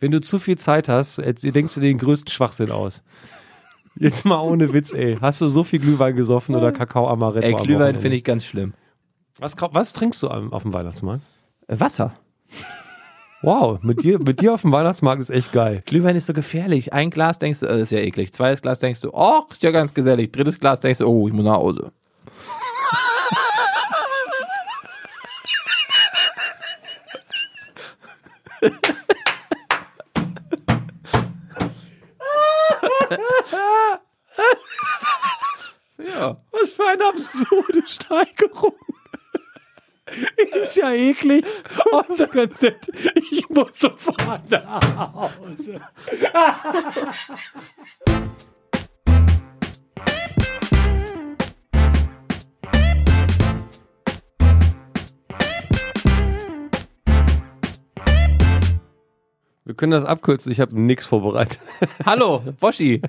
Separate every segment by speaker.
Speaker 1: Wenn du zu viel Zeit hast, jetzt denkst du dir den größten Schwachsinn aus. Jetzt mal ohne Witz, ey. Hast du so viel Glühwein gesoffen oder Kakao Amaretto?
Speaker 2: Ey,
Speaker 1: am
Speaker 2: Glühwein
Speaker 1: Wochenende?
Speaker 2: finde ich ganz schlimm.
Speaker 1: Was, kau- was trinkst du am, auf dem Weihnachtsmarkt?
Speaker 2: Äh, Wasser.
Speaker 1: Wow, mit dir, mit dir auf dem Weihnachtsmarkt ist echt geil.
Speaker 2: Glühwein ist so gefährlich. Ein Glas denkst du, äh, ist ja eklig. Zweites Glas denkst du, oh, ist ja ganz gesellig. Drittes Glas denkst du, oh, ich muss nach Hause. ja.
Speaker 1: Was für eine absurde Steigerung. Ist ja eklig. Und so ganz nett. Ich muss sofort nach Hause. Wir können das abkürzen. Ich habe nichts vorbereitet.
Speaker 2: Hallo, Woschi.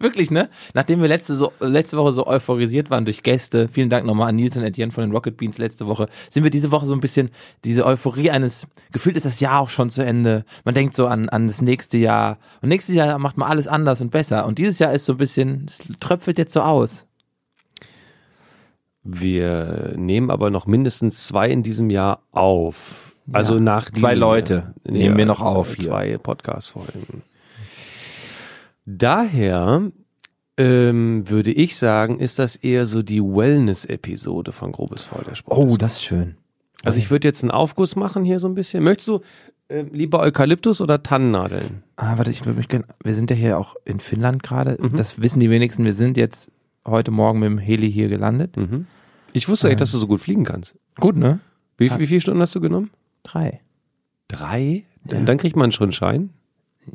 Speaker 2: Wirklich, ne? Nachdem wir letzte, so, letzte Woche so euphorisiert waren durch Gäste, vielen Dank nochmal an Nils und Etienne von den Rocket Beans letzte Woche, sind wir diese Woche so ein bisschen diese Euphorie eines, gefühlt ist das Jahr auch schon zu Ende. Man denkt so an, an das nächste Jahr. Und nächstes Jahr macht man alles anders und besser. Und dieses Jahr ist so ein bisschen, es tröpfelt jetzt so aus.
Speaker 1: Wir nehmen aber noch mindestens zwei in diesem Jahr auf. Also nach
Speaker 2: zwei
Speaker 1: diesem
Speaker 2: Leute
Speaker 1: Jahr.
Speaker 2: nehmen wir noch auf hier.
Speaker 1: Zwei Podcast-Folgen. Daher ähm, würde ich sagen, ist das eher so die Wellness-Episode von Grobes Voll der Sport. ist.
Speaker 2: Oh, das ist schön.
Speaker 1: also ich würde jetzt einen Aufguss machen hier so ein bisschen. Möchtest du äh, lieber Eukalyptus oder Tannennadeln?
Speaker 2: Ah, warte, ich würde mich gerne, wir sind ja hier auch in Finnland gerade.
Speaker 1: Mhm.
Speaker 2: Das wissen die wenigsten. Wir sind jetzt heute Morgen mit dem Heli hier gelandet.
Speaker 1: Ich wusste
Speaker 2: Ähm.
Speaker 1: eigentlich, dass du so gut fliegen kannst.
Speaker 2: Gut, ne?
Speaker 1: Wie, wie viele Stunden hast du genommen?
Speaker 2: Drei.
Speaker 1: Drei. Dann, dann kriegt man schon einen Schein.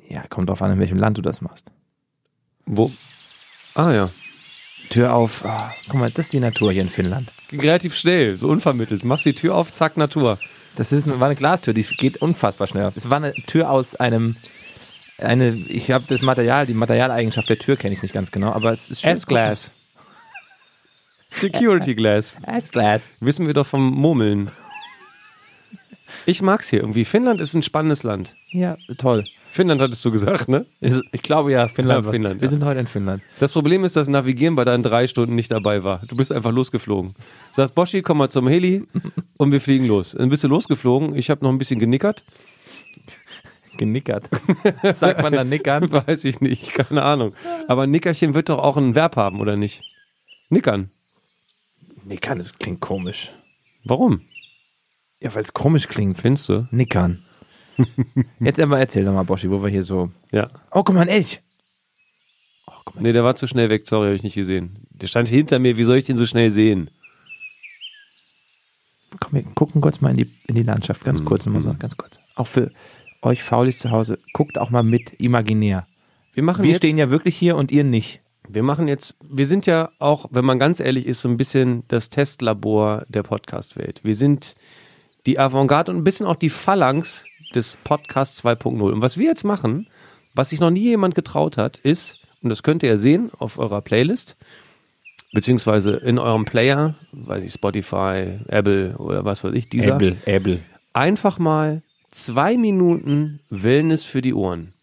Speaker 2: Ja, kommt drauf an, in welchem Land du das machst.
Speaker 1: Wo? Ah ja.
Speaker 2: Tür auf. Ah, guck mal, das ist die Natur hier in Finnland.
Speaker 1: Ging relativ schnell, so unvermittelt. Machst die Tür auf, zack, Natur.
Speaker 2: Das ist eine, war eine Glastür, die geht unfassbar schnell auf. Es war eine Tür aus einem, eine, ich habe das Material, die Materialeigenschaft der Tür kenne ich nicht ganz genau, aber es ist schön.
Speaker 1: S-Glass. Security Glass.
Speaker 2: S-Glass.
Speaker 1: Wissen wir doch vom Murmeln. Ich mag's hier irgendwie. Finnland ist ein spannendes Land.
Speaker 2: Ja, toll.
Speaker 1: Finnland hattest du gesagt, ne?
Speaker 2: Ist- Ich glaube ja, Finnland.
Speaker 1: Ja, Finnland,
Speaker 2: wir
Speaker 1: ja.
Speaker 2: sind heute in Finnland.
Speaker 1: Das Problem ist, dass Navigieren bei deinen drei Stunden nicht dabei war. Du bist einfach losgeflogen. Du sagst, Boschi, komm mal zum Heli und wir fliegen los. Dann bist du losgeflogen. Ich habe noch ein bisschen genickert.
Speaker 2: Genickert. Sagt man dann nickern?
Speaker 1: Weiß ich nicht, keine Ahnung. Aber ein Nickerchen wird doch auch ein Verb haben, oder nicht? Nickern.
Speaker 2: Nickern, das klingt komisch.
Speaker 1: Warum?
Speaker 2: Ja, weil es komisch klingt.
Speaker 1: Findest du?
Speaker 2: Nickern. Jetzt einmal erzähl doch mal, Boschi, wo wir hier so.
Speaker 1: Ja.
Speaker 2: Oh, guck mal, ein Elch. Oh, guck mal,
Speaker 1: Nee, der war zu schnell weg, sorry, habe ich nicht gesehen. Der stand hinter mir, wie soll ich den so schnell sehen?
Speaker 2: Komm, wir gucken kurz mal in die, in die Landschaft, ganz kurz, nochmal so, ganz kurz. Auch für euch Faulis zu Hause, guckt auch mal mit, imaginär.
Speaker 1: Wir machen
Speaker 2: Wir
Speaker 1: jetzt,
Speaker 2: stehen ja wirklich hier und ihr nicht.
Speaker 1: wir machen jetzt, wir sind ja auch, wenn man ganz ehrlich ist, so ein bisschen das Testlabor der Podcast-Welt. Wir sind die Avantgarde und ein bisschen auch die Phalanx des Podcasts 2.0. Und was wir jetzt machen, was sich noch nie jemand getraut hat, ist, und das könnt ihr ja sehen auf eurer Playlist, beziehungsweise in eurem Player, weiß ich, Spotify, Apple oder was weiß ich, dieser.
Speaker 2: Äbel.
Speaker 1: einfach mal zwei Minuten Wellness für die Ohren.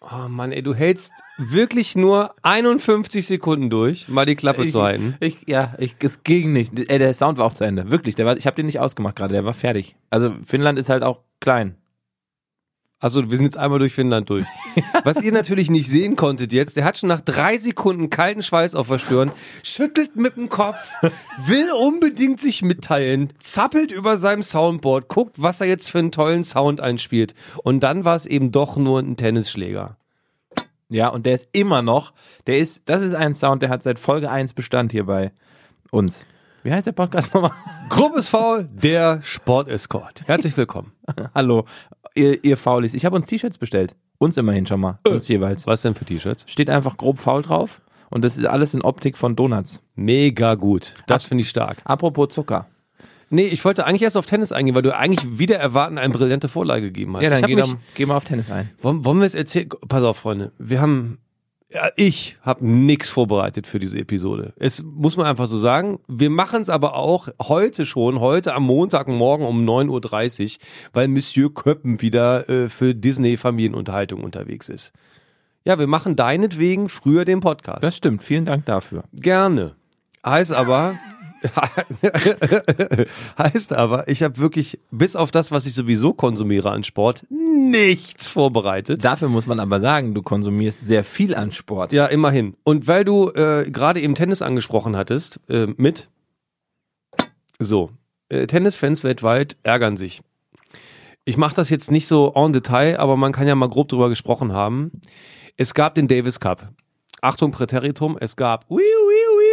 Speaker 1: Oh Mann, ey, du hältst wirklich nur 51 Sekunden durch, mal die Klappe
Speaker 2: Ich,
Speaker 1: zu halten.
Speaker 2: ich, ja, ich, es ging nicht. Ey, der Sound war auch zu Ende. Wirklich, der war, ich habe den nicht ausgemacht gerade, der war fertig. Also Finnland ist halt auch klein.
Speaker 1: Achso, wir sind jetzt einmal durch Finnland durch. Was ihr natürlich nicht sehen konntet jetzt, der hat schon nach drei Sekunden kalten Schweiß auf der Stirn, schüttelt mit dem Kopf, will unbedingt sich mitteilen, zappelt über seinem Soundboard, guckt, was er jetzt für einen tollen Sound einspielt. Und dann war es eben doch nur ein Tennisschläger.
Speaker 2: Ja, und der ist immer noch, der ist, das ist ein Sound, der hat seit Folge 1 Bestand hier bei uns. Wie heißt der Podcast nochmal?
Speaker 1: Gruppes V, der Sportescort. Herzlich willkommen.
Speaker 2: Hallo, ihr, ihr Faulis. Ich habe uns T-Shirts bestellt. Uns immerhin schon mal. Uns jeweils.
Speaker 1: Was denn für T-Shirts?
Speaker 2: Steht einfach grob faul drauf. Und das ist alles in Optik von Donuts.
Speaker 1: Mega gut. Das finde ich stark.
Speaker 2: Apropos Zucker.
Speaker 1: Nee, ich wollte eigentlich erst auf Tennis eingehen, weil du eigentlich wieder erwarten eine brillante Vorlage gegeben hast.
Speaker 2: Ja,
Speaker 1: ich
Speaker 2: dann
Speaker 1: hab
Speaker 2: geh,
Speaker 1: mich-
Speaker 2: doch, geh mal auf Tennis ein.
Speaker 1: Wollen, wollen wir es erzählen? Pass auf, Freunde. Wir haben, ja, ich habe nichts vorbereitet für diese Episode. Es muss man einfach so sagen. Wir machen es aber auch heute schon, heute am Montagmorgen um 9.30 Uhr, weil Monsieur Köppen wieder äh, für Disney Familienunterhaltung unterwegs ist. Ja, wir machen deinetwegen früher den Podcast.
Speaker 2: Das stimmt. Vielen Dank dafür.
Speaker 1: Gerne. Heißt aber, heißt aber, ich habe wirklich bis auf das, was ich sowieso konsumiere an Sport, nichts vorbereitet.
Speaker 2: Dafür muss man aber sagen, du konsumierst sehr viel an Sport.
Speaker 1: Ja, immerhin. Und weil du äh, gerade eben Tennis angesprochen hattest, äh, mit so, äh, Tennisfans weltweit ärgern sich. Ich mache das jetzt nicht so en Detail, aber man kann ja mal grob drüber gesprochen haben. Es gab den Davis Cup. Achtung, Präteritum, es gab wiu, wiu,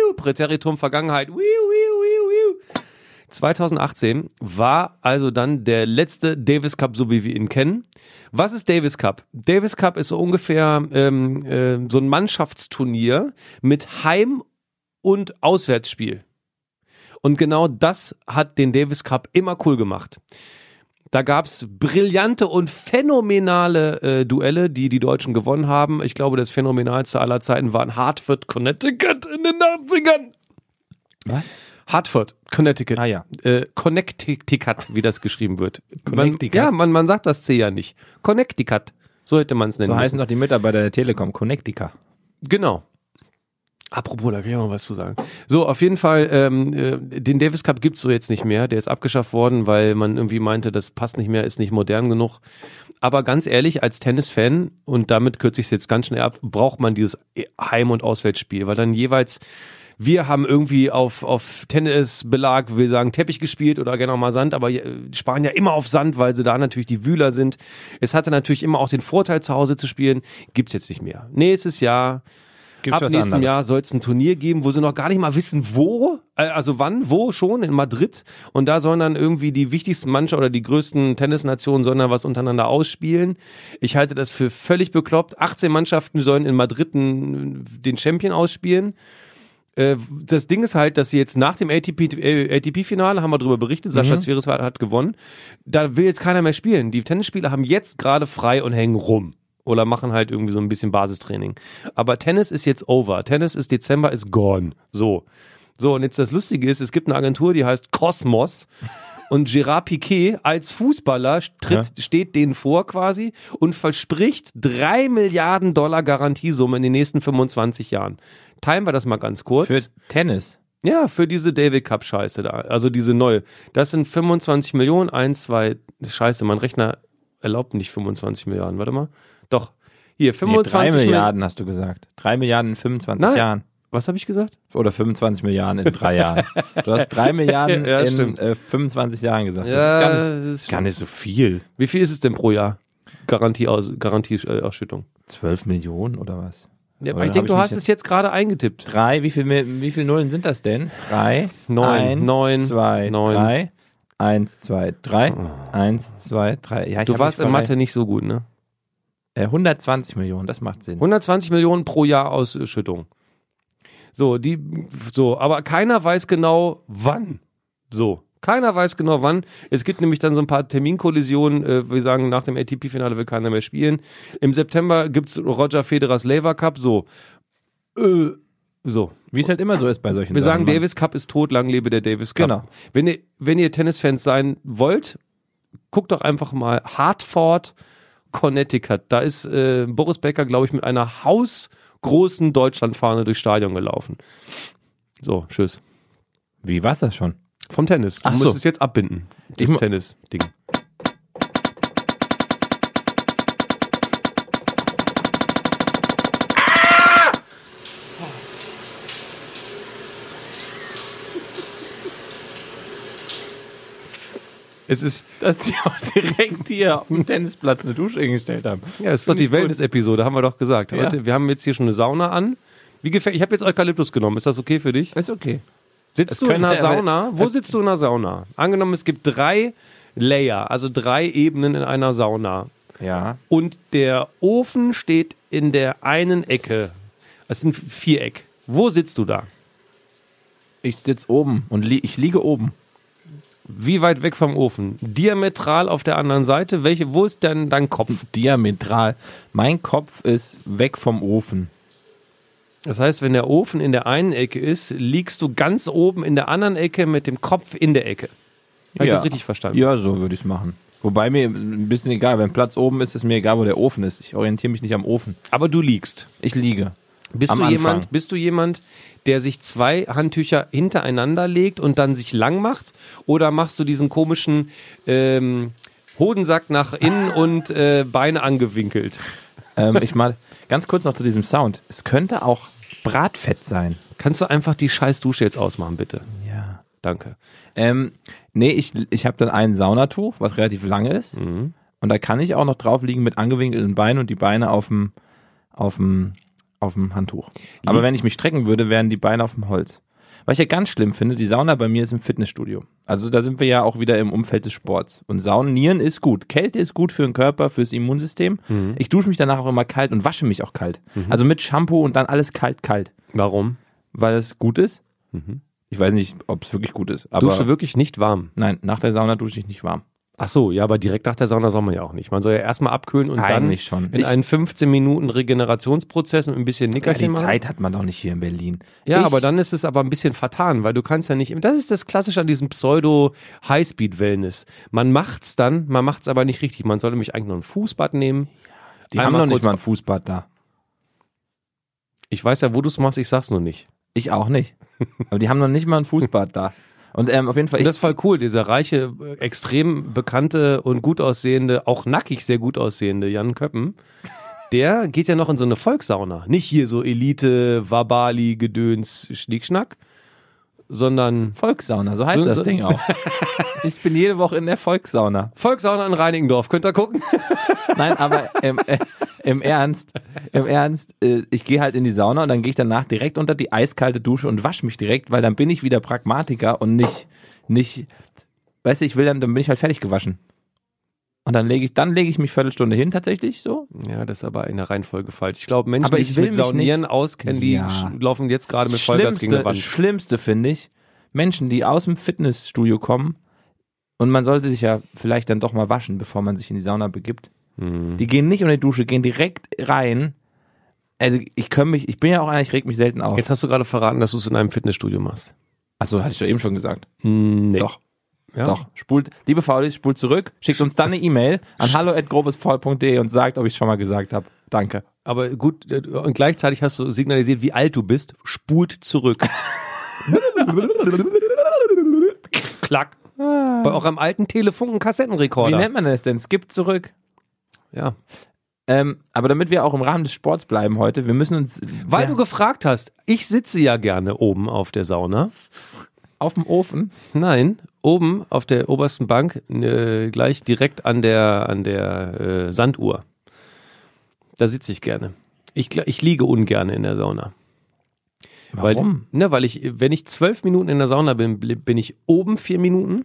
Speaker 1: wiu, Präteritum Vergangenheit. Wiu, wiu, wiu, wiu. 2018 war also dann der letzte Davis Cup, so wie wir ihn kennen. Was ist Davis Cup? Davis Cup ist so ungefähr ähm, äh, so ein Mannschaftsturnier mit Heim- und Auswärtsspiel. Und genau das hat den Davis Cup immer cool gemacht. Da gab's brillante und phänomenale äh, Duelle, die die Deutschen gewonnen haben. Ich glaube, das phänomenalste aller Zeiten waren Hartford, Connecticut in den 80ern.
Speaker 2: Was?
Speaker 1: Hartford, Connecticut.
Speaker 2: Ah ja.
Speaker 1: Äh, Connecticut, wie das geschrieben wird.
Speaker 2: Connecticut.
Speaker 1: Man, ja, man, man sagt das C ja nicht. Connecticut. So hätte man es nennen
Speaker 2: So
Speaker 1: müssen.
Speaker 2: heißen doch die Mitarbeiter der Telekom, Connectica.
Speaker 1: Genau. Apropos, da kann ich noch was zu sagen. So, auf jeden Fall, ähm, äh, den Davis Cup gibt's so jetzt nicht mehr. Der ist abgeschafft worden, weil man irgendwie meinte, das passt nicht mehr, ist nicht modern genug. Aber ganz ehrlich, als Tennisfan, und damit kürze ich es jetzt ganz schnell ab, braucht man dieses Heim- und Auswärtsspiel, weil dann jeweils wir haben irgendwie auf, auf Tennisbelag, will sagen, Teppich gespielt oder gerne auch mal Sand, aber äh, Spanier immer auf Sand, weil sie da natürlich die Wühler sind. Es hatte natürlich immer auch den Vorteil, zu Hause zu spielen. Gibt's jetzt nicht mehr. Nächstes Jahr
Speaker 2: Gibt's
Speaker 1: Ab
Speaker 2: was
Speaker 1: nächstem
Speaker 2: anderes?
Speaker 1: Jahr soll es ein Turnier geben, wo sie noch gar nicht mal wissen, wo, äh, also wann, wo schon, in Madrid. Und da sollen dann irgendwie die wichtigsten Mannschaften oder die größten Tennisnationen sollen da was untereinander ausspielen. Ich halte das für völlig bekloppt. 18 Mannschaften sollen in Madrid n- den Champion ausspielen. Äh, Das Ding ist halt, dass sie jetzt nach dem ATP-Finale, ATP -Finale, haben wir darüber berichtet, Sascha Zverev hat gewonnen, da will jetzt keiner mehr spielen. Die Tennisspieler haben jetzt gerade frei und hängen rum. Oder machen halt irgendwie so ein bisschen Basistraining. Aber Tennis ist jetzt over. Tennis ist Dezember, ist gone. So. So, und jetzt das Lustige ist, es gibt eine Agentur, die heißt Cosmos. Und Gerard Piquet als Fußballer tritt, steht denen vor quasi und verspricht drei Milliarden Dollar Garantiesumme in den nächsten 25 Jahren. Timen wir das mal ganz kurz.
Speaker 2: Für Tennis.
Speaker 1: Ja, für diese David Cup Scheiße da, also diese neue. Das sind 25 Millionen, 1, 2, Scheiße, mein Rechner erlaubt nicht 25 Milliarden, warte mal. Doch, hier,
Speaker 2: Nee, 3
Speaker 1: 25 Milliarden.
Speaker 2: Milliarden hast du gesagt. 3 Milliarden in 25
Speaker 1: Nein.
Speaker 2: Jahren.
Speaker 1: Was habe ich gesagt?
Speaker 2: Oder 25 Milliarden in drei Jahren. Du hast 3 Milliarden
Speaker 1: Ja,
Speaker 2: in
Speaker 1: stimmt.
Speaker 2: äh, 25 Jahren gesagt. Das
Speaker 1: Ja,
Speaker 2: ist gar nicht,
Speaker 1: das ist
Speaker 2: gar nicht so viel.
Speaker 1: Wie viel ist es denn pro Jahr? Garantieaus Garantieausschüttung.
Speaker 2: 12 Millionen oder was?
Speaker 1: Ja,
Speaker 2: Oder
Speaker 1: ich denke,
Speaker 2: hab
Speaker 1: du
Speaker 2: mich
Speaker 1: hast es jetzt gerade eingetippt.
Speaker 2: Drei, wie viel, Mi- wie viel Nullen sind das denn? Drei,
Speaker 1: Neun,
Speaker 2: eins,
Speaker 1: neun,
Speaker 2: zwei,
Speaker 1: neun. Oh.
Speaker 2: drei, eins, zwei, drei, eins, zwei, drei. Ja, ich
Speaker 1: Du
Speaker 2: hab
Speaker 1: warst
Speaker 2: mich
Speaker 1: in
Speaker 2: verrechnet.
Speaker 1: Mathe nicht so gut, ne?
Speaker 2: Äh, 120 Millionen, das macht Sinn.
Speaker 1: 120 Millionen pro Jahr Ausschüttung. So, die, so, aber keiner weiß genau, wann. So. Keiner weiß genau wann. Es gibt nämlich dann so ein paar Terminkollisionen. Äh, wir sagen, nach dem ATP-Finale will keiner mehr spielen. Im September gibt's Roger Federers Lever Cup. So. Äh, so.
Speaker 2: Wie es halt immer so ist bei solchen
Speaker 1: Wir sagen,
Speaker 2: Sachen. man-
Speaker 1: Davis Cup ist tot, lang lebe der Davis Cup.
Speaker 2: Genau.
Speaker 1: Wenn ihr, wenn ihr Tennisfans sein wollt, guckt doch einfach mal Hartford, Connecticut. Da ist äh, Boris Becker, glaube ich, mit einer hausgroßen Deutschlandfahne durchs Stadion gelaufen. So, tschüss.
Speaker 2: Wie war's das schon?
Speaker 1: Vom Tennis. Du
Speaker 2: Ach
Speaker 1: musst
Speaker 2: so.
Speaker 1: es jetzt abbinden.
Speaker 2: Ich
Speaker 1: Das
Speaker 2: mu-
Speaker 1: Tennis-Ding. Es ist,
Speaker 2: dass die auch direkt hier auf dem Tennisplatz eine Dusche hingestellt haben.
Speaker 1: ja, es ist doch die
Speaker 2: Finde ich
Speaker 1: Wellness-Episode, haben wir doch gesagt.
Speaker 2: Ja.
Speaker 1: Heute, wir haben jetzt hier schon eine Sauna an. Wie gefällt, ich habe jetzt Eukalyptus genommen. Ist das okay für dich?
Speaker 2: Ist okay.
Speaker 1: Sitzt
Speaker 2: Es
Speaker 1: du in
Speaker 2: könnte
Speaker 1: einer
Speaker 2: aber-
Speaker 1: Sauna? Wo
Speaker 2: äh,
Speaker 1: sitzt du in einer Sauna? Angenommen, es gibt drei Layer, also drei Ebenen in einer Sauna.
Speaker 2: Ja.
Speaker 1: Und der Ofen steht in der einen Ecke. Es ist ein Viereck. Wo sitzt du da?
Speaker 2: Ich sitze oben und li ich liege oben.
Speaker 1: Wie weit weg vom Ofen? Diametral auf der anderen Seite? Welche, wo ist denn dein Kopf?
Speaker 2: Diametral. Mein Kopf ist weg vom Ofen.
Speaker 1: Das heißt, wenn der Ofen in der einen Ecke ist, liegst du ganz oben in der anderen Ecke mit dem Kopf in der Ecke. Habe ich das richtig verstanden?
Speaker 2: Ja, so würde ich es machen. Wobei mir ein bisschen egal, wenn Platz oben ist, ist mir egal, wo der Ofen ist. Ich orientiere mich nicht am Ofen.
Speaker 1: Aber du liegst.
Speaker 2: Ich liege.
Speaker 1: Bist
Speaker 2: Am
Speaker 1: du,
Speaker 2: Anfang.
Speaker 1: jemand, bist du jemand, der sich zwei Handtücher hintereinander legt und dann sich lang macht? Oder machst du diesen komischen ähm, Hodensack nach innen und äh, Beine angewinkelt?
Speaker 2: ähm, ich mal ganz kurz noch zu diesem Sound. Es könnte auch Bratfett sein.
Speaker 1: Kannst du einfach die scheiß Dusche jetzt ausmachen, bitte?
Speaker 2: Ja.
Speaker 1: Danke.
Speaker 2: Ähm, nee, ich, ich habe dann ein Saunatuch, was relativ lang ist. Und da kann ich auch noch drauf liegen mit angewinkelten Beinen und die Beine auf dem auf dem auf dem Handtuch. Aber wenn ich mich strecken würde, wären die Beine auf dem Holz. Was ich ja ganz schlimm finde, die Sauna bei mir ist im Fitnessstudio. Also da sind wir ja auch wieder im Umfeld des Sports. Und Saunieren ist gut. Kälte ist gut für den Körper, fürs Immunsystem. Ich dusche mich danach auch immer kalt und wasche mich auch kalt. Also mit Shampoo und dann alles kalt, kalt.
Speaker 1: Warum?
Speaker 2: Weil es gut ist. Ich weiß nicht, ob es wirklich gut ist. Aber
Speaker 1: Dusche wirklich nicht warm.
Speaker 2: Nein, nach der Sauna dusche ich nicht warm.
Speaker 1: Ach so, ja, aber direkt nach der Sauna soll man ja auch nicht. Man soll ja erstmal abkühlen und
Speaker 2: Eigentlich
Speaker 1: dann
Speaker 2: schon.
Speaker 1: in
Speaker 2: Ich-
Speaker 1: einen 15 Minuten Regenerationsprozess mit ein bisschen
Speaker 2: Ja,
Speaker 1: Nickerchen
Speaker 2: die
Speaker 1: machen.
Speaker 2: Zeit hat man doch nicht hier in Berlin.
Speaker 1: Ja,
Speaker 2: ich,
Speaker 1: aber dann ist es aber ein bisschen vertan, weil du kannst ja nicht. Das ist das Klassische an diesem Pseudo-Highspeed-Wellness. Man macht's dann, man macht's aber nicht richtig. Man sollte mich eigentlich nur ein Fußbad nehmen.
Speaker 2: Die haben
Speaker 1: einmal
Speaker 2: noch nicht
Speaker 1: kurz-
Speaker 2: mal ein Fußbad da.
Speaker 1: Ich weiß ja, wo du's machst, ich sag's nur nicht.
Speaker 2: Ich auch nicht. Aber die haben noch nicht mal ein Fußbad da. Und ähm, auf jeden Fall,
Speaker 1: Und
Speaker 2: ich,
Speaker 1: das ist voll cool, dieser reiche, äh, extrem bekannte und gut aussehende, auch nackig sehr gut aussehende Jan Köppen, der geht ja noch in so eine Volkssauna. Nicht hier so Elite, Wabali, Gedöns, Schnickschnack, sondern
Speaker 2: Volkssauna, so heißt
Speaker 1: So-
Speaker 2: das
Speaker 1: so-
Speaker 2: Ding auch. ich bin jede Woche in der Volkssauna.
Speaker 1: Volkssauna in Reinickendorf. Könnt ihr gucken?
Speaker 2: Nein, aber im, äh, im Ernst, im Ernst, äh, ich gehe halt in die Sauna und dann gehe ich danach direkt unter die eiskalte Dusche und wasche mich direkt, weil dann bin ich wieder Pragmatiker und nicht, nicht, weißt du, ich will dann, dann bin ich halt fertig gewaschen. Und dann lege ich, dann lege ich mich Viertelstunde hin tatsächlich so.
Speaker 1: Ja, das ist aber in der Reihenfolge falsch. Ich glaube, Menschen,
Speaker 2: Aber
Speaker 1: die
Speaker 2: ich
Speaker 1: sich
Speaker 2: will
Speaker 1: mit
Speaker 2: mich
Speaker 1: Saunieren auskennen, die
Speaker 2: Ja.
Speaker 1: sch- laufen jetzt gerade mit Vollgas gegen die
Speaker 2: Schlimmste,
Speaker 1: Wand.
Speaker 2: Schlimmste finde ich, Menschen, die aus dem Fitnessstudio kommen und man sollte sich ja vielleicht dann doch mal waschen, bevor man sich in die Sauna begibt.
Speaker 1: Mhm.
Speaker 2: Die gehen nicht unter die Dusche, gehen direkt rein. Also ich kann mich, ich bin ja auch einer, ich reg mich selten auf.
Speaker 1: Jetzt hast du gerade verraten, dass du es in einem Fitnessstudio machst.
Speaker 2: Achso, hatte ich doch eben schon gesagt.
Speaker 1: Nee.
Speaker 2: Doch,
Speaker 1: ja?
Speaker 2: Hm, doch. Spult, liebe Faulis, spult zurück, schickt uns dann eine E-Mail an hallo@grobesfaul.de und sagt, ob ich schon mal gesagt habe. Danke.
Speaker 1: Aber gut, äh, und gleichzeitig hast du signalisiert, wie alt du bist, spult zurück. Klack. Bei eurem alten
Speaker 2: Wie
Speaker 1: Telefunken-Kassettenrekorder.
Speaker 2: nennt man das denn? Skip zurück.
Speaker 1: Ja.
Speaker 2: Ähm, aber damit wir auch im Rahmen des Sports bleiben heute, wir müssen uns
Speaker 1: Weil
Speaker 2: Ja.
Speaker 1: du gefragt hast, ich sitze ja gerne oben auf der Sauna.
Speaker 2: auf dem Ofen
Speaker 1: Nein, oben auf der obersten Bank, äh, gleich direkt an der, an der äh, Sanduhr. Da sitze ich gerne. Ich, gl- ich liege ungern in der Sauna.
Speaker 2: Warum?
Speaker 1: Weil, ne, weil ich, wenn ich zwölf Minuten in der Sauna bin, bl- bin ich oben vier Minuten,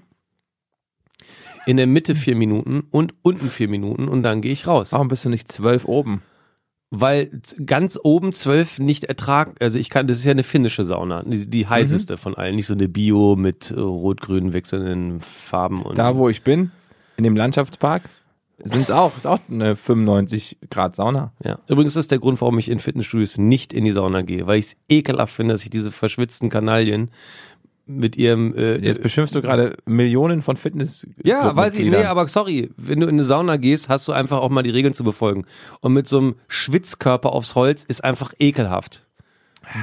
Speaker 1: in der Mitte vier Minuten und unten vier Minuten und dann gehe ich raus.
Speaker 2: Warum bist du nicht zwölf oben?
Speaker 1: Weil z- ganz oben zwölf nicht ertrag, also ich kann, das ist ja eine finnische Sauna, die,
Speaker 2: Mhm.
Speaker 1: die heißeste von allen, nicht so eine Bio mit äh, rot-grün wechselnden Farben und
Speaker 2: Da, wo ich bin, in dem Landschaftspark, sind es auch. Ist auch eine 95 Grad Sauna.
Speaker 1: Ja. Übrigens ist der Grund, warum ich in Fitnessstudios nicht in die Sauna gehe, weil ich es ekelhaft finde, dass ich diese verschwitzten Kanaillen mit ihrem äh,
Speaker 2: Jetzt beschimpfst du gerade Millionen von Fitness.
Speaker 1: Ja, weiß ich, nee,
Speaker 2: Mitgliedern.
Speaker 1: aber sorry, wenn du in eine Sauna gehst, hast du einfach auch mal die Regeln zu befolgen. Und mit so einem Schwitzkörper aufs Holz ist einfach ekelhaft.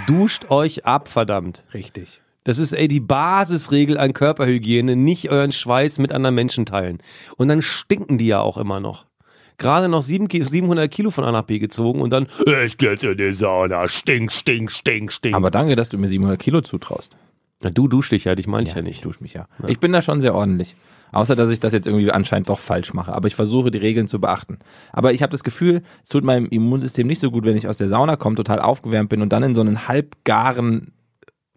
Speaker 1: Duscht euch ab, verdammt.
Speaker 2: Richtig.
Speaker 1: Das ist ey die Basisregel an Körperhygiene, nicht euren Schweiß mit anderen Menschen teilen. Und dann stinken die ja auch immer noch. Gerade noch sieben Ki- 700 Kilo von A nach B gezogen und dann, äh, ich gehe jetzt in die Sauna, stink, stink, stink, stink.
Speaker 2: Aber danke, dass du mir 700 Kilo zutraust.
Speaker 1: Na, du duschst dich ja, dich meine ich ja,
Speaker 2: Ich
Speaker 1: nicht.
Speaker 2: dusche mich ja. Ich bin da schon sehr ordentlich. Außer, dass ich das jetzt irgendwie anscheinend doch falsch mache. Aber ich versuche, die Regeln zu beachten. Aber ich habe das Gefühl, es tut meinem Immunsystem nicht so gut, wenn ich aus der Sauna komme, total aufgewärmt bin und dann in so einen halbgaren,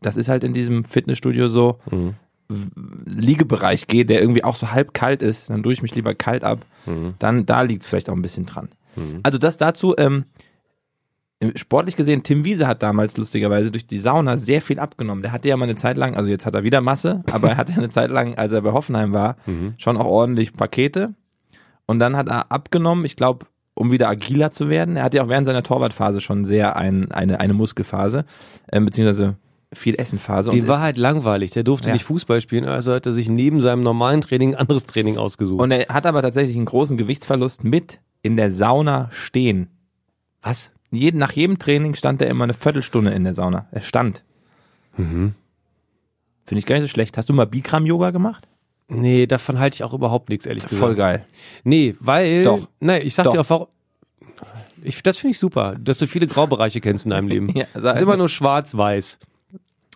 Speaker 2: das ist halt in diesem Fitnessstudio so,
Speaker 1: Mhm.
Speaker 2: w- Liegebereich gehe, der irgendwie auch so halb kalt ist. Dann tue ich mich lieber kalt ab.
Speaker 1: Mhm.
Speaker 2: Dann, da liegt es vielleicht auch ein bisschen dran. Also das dazu, ähm, sportlich gesehen, Tim Wiese hat damals lustigerweise durch die Sauna sehr viel abgenommen. Der hatte ja mal eine Zeit lang, also jetzt hat er wieder Masse, aber er hatte ja eine Zeit lang, als er bei Hoffenheim war,
Speaker 1: Mhm.
Speaker 2: schon auch ordentlich Pakete. Und dann hat er abgenommen, ich glaube, um wieder agiler zu werden. Er hatte ja auch während seiner Torwartphase schon sehr ein, eine, eine Muskelphase, ähm, beziehungsweise viel Essenphase.
Speaker 1: Die
Speaker 2: und
Speaker 1: war halt langweilig. Der durfte
Speaker 2: Ja.
Speaker 1: nicht Fußball spielen, also hat er sich neben seinem normalen Training ein anderes Training ausgesucht.
Speaker 2: Und er hat aber tatsächlich einen großen Gewichtsverlust mit in der Sauna stehen. Was? Jeden, nach jedem Training stand er immer eine Viertelstunde in der Sauna. Er stand.
Speaker 1: Mhm.
Speaker 2: Finde ich gar nicht so schlecht. Hast du mal Bikram-Yoga gemacht?
Speaker 1: nee, davon halte ich auch überhaupt nichts, ehrlich gesagt.
Speaker 2: Voll geil.
Speaker 1: Nee, weil.
Speaker 2: Doch.
Speaker 1: Nee, ich sag
Speaker 2: Doch.
Speaker 1: dir auch, warum. Ich, das finde ich super, dass du viele Graubereiche kennst in deinem Leben.
Speaker 2: Ja, sag-
Speaker 1: ist immer nur schwarz-weiß.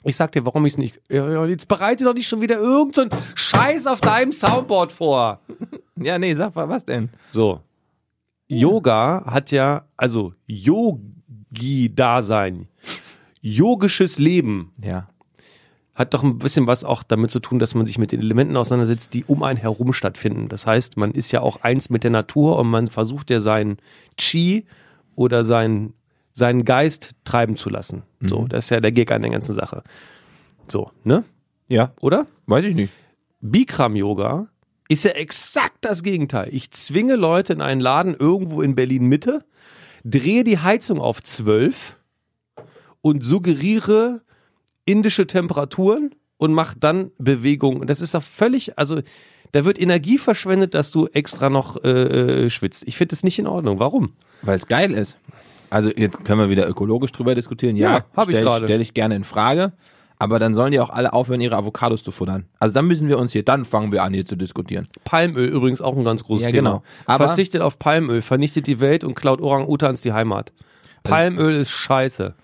Speaker 1: Ich sag dir, warum ich es nicht. Ja, ja, jetzt bereite doch nicht schon wieder irgendeinen Scheiß auf deinem Soundboard vor.
Speaker 2: Ja, nee, sag mal, was denn?
Speaker 1: So. Yoga hat ja, also Yogi-Dasein, yogisches Leben
Speaker 2: Ja.
Speaker 1: hat doch ein bisschen was auch damit zu tun, dass man sich mit den Elementen auseinandersetzt, die um einen herum stattfinden. Das heißt, man ist ja auch eins mit der Natur und man versucht ja sein Chi oder sein, seinen Geist treiben zu lassen. So, das ist ja der Gig an der ganzen Sache. So, ne?
Speaker 2: Ja,
Speaker 1: Oder?
Speaker 2: weiß ich nicht.
Speaker 1: Bikram-Yoga ist ja exakt das Gegenteil. Ich zwinge Leute in einen Laden irgendwo in Berlin-Mitte, drehe die Heizung auf 12 und suggeriere indische Temperaturen und mache dann Bewegungen. Das ist doch völlig, also da wird Energie verschwendet, dass du extra noch äh, äh, schwitzt. Ich finde das nicht in Ordnung. Warum?
Speaker 2: Weil es geil ist. Also jetzt können wir wieder ökologisch drüber diskutieren. Ja,
Speaker 1: Ja, hab ich
Speaker 2: stell
Speaker 1: gerade.
Speaker 2: Stelle ich gerne in Frage. Aber dann sollen die auch alle aufhören, ihre Avocados zu futtern. Also dann müssen wir uns hier, dann fangen wir an, hier zu diskutieren.
Speaker 1: Palmöl übrigens auch ein ganz großes
Speaker 2: Ja,
Speaker 1: Thema.
Speaker 2: genau. Aber-
Speaker 1: Verzichtet auf Palmöl, vernichtet die Welt und klaut Orang-Utans die Heimat. Palmöl ist scheiße.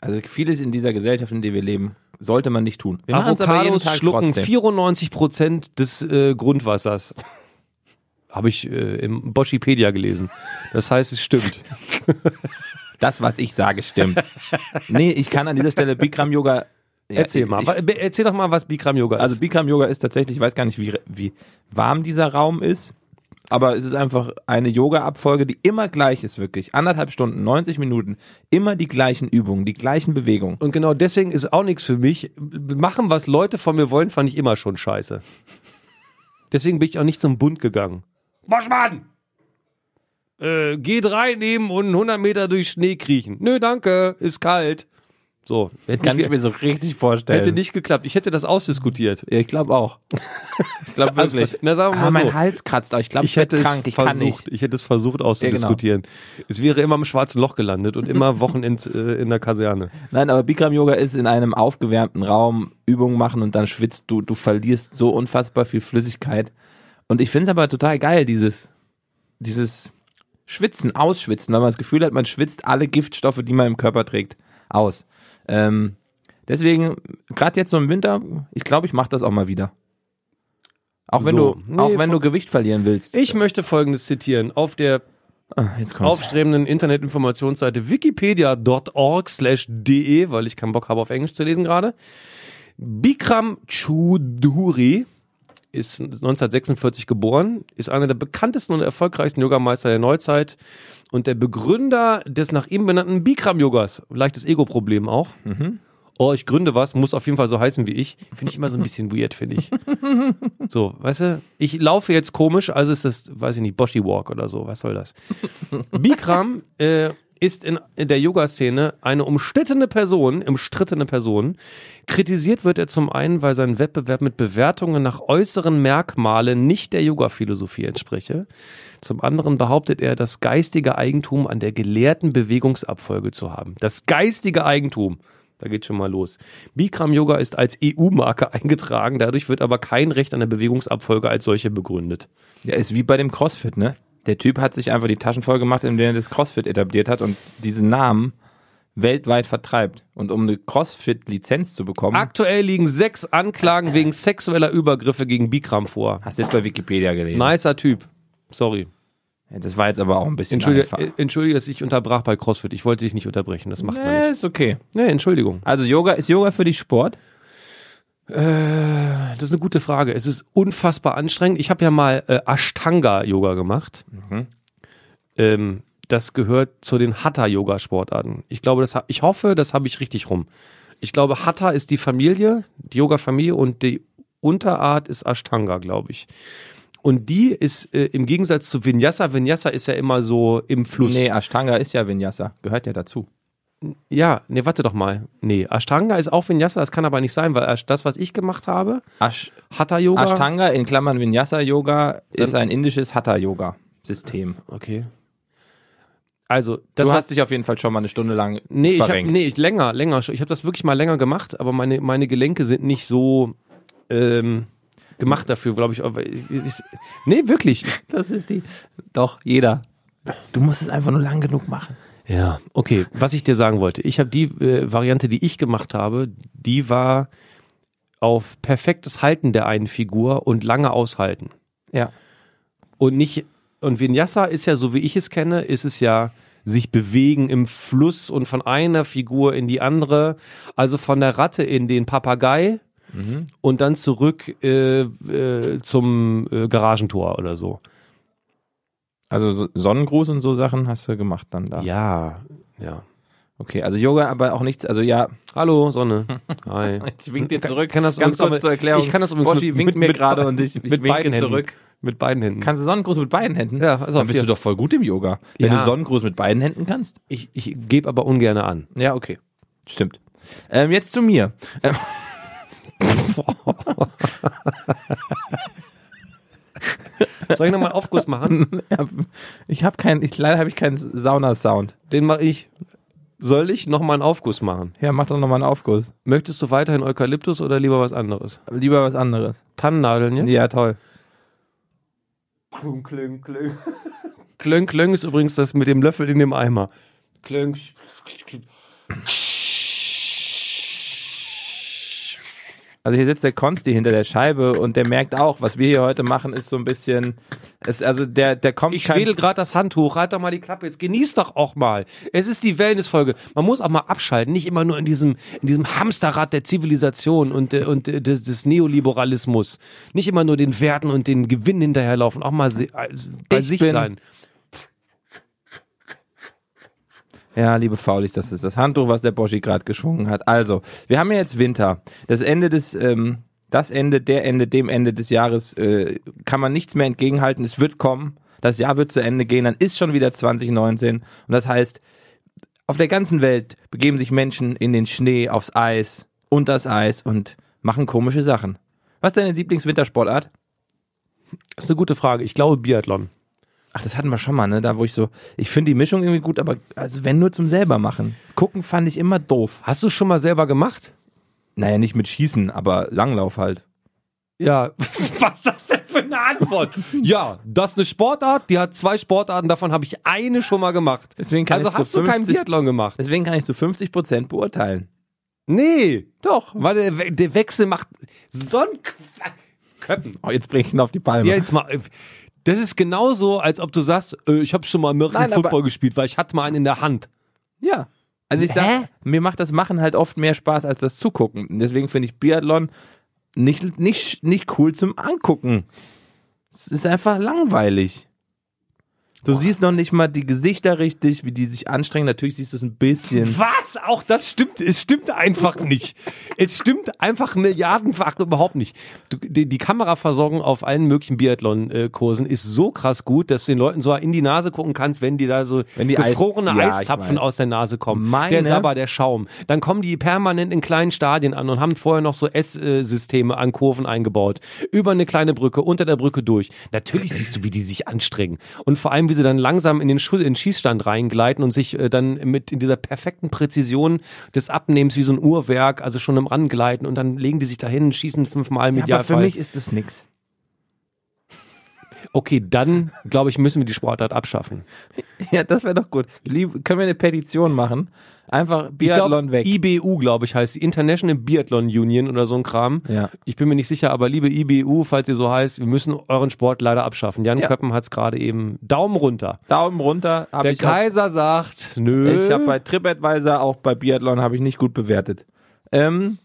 Speaker 2: Also vieles in dieser Gesellschaft, in der wir leben, sollte man nicht tun. Wir machen's
Speaker 1: Avocados schlucken
Speaker 2: trotzdem.
Speaker 1: 94 Prozent des äh, Grundwassers. Habe ich äh, im Boschipedia gelesen. Das heißt, es stimmt.
Speaker 2: Das, was ich sage, stimmt. nee, ich kann an dieser Stelle Bikram Yoga. Ja,
Speaker 1: Erzähl
Speaker 2: ich-
Speaker 1: mal. Wa-
Speaker 2: Ich,
Speaker 1: be- Erzähl doch mal, was Bikram Yoga
Speaker 2: also
Speaker 1: ist.
Speaker 2: Bikram Yoga ist tatsächlich, ich weiß gar nicht, wie, wie warm dieser Raum ist, aber es ist einfach eine Yoga-Abfolge, die immer gleich ist, wirklich. Anderthalb Stunden, 90 Minuten, immer die gleichen Übungen, die gleichen Bewegungen.
Speaker 1: Und genau deswegen ist auch nichts für mich. Machen, was Leute von mir wollen, fand ich immer schon scheiße. Deswegen bin ich auch nicht zum Bund gegangen. Boschmann! Äh, G3 nehmen und 100 Meter durch Schnee kriechen. Nö, danke, ist kalt. So, hätte,
Speaker 2: Kann ich
Speaker 1: nicht,
Speaker 2: mir so richtig vorstellen.
Speaker 1: hätte nicht geklappt. Ich hätte das ausdiskutiert.
Speaker 2: Ja, ich glaube auch. Ich glaube
Speaker 1: Also,
Speaker 2: wirklich.
Speaker 1: na, sagen wir mal
Speaker 2: ah, mein
Speaker 1: so.
Speaker 2: Hals kratzt auch. Ich glaube, ich,
Speaker 1: ich hätte
Speaker 2: werd krank.
Speaker 1: es
Speaker 2: Ich kann
Speaker 1: versucht.
Speaker 2: nicht. genau.
Speaker 1: Ich hätte es versucht auszudiskutieren. Es wäre immer im schwarzen Loch gelandet und immer Wochenend äh, in der Kaserne.
Speaker 2: Nein, aber Bikram Yoga ist in einem aufgewärmten Raum Übungen machen und dann schwitzt du, du verlierst so unfassbar viel Flüssigkeit. Und ich finde es aber total geil, dieses, dieses Schwitzen, Ausschwitzen, weil man das Gefühl hat, man schwitzt alle Giftstoffe, die man im Körper trägt, aus. Ähm, deswegen, gerade jetzt so im Winter, ich glaube, ich mache das auch mal wieder. Auch wenn
Speaker 1: So.
Speaker 2: du,
Speaker 1: Nee,
Speaker 2: auch wenn du Gewicht verlieren willst.
Speaker 1: Ich möchte folgendes zitieren. Auf der
Speaker 2: Ah, Jetzt kommt's.
Speaker 1: aufstrebenden Internetinformationsseite wikipedia.org/de, weil ich keinen Bock habe auf Englisch zu lesen gerade. Bikram Choudhury ist 1946 geboren, ist einer der bekanntesten und erfolgreichsten Yogameister der Neuzeit und der Begründer des nach ihm benannten Bikram Yogas. Leichtes Ego Problem auch. Oh, ich gründe was, muss auf jeden Fall so heißen wie ich. Finde ich immer so ein bisschen weird, finde ich. So, weißt du, ich laufe jetzt komisch, also ist das, weiß ich nicht, Boschi Walk oder so, was soll das? Bikram äh, ist in, in der Yoga-Szene eine umstrittene Person, umstrittene Person. Kritisiert wird er zum einen, weil sein Wettbewerb mit Bewertungen nach äußeren Merkmalen nicht der Yoga-Philosophie entspreche. Zum anderen behauptet er, das geistige Eigentum an der gelehrten Bewegungsabfolge zu haben. Das geistige Eigentum. Da geht schon mal los. Bikram Yoga ist als EU-Marke eingetragen, dadurch wird aber kein Recht an der Bewegungsabfolge als solche begründet.
Speaker 2: Ja, ist wie bei dem CrossFit, ne? Der Typ hat sich einfach die Taschen voll gemacht, in denen er das CrossFit etabliert hat und diesen Namen weltweit vertreibt. Und um eine CrossFit-Lizenz zu bekommen,
Speaker 1: Aktuell liegen sechs Anklagen wegen sexueller Übergriffe gegen Bikram vor.
Speaker 2: hast du jetzt bei Wikipedia gelesen.
Speaker 1: Nicer Typ. Sorry.
Speaker 2: Ja, Das war jetzt aber auch ein bisschen
Speaker 1: Entschuldige,
Speaker 2: einfach.
Speaker 1: äh, entschuldige, dass ich unterbrach bei CrossFit. Ich wollte dich nicht unterbrechen. Das macht man
Speaker 2: Nee,
Speaker 1: nicht.
Speaker 2: ist okay.
Speaker 1: Nee, Entschuldigung.
Speaker 2: Also Yoga, ist Yoga für dich Sport?
Speaker 1: Das ist eine gute Frage. Es ist unfassbar anstrengend. Ich habe ja mal äh, Ashtanga-Yoga gemacht. Ähm, das gehört zu den Hatha-Yoga-Sportarten. Ich glaube, das, ha- ich hoffe, das habe ich richtig rum. Ich glaube, Hatha ist die Familie, die Yoga-Familie und die Unterart ist Ashtanga, glaube ich. Und die ist äh, im Gegensatz zu Vinyasa. Vinyasa ist ja immer so im Fluss.
Speaker 2: Nee, Ashtanga ist ja Vinyasa, gehört ja dazu.
Speaker 1: Ja, nee, warte doch mal. Nee, Ashtanga ist auch Vinyasa, das kann aber nicht sein, weil Ash- das, was ich gemacht habe,
Speaker 2: Ash
Speaker 1: Hatha-Yoga.
Speaker 2: Ashtanga in Klammern Vinyasa Yoga ist ein indisches Hatha Yoga System.
Speaker 1: Okay. Also, das
Speaker 2: Du
Speaker 1: war-
Speaker 2: hast dich auf jeden Fall schon mal eine Stunde lang
Speaker 1: nee, ich hab,
Speaker 2: verrenkt.
Speaker 1: nee, ich länger, länger schon. Ich habe das wirklich mal länger gemacht, aber meine, meine Gelenke sind nicht so ähm, gemacht dafür, glaube ich. Aber ich- ich- Nee, wirklich.
Speaker 2: das ist die. Doch jeder. Du musst es einfach nur lang genug machen.
Speaker 1: Ja, okay. Was ich dir sagen wollte, ich habe die äh, Variante, die ich gemacht habe, die war auf perfektes Halten der einen Figur und lange aushalten.
Speaker 2: Ja.
Speaker 1: Und nicht, und Vinyasa ist ja, so wie ich es kenne, ist es ja sich bewegen im Fluss und von einer Figur in die andere, also von der Ratte in den Papagei und dann zurück äh, äh, zum äh, Garagentor oder so.
Speaker 2: Also so Sonnengruß und so Sachen hast du gemacht dann da.
Speaker 1: Ja, ja.
Speaker 2: Okay, also Yoga, aber auch nichts. Also ja.
Speaker 1: Hallo, Sonne. Hi.
Speaker 2: Ich wink dir zurück.
Speaker 1: Kann das
Speaker 2: Ganz
Speaker 1: übrigens-
Speaker 2: kurz zur Erklärung.
Speaker 1: Ich kann das übrigens
Speaker 2: Boschi
Speaker 1: mit,
Speaker 2: winkt
Speaker 1: mit,
Speaker 2: mir
Speaker 1: mit-
Speaker 2: gerade und ich, ich
Speaker 1: mit
Speaker 2: winke
Speaker 1: beiden
Speaker 2: zurück.
Speaker 1: Händen. Mit beiden Händen.
Speaker 2: Kannst du Sonnengruß mit beiden Händen?
Speaker 1: Ja, also
Speaker 2: dann bist
Speaker 1: hier.
Speaker 2: du doch voll gut im Yoga, wenn
Speaker 1: Ja.
Speaker 2: du Sonnengruß mit beiden Händen kannst.
Speaker 1: ich ich gebe aber ungern an.
Speaker 2: Ja, okay. Stimmt. Ähm, jetzt zu mir. Ähm,
Speaker 1: Soll ich nochmal einen Aufguss machen?
Speaker 2: ich habe keinen, ich, leider habe ich keinen Sauna-Sound.
Speaker 1: Den mache ich. Soll ich nochmal einen Aufguss machen?
Speaker 2: Ja, mach doch nochmal einen Aufguss.
Speaker 1: Möchtest du weiterhin Eukalyptus oder lieber was anderes?
Speaker 2: Lieber was anderes.
Speaker 1: Tannennadeln jetzt?
Speaker 2: Ja, toll.
Speaker 1: Klönk, klönk ist übrigens das mit dem Löffel in dem Eimer. Klönk.
Speaker 2: Also hier sitzt der Konsti hinter der Scheibe und der merkt auch, was wir hier heute machen, ist so ein bisschen. Es, also der, der kommt
Speaker 1: Ich
Speaker 2: kein-
Speaker 1: wedel gerade das Handtuch, halt doch mal die Klappe jetzt, genieß doch auch mal. Es ist die Wellnessfolge. Man muss auch mal abschalten, nicht immer nur in diesem, in diesem Hamsterrad der Zivilisation und, äh, und äh, des, des Neoliberalismus. Nicht immer nur den Werten und den Gewinn hinterherlaufen, auch mal se- äh, bei
Speaker 2: Ich
Speaker 1: sich
Speaker 2: bin-
Speaker 1: sein.
Speaker 2: Ja, liebe Faulis, das ist das Handtuch, was der Boschi gerade geschwungen hat. Also, wir haben ja jetzt Winter. Das Ende des, ähm, das Ende, der Ende, dem Ende des Jahres äh, kann man nichts mehr entgegenhalten. Es wird kommen. Das Jahr wird zu Ende gehen. Dann ist schon wieder 2019. Und das heißt, auf der ganzen Welt begeben sich Menschen in den Schnee, aufs Eis, unters Eis und machen komische Sachen. Was ist deine Lieblingswintersportart?
Speaker 1: Das ist eine gute Frage. Ich glaube Biathlon.
Speaker 2: Ach, das hatten wir schon mal, ne? Da, wo ich so, ich finde die Mischung irgendwie gut, aber also wenn nur zum selber machen. Gucken fand ich immer doof.
Speaker 1: Hast du es schon mal selber gemacht?
Speaker 2: Naja, nicht mit Schießen, aber Langlauf halt.
Speaker 1: Ja. Was ist das denn für eine Antwort? ja, das ist eine Sportart, die hat zwei Sportarten, davon habe ich eine schon mal gemacht.
Speaker 2: Deswegen kann
Speaker 1: Also
Speaker 2: ich
Speaker 1: hast
Speaker 2: zu
Speaker 1: du keinen
Speaker 2: 50
Speaker 1: Biathlon gemacht?
Speaker 2: Deswegen kann ich zu 50 Prozent beurteilen.
Speaker 1: Nee.
Speaker 2: Doch.
Speaker 1: Weil der, We- der Wechsel macht so ein Qua- Köppen.
Speaker 2: Oh, jetzt bring ich ihn auf die Palme.
Speaker 1: Ja, jetzt mal. äh, Das ist genauso, als ob du sagst, äh, ich habe schon mal American
Speaker 2: Nein, aber-
Speaker 1: Football gespielt, weil ich hatte mal einen in der Hand.
Speaker 2: Ja. Also ich
Speaker 1: Hä?
Speaker 2: sag, mir macht das Machen halt oft mehr Spaß als das Zugucken. Und Deswegen finde ich Biathlon nicht, nicht, nicht cool zum Angucken. Es ist einfach langweilig. Du siehst noch nicht mal die Gesichter richtig, wie die sich anstrengen. Natürlich siehst du es ein bisschen.
Speaker 1: Was? Auch das stimmt, es stimmt einfach nicht. Es stimmt einfach milliardenfach überhaupt nicht. Du, die, die Kameraversorgung auf allen möglichen Biathlon-Kursen ist so krass gut, dass du den Leuten so in die Nase gucken kannst, wenn die da so
Speaker 2: Wenn die Eis-
Speaker 1: gefrorene
Speaker 2: Ja, ich
Speaker 1: Eiszapfen
Speaker 2: weiß.
Speaker 1: aus der Nase kommen.
Speaker 2: Meine-
Speaker 1: Der Sabber, der Schaum. Dann kommen die permanent in kleinen Stadien an und haben vorher noch so S-Systeme an Kurven eingebaut. Über eine kleine Brücke, unter der Brücke durch. Natürlich siehst du, wie die sich anstrengen. Und vor allem, wie sie dann langsam in den, Schu in den Schießstand reingleiten und sich äh, dann mit in dieser perfekten Präzision des Abnehmens wie so ein Uhrwerk, also schon im Rangleiten und dann legen die sich dahin, schießen fünfmal mit
Speaker 2: aber für
Speaker 1: Jahrfall.
Speaker 2: mich ist das nix.
Speaker 1: okay, dann glaube ich, müssen wir die Sportart abschaffen.
Speaker 2: Ja, das wäre doch gut. Lieb, können wir eine Petition machen? Einfach
Speaker 1: Ich glaub,
Speaker 2: Biathlon weg.
Speaker 1: IBU, glaube ich, heißt die International Biathlon Union oder so ein Kram.
Speaker 2: Ja.
Speaker 1: Ich bin mir nicht sicher, aber liebe IBU, falls ihr so heißt, wir müssen euren Sport leider abschaffen. Jan
Speaker 2: Ja.
Speaker 1: Köppen hat es gerade eben Daumen runter.
Speaker 2: Daumen runter. Hab
Speaker 1: Der
Speaker 2: ich auch,
Speaker 1: Kaiser sagt, nö.
Speaker 2: ich habe bei TripAdvisor, auch bei Biathlon, habe ich nicht gut bewertet. Ähm,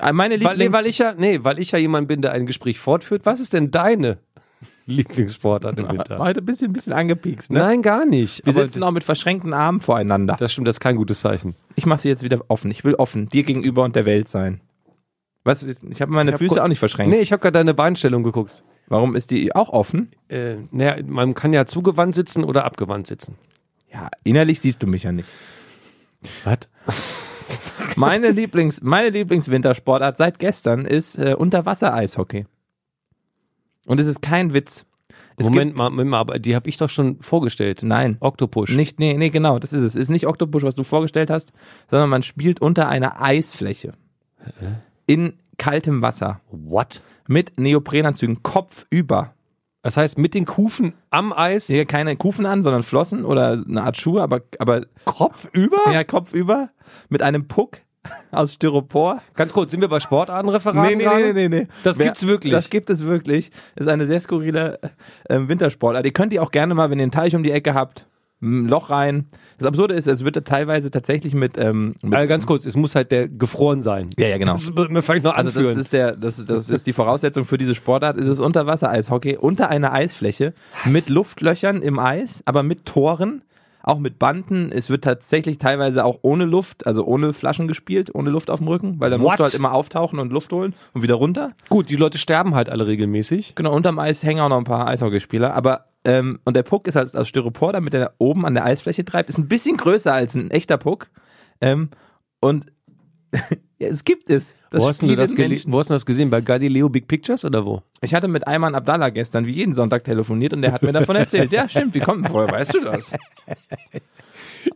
Speaker 2: äh, meine
Speaker 1: weil,
Speaker 2: Lieblings...
Speaker 1: nee, weil ich ja, nee, weil ich ja jemand bin, der ein Gespräch fortführt. Was ist denn deine Lieblingssportart im Winter?
Speaker 2: Heute ein bisschen, ein bisschen angepiekst, ne?
Speaker 1: Nein, gar nicht.
Speaker 2: Wir
Speaker 1: Aber
Speaker 2: sitzen auch mit verschränkten Armen voreinander.
Speaker 1: das stimmt, das ist kein gutes Zeichen.
Speaker 2: Ich mache sie jetzt wieder offen. Ich will offen, dir gegenüber und der Welt sein. Was? Ich habe meine
Speaker 1: hab
Speaker 2: Füße
Speaker 1: gu-
Speaker 2: auch nicht verschränkt.
Speaker 1: Nee, ich habe gerade deine Beinstellung geguckt.
Speaker 2: Warum ist die auch offen?
Speaker 1: Äh, naja, man kann ja zugewandt sitzen oder abgewandt sitzen.
Speaker 2: Ja, innerlich siehst du mich ja nicht.
Speaker 1: Was?
Speaker 2: Meine Lieblings, meine Lieblingswintersportart seit gestern ist äh, Unterwassereishockey. Und es ist kein Witz. Es
Speaker 1: Moment mal, Moment mal, aber die habe ich doch schon vorgestellt.
Speaker 2: Gibt, nein.
Speaker 1: Octopush.
Speaker 2: Nicht, nee, nee, genau, das ist es. Ist nicht Octopus, was du vorgestellt hast, sondern man spielt unter einer Eisfläche. In kaltem Wasser.
Speaker 1: What?
Speaker 2: Mit Neoprenanzügen, Kopf über.
Speaker 1: Das heißt, mit den Kufen am Eis,
Speaker 2: Ja, keine Kufen an, sondern Flossen oder eine Art Schuhe, aber, aber
Speaker 1: Kopf über?
Speaker 2: ja, Kopf über mit einem Puck aus Styropor.
Speaker 1: Ganz kurz, sind wir bei Sportartenreferaten? gerade?
Speaker 2: nee.
Speaker 1: Das
Speaker 2: Wer-
Speaker 1: gibt's wirklich.
Speaker 2: Das gibt es wirklich. Ist eine sehr skurrile ähm, Wintersportart. Ihr könnt die auch gerne mal, wenn ihr einen Teich um die Ecke habt, ein Loch rein. Das Absurde ist, es wird teilweise tatsächlich mit, ähm, mit
Speaker 1: Also ganz kurz, es muss halt der gefroren sein.
Speaker 2: ja, ja, genau.
Speaker 1: Das wird mir vielleicht noch
Speaker 2: Also das
Speaker 1: anführen.
Speaker 2: ist der, das, das ist die Voraussetzung für diese Sportart. Es ist Unterwasser-Eishockey unter einer Eisfläche mit Luftlöchern im Eis, aber mit Toren, auch mit Banden. Es wird tatsächlich teilweise auch ohne Luft, also ohne Flaschen gespielt, ohne Luft auf dem Rücken, weil dann musst
Speaker 1: What?
Speaker 2: du halt immer auftauchen und Luft holen und wieder runter.
Speaker 1: Gut, die Leute sterben halt alle regelmäßig.
Speaker 2: Genau, unterm Eis hängen auch noch ein paar Eishockeyspieler, aber ähm, und der Puck ist halt aus Styropor, damit er oben an der Eisfläche treibt, ist ein bisschen größer als ein echter Puck. Ähm, und ja, es gibt es. Das
Speaker 1: Wo hast, denn du
Speaker 2: spielen
Speaker 1: das gele-
Speaker 2: Menschen.
Speaker 1: wo hast du das gesehen? Bei Galileo Big Pictures oder wo?
Speaker 2: Ich hatte mit Ayman Abdallah gestern wie jeden Sonntag telefoniert und der hat mir davon erzählt. Ja, stimmt, wie kommt denn vorher? Weißt du das?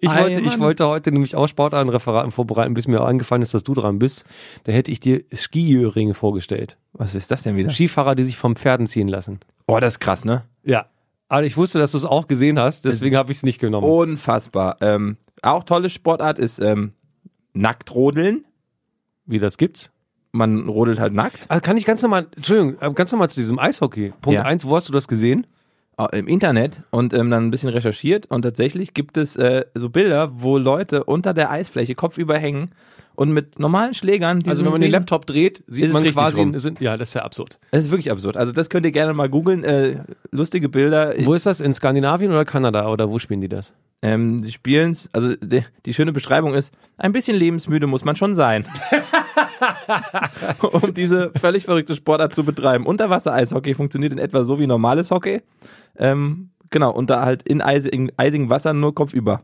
Speaker 1: Ich
Speaker 2: Ei,
Speaker 1: wollte, ich
Speaker 2: Mann.
Speaker 1: wollte heute nämlich auch Sportartenreferaten vorbereiten, bis mir auch angefallen ist, dass du dran bist. Da hätte ich dir Skijöringe vorgestellt.
Speaker 2: Was ist das denn wieder?
Speaker 1: Skifahrer, die sich vom Pferden ziehen lassen.
Speaker 2: Oh, das ist krass, ne?
Speaker 1: Ja. Aber ich wusste, dass du es auch gesehen hast, deswegen
Speaker 2: ist- Oh.
Speaker 1: habe ich es nicht genommen.
Speaker 2: Unfassbar. Ähm, auch tolle Sportart ist ähm, Nacktrodeln.
Speaker 1: Wie das gibt's?
Speaker 2: Man rodelt halt nackt.
Speaker 1: Also kann ich ganz normal, Entschuldigung, äh, ganz normal zu diesem Eishockey. Punkt
Speaker 2: Ja.
Speaker 1: eins, wo hast du das gesehen?
Speaker 2: äh, im Internet und ähm, dann ein bisschen recherchiert und tatsächlich gibt es äh, so Bilder, wo Leute unter der Eisfläche kopfüber hängen und mit normalen Schlägern, die
Speaker 1: Also wenn man den Laptop dreht, sieht
Speaker 2: Ist es
Speaker 1: man
Speaker 2: richtig
Speaker 1: quasi,
Speaker 2: rum?
Speaker 1: sind, ja, das ist ja absurd.
Speaker 2: Das ist wirklich absurd. Also das könnt ihr gerne mal googeln. Äh, lustige Bilder. Ich,
Speaker 1: Wo ist das? In Skandinavien oder Kanada oder wo spielen die das?
Speaker 2: ähm, die spielen's, also die, die schöne Beschreibung ist, ein bisschen lebensmüde muss man schon sein. um diese völlig verrückte Sportart zu betreiben. Unterwasser-Eishockey funktioniert in etwa so wie normales Hockey. Ähm, genau, und da halt in, Eise, in eisigem Wasser nur kopfüber.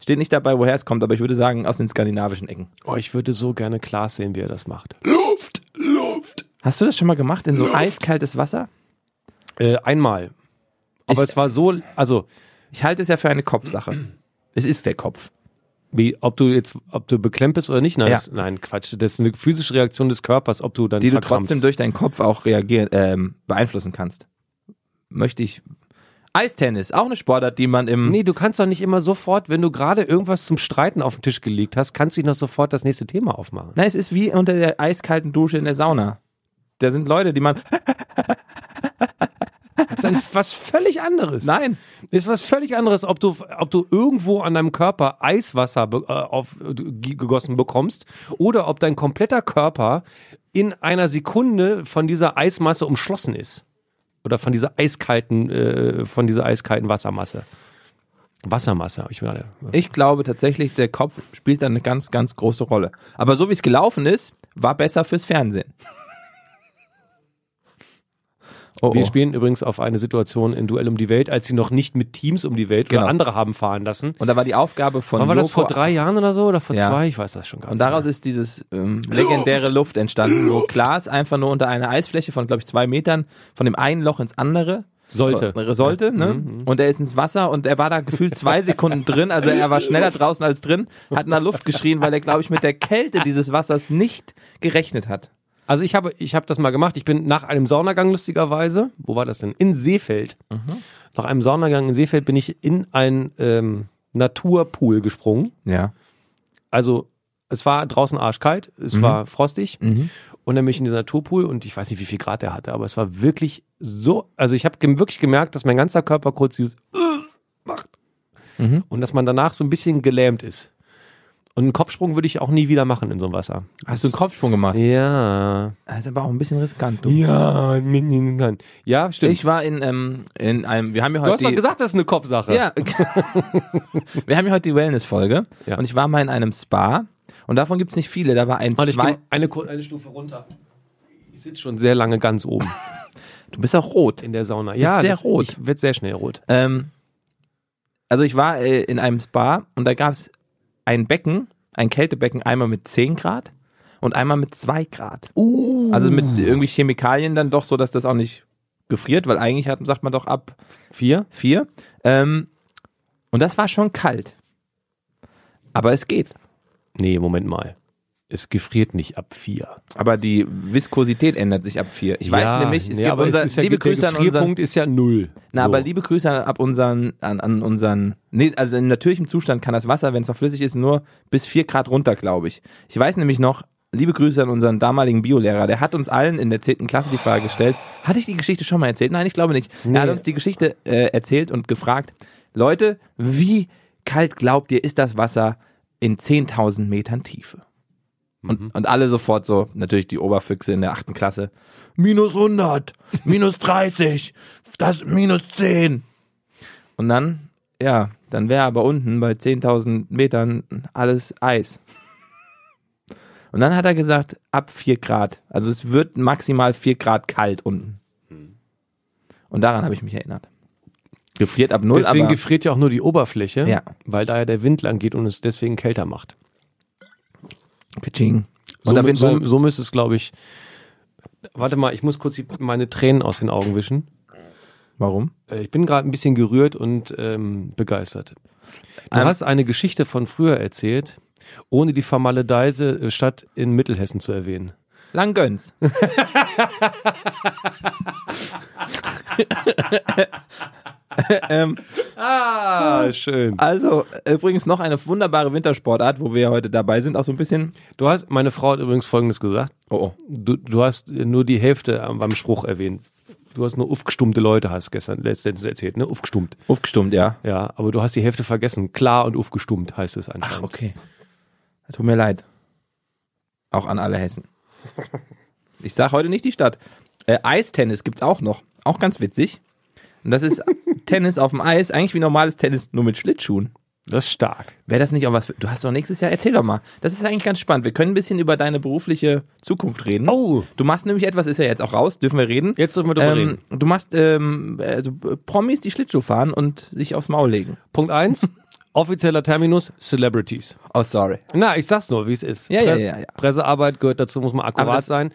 Speaker 2: Steht nicht dabei, woher es kommt, aber ich würde sagen, aus den skandinavischen Ecken.
Speaker 1: Oh, ich würde so gerne Klaas sehen, wie er das macht.
Speaker 2: Hast du das schon mal gemacht in so eiskaltes Wasser?
Speaker 1: Äh, einmal. Aber
Speaker 2: Ich-
Speaker 1: es war so, also
Speaker 2: Ich halte es ja für eine Kopfsache. Es ist der Kopf.
Speaker 1: wie, ob du jetzt, ob du beklemmt bist oder nicht, nein,
Speaker 2: Ja.
Speaker 1: das, nein, Quatsch, das ist eine physische Reaktion des Körpers, ob du dann
Speaker 2: Die du
Speaker 1: verkrampfst.
Speaker 2: trotzdem durch deinen Kopf auch reagieren, ähm, beeinflussen kannst. Möchte ich. Eistennis, auch eine Sportart, die man im.
Speaker 1: Nee, du kannst doch nicht immer sofort, wenn du gerade irgendwas zum Streiten auf den Tisch gelegt hast, kannst du dich noch sofort das nächste Thema aufmachen.
Speaker 2: Nein, es ist wie unter der eiskalten Dusche in der Sauna. Da sind Leute, die man.
Speaker 1: Das ist ein, was völlig anderes.
Speaker 2: Nein!
Speaker 1: Ist was völlig anderes, ob du, ob du irgendwo an deinem Körper Eiswasser be, äh, auf, äh, ge- gegossen bekommst oder ob dein kompletter Körper in einer Sekunde von dieser Eismasse umschlossen ist. Oder von dieser eiskalten, äh, von dieser eiskalten Wassermasse. Wassermasse, habe ich gerade.
Speaker 2: Ich glaube tatsächlich, der Kopf spielt da eine ganz, ganz große Rolle. Aber so wie es gelaufen ist, war besser fürs Fernsehen. Oh,
Speaker 1: Wir
Speaker 2: oh.
Speaker 1: spielen übrigens auf eine Situation in Duell um die Welt, als sie noch nicht mit Teams um die Welt
Speaker 2: Genau.
Speaker 1: oder andere haben fahren lassen.
Speaker 2: Und da war die Aufgabe von.
Speaker 1: Wann war das
Speaker 2: Joko-
Speaker 1: vor drei Jahren oder so? Oder vor
Speaker 2: Ja.
Speaker 1: zwei? Ich weiß das schon gar nicht.
Speaker 2: Und daraus ist dieses ähm, legendäre Luft entstanden, wo Klaas einfach nur unter einer Eisfläche von, glaube ich, zwei Metern von dem einen Loch ins andere
Speaker 1: Sollte. Mhm,
Speaker 2: äh, sollte, ne? Und er ist ins Wasser und er war da gefühlt zwei Sekunden drin, also er war schneller draußen als drin, hat nach Luft geschrien, weil er, glaube ich, mit der Kälte dieses Wassers nicht gerechnet hat.
Speaker 1: Also ich habe, ich habe das mal gemacht. Ich bin nach einem Saunagang lustigerweise, wo war das denn? In Seefeld. Nach einem Saunagang in Seefeld bin ich in einen ähm, Naturpool gesprungen.
Speaker 2: Ja.
Speaker 1: Also es war draußen arschkalt, es war frostig. Und dann bin ich in den Naturpool und ich weiß nicht, wie viel Grad der hatte, aber es war wirklich so. Also ich habe gem- wirklich gemerkt, dass mein ganzer Körper kurz dieses äh, macht.
Speaker 2: Mhm.
Speaker 1: Und dass man danach so ein bisschen gelähmt ist. Und einen Kopfsprung würde ich auch nie wieder machen in so einem Wasser.
Speaker 2: Hast du einen Kopfsprung gemacht?
Speaker 1: Ja.
Speaker 2: Das ist aber auch ein bisschen riskant. Du.
Speaker 1: Ja, ja, stimmt.
Speaker 2: Ich war in, ähm, in einem, wir haben ja heute
Speaker 1: du hast doch
Speaker 2: die-
Speaker 1: gesagt, das ist eine Kopfsache.
Speaker 2: Ja. wir haben ja heute die Wellness-Folge
Speaker 1: Ja.
Speaker 2: und ich war mal in einem Spa und davon gibt's nicht viele. Da war ein
Speaker 1: Und ich
Speaker 2: zwei.
Speaker 1: gehe eine, Kur- eine Stufe runter. Ich sitze schon sehr lange ganz oben
Speaker 2: Du bist auch rot.
Speaker 1: in der Sauna. Ja,
Speaker 2: sehr
Speaker 1: das,
Speaker 2: rot.
Speaker 1: Ich wird sehr schnell rot.
Speaker 2: Ähm, also ich war äh, in einem Spa und da gab's ein Becken, ein Kältebecken, einmal mit 10 Grad und einmal mit 2 Grad.
Speaker 1: Uh.
Speaker 2: Also mit irgendwie Chemikalien dann doch so, dass das auch nicht gefriert, weil eigentlich hat, sagt man doch ab
Speaker 1: Vier?
Speaker 2: 4. Ähm, und das war schon kalt. Aber es geht.
Speaker 1: Nee, Moment mal. Es gefriert nicht ab vier.
Speaker 2: Aber die Viskosität ändert sich ab 4. Ich weiß nämlich, es
Speaker 1: nee,
Speaker 2: gibt
Speaker 1: aber
Speaker 2: unser,
Speaker 1: es ist ja,
Speaker 2: liebe Grüße
Speaker 1: der
Speaker 2: an unseren,
Speaker 1: Gefrierpunkt ist ja null.
Speaker 2: na,
Speaker 1: So.
Speaker 2: aber liebe Grüße an, ab unseren, an, an unseren, nee, also in natürlichem Zustand kann das Wasser, wenn es noch flüssig ist, nur bis 4 Grad runter, glaube ich. Ich weiß nämlich noch, liebe Grüße an unseren damaligen Biolehrer, der hat uns allen in der 10. Klasse die Frage gestellt, hatte ich die Geschichte schon mal erzählt? Nein, ich glaube nicht. Er hat uns die Geschichte äh, erzählt und gefragt, Leute, wie kalt glaubt ihr, ist das Wasser in 10.000 Metern Tiefe? Und, und alle sofort so, natürlich die Oberfüchse in der achten Klasse. Minus 100, minus 30, das minus 10. Und dann, ja, dann wäre aber unten bei 10.000 Metern alles Eis. Und dann hat er gesagt, ab 4 Grad. Also es wird maximal 4 Grad kalt unten. Und daran habe ich mich erinnert. Gefriert ab 0,
Speaker 1: Deswegen
Speaker 2: aber
Speaker 1: gefriert ja auch nur die Oberfläche,
Speaker 2: Ja.
Speaker 1: weil da ja der Wind lang geht und es deswegen kälter macht.
Speaker 2: Pitching.
Speaker 1: So,
Speaker 2: Und auf
Speaker 1: mü-
Speaker 2: jeden Fall,
Speaker 1: so, so müsste es, glaube ich. Warte mal, ich muss kurz die, meine Tränen aus den Augen wischen.
Speaker 2: warum?
Speaker 1: Äh, Ich bin gerade ein bisschen gerührt und ähm, begeistert. Du
Speaker 2: Ähm,
Speaker 1: hast eine Geschichte von früher erzählt, ohne die vermaledeite Stadt in Mittelhessen zu erwähnen.
Speaker 2: Langgöns. ähm,
Speaker 1: Ah, schön.
Speaker 2: also, übrigens noch eine wunderbare Wintersportart, wo wir ja heute dabei sind, auch so ein bisschen.
Speaker 1: Du hast, meine Frau hat übrigens Folgendes gesagt.
Speaker 2: Oh, oh.
Speaker 1: Du, du hast nur die Hälfte am, beim Spruch erwähnt. Du hast nur aufgestummte Leute, hast gestern letztens erzählt, ne? Aufgestummt.
Speaker 2: Aufgestummt, ja.
Speaker 1: Ja, aber du hast die Hälfte vergessen. Klar und aufgestummt heißt es anscheinend.
Speaker 2: Ach, okay. Tut mir leid. Auch an alle Hessen. Ich sag heute nicht die Stadt. Äh, Eistennis gibt's auch noch. Auch ganz witzig. Und das ist Tennis auf dem Eis, eigentlich wie normales Tennis, nur mit Schlittschuhen.
Speaker 1: Das ist stark.
Speaker 2: Wäre das nicht auch was für. Du hast doch nächstes Jahr, erzähl doch mal. Das ist eigentlich ganz spannend. Wir können ein bisschen über deine berufliche Zukunft reden.
Speaker 1: Oh.
Speaker 2: Du machst nämlich etwas, ist ja jetzt auch raus, dürfen wir reden.
Speaker 1: Jetzt dürfen wir drüber
Speaker 2: ähm,
Speaker 1: reden.
Speaker 2: du machst ähm, also äh, Promis, die Schlittschuh fahren und sich aufs Maul legen.
Speaker 1: Punkt eins. Offizieller Terminus, Celebrities.
Speaker 2: Oh, sorry.
Speaker 1: Na, ich sag's nur, wie es ist.
Speaker 2: Ja, ja, ja, ja.
Speaker 1: Pressearbeit gehört dazu, muss man
Speaker 2: Aber
Speaker 1: akkurat
Speaker 2: das-
Speaker 1: sein.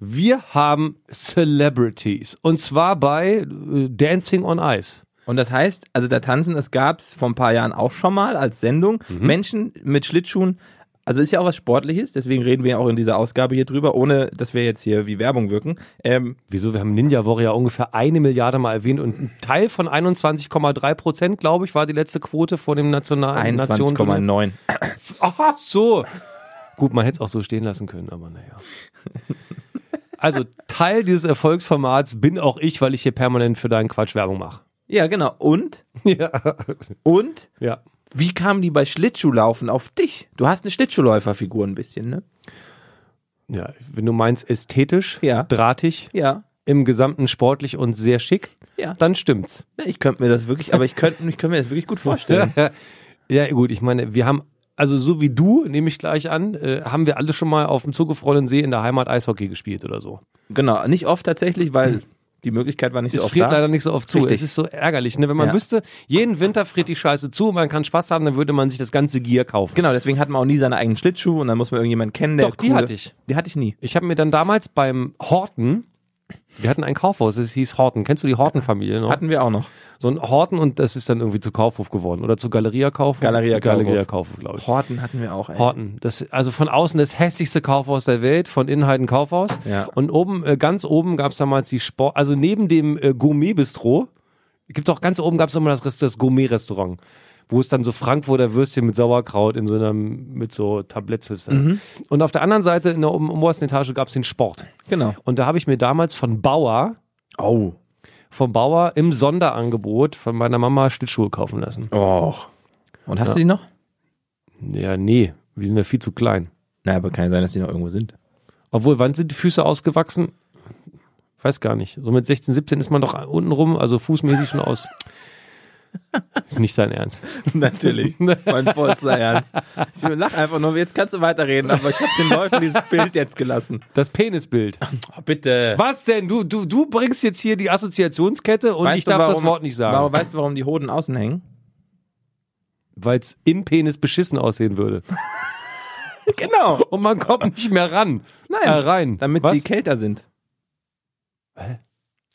Speaker 1: Wir haben Celebrities. Und zwar bei äh, Dancing on Ice.
Speaker 2: Und das heißt, also da tanzen, das gab's vor ein paar Jahren auch schon mal als Sendung.
Speaker 1: Mhm.
Speaker 2: Menschen mit Schlittschuhen, also ist ja auch was Sportliches, deswegen reden wir ja auch in dieser Ausgabe hier drüber, ohne dass wir jetzt hier wie Werbung wirken. Ähm,
Speaker 1: Wieso? Wir haben Ninja Warrior ungefähr eine Milliarde Mal erwähnt und ein Teil von 21,3 Prozent, glaube ich, war die letzte Quote vor dem nationalen Nationen-
Speaker 2: 21,9.
Speaker 1: Aha, so. Gut, man hätte es auch so stehen lassen können, aber naja. Also Teil dieses Erfolgsformats bin auch ich, weil ich hier permanent für deinen Quatsch Werbung mache.
Speaker 2: Ja, genau. Und?
Speaker 1: Ja.
Speaker 2: Und?
Speaker 1: ja.
Speaker 2: Wie kamen die bei Schlittschuhlaufen auf dich? Du hast eine Schlittschuhläuferfigur ein bisschen, ne?
Speaker 1: Ja, wenn du meinst ästhetisch,
Speaker 2: Ja.
Speaker 1: drahtig,
Speaker 2: Ja.
Speaker 1: im Gesamten sportlich und sehr schick,
Speaker 2: Ja.
Speaker 1: dann stimmt's.
Speaker 2: Ja, Ich könnte mir das wirklich, aber ich könnte ich könnte mir das wirklich gut vorstellen.
Speaker 1: ja, gut, ich meine, wir haben, also so wie du, nehme ich gleich an, äh, haben wir alle schon mal auf dem zugefrorenen See in der Heimat Eishockey gespielt oder so.
Speaker 2: Genau, nicht oft tatsächlich, weil die Möglichkeit war nicht
Speaker 1: Hm. Es
Speaker 2: so oft
Speaker 1: friert
Speaker 2: da.
Speaker 1: leider nicht so oft zu.
Speaker 2: Richtig.
Speaker 1: Es ist so ärgerlich, ne? Wenn man
Speaker 2: Ja.
Speaker 1: wüsste, jeden Winter friert die Scheiße zu und man kann Spaß haben, dann würde man sich das ganze Gier kaufen.
Speaker 2: Genau, deswegen hat man auch nie seine eigenen Schlittschuhe und dann muss man irgendjemanden kennen, der
Speaker 1: Doch, die
Speaker 2: coole-
Speaker 1: hatte ich.
Speaker 2: Die hatte ich nie.
Speaker 1: Ich habe mir dann damals beim Horten Wir hatten ein Kaufhaus, das hieß Horten. Kennst du die Horten-Familie noch?
Speaker 2: Hatten wir auch noch.
Speaker 1: so ein Horten und das ist dann irgendwie zu Kaufhof geworden oder zu Galeria Kaufhof.
Speaker 2: Galeria Kaufhof.
Speaker 1: Galeria Kaufhof, glaube ich.
Speaker 2: Horten hatten wir auch, ey.
Speaker 1: Horten. Das, also von außen das hässlichste Kaufhaus der Welt, von innen halt ein Kaufhaus.
Speaker 2: Ja.
Speaker 1: Und oben, äh, ganz oben gab es damals die Sport, also neben dem äh, Gourmet-Bistro, gibt auch ganz oben gab es immer das, Rest- das Gourmet-Restaurant, wo es dann so Frankfurter Würstchen mit Sauerkraut in so einem, mit so Tabletts.
Speaker 2: Mhm.
Speaker 1: Und auf der anderen Seite, in der um- obersten Etage, gab es den Sport.
Speaker 2: Genau.
Speaker 1: Und da habe ich mir damals von Bauer,
Speaker 2: Oh.
Speaker 1: vom Bauer im Sonderangebot von meiner Mama Schlittschuhe kaufen lassen.
Speaker 2: Och. Und hast du die noch?
Speaker 1: Ja, nee, wir sind ja viel zu klein.
Speaker 2: Na, aber kann ja sein, dass die noch irgendwo sind.
Speaker 1: Obwohl, wann sind die Füße ausgewachsen? Weiß gar nicht. So mit 16, 17 ist man doch unten rum, also fußmäßig schon aus. Ist nicht dein Ernst.
Speaker 2: Natürlich, mein vollster Ernst. Ich lach einfach nur, jetzt kannst du weiterreden, aber ich habe den Leuten dieses Bild jetzt gelassen.
Speaker 1: Das Penisbild.
Speaker 2: Oh, bitte.
Speaker 1: Was denn? Du, du, du bringst jetzt hier die Assoziationskette und ich darf das Wort nicht
Speaker 2: Warum,
Speaker 1: sagen.
Speaker 2: weißt du, warum die Hoden außen hängen?
Speaker 1: Weil es im Penis beschissen aussehen würde.
Speaker 2: Genau.
Speaker 1: Und man kommt nicht mehr ran.
Speaker 2: Nein.
Speaker 1: Äh, rein.
Speaker 2: Damit
Speaker 1: Was?
Speaker 2: sie kälter sind. Hä?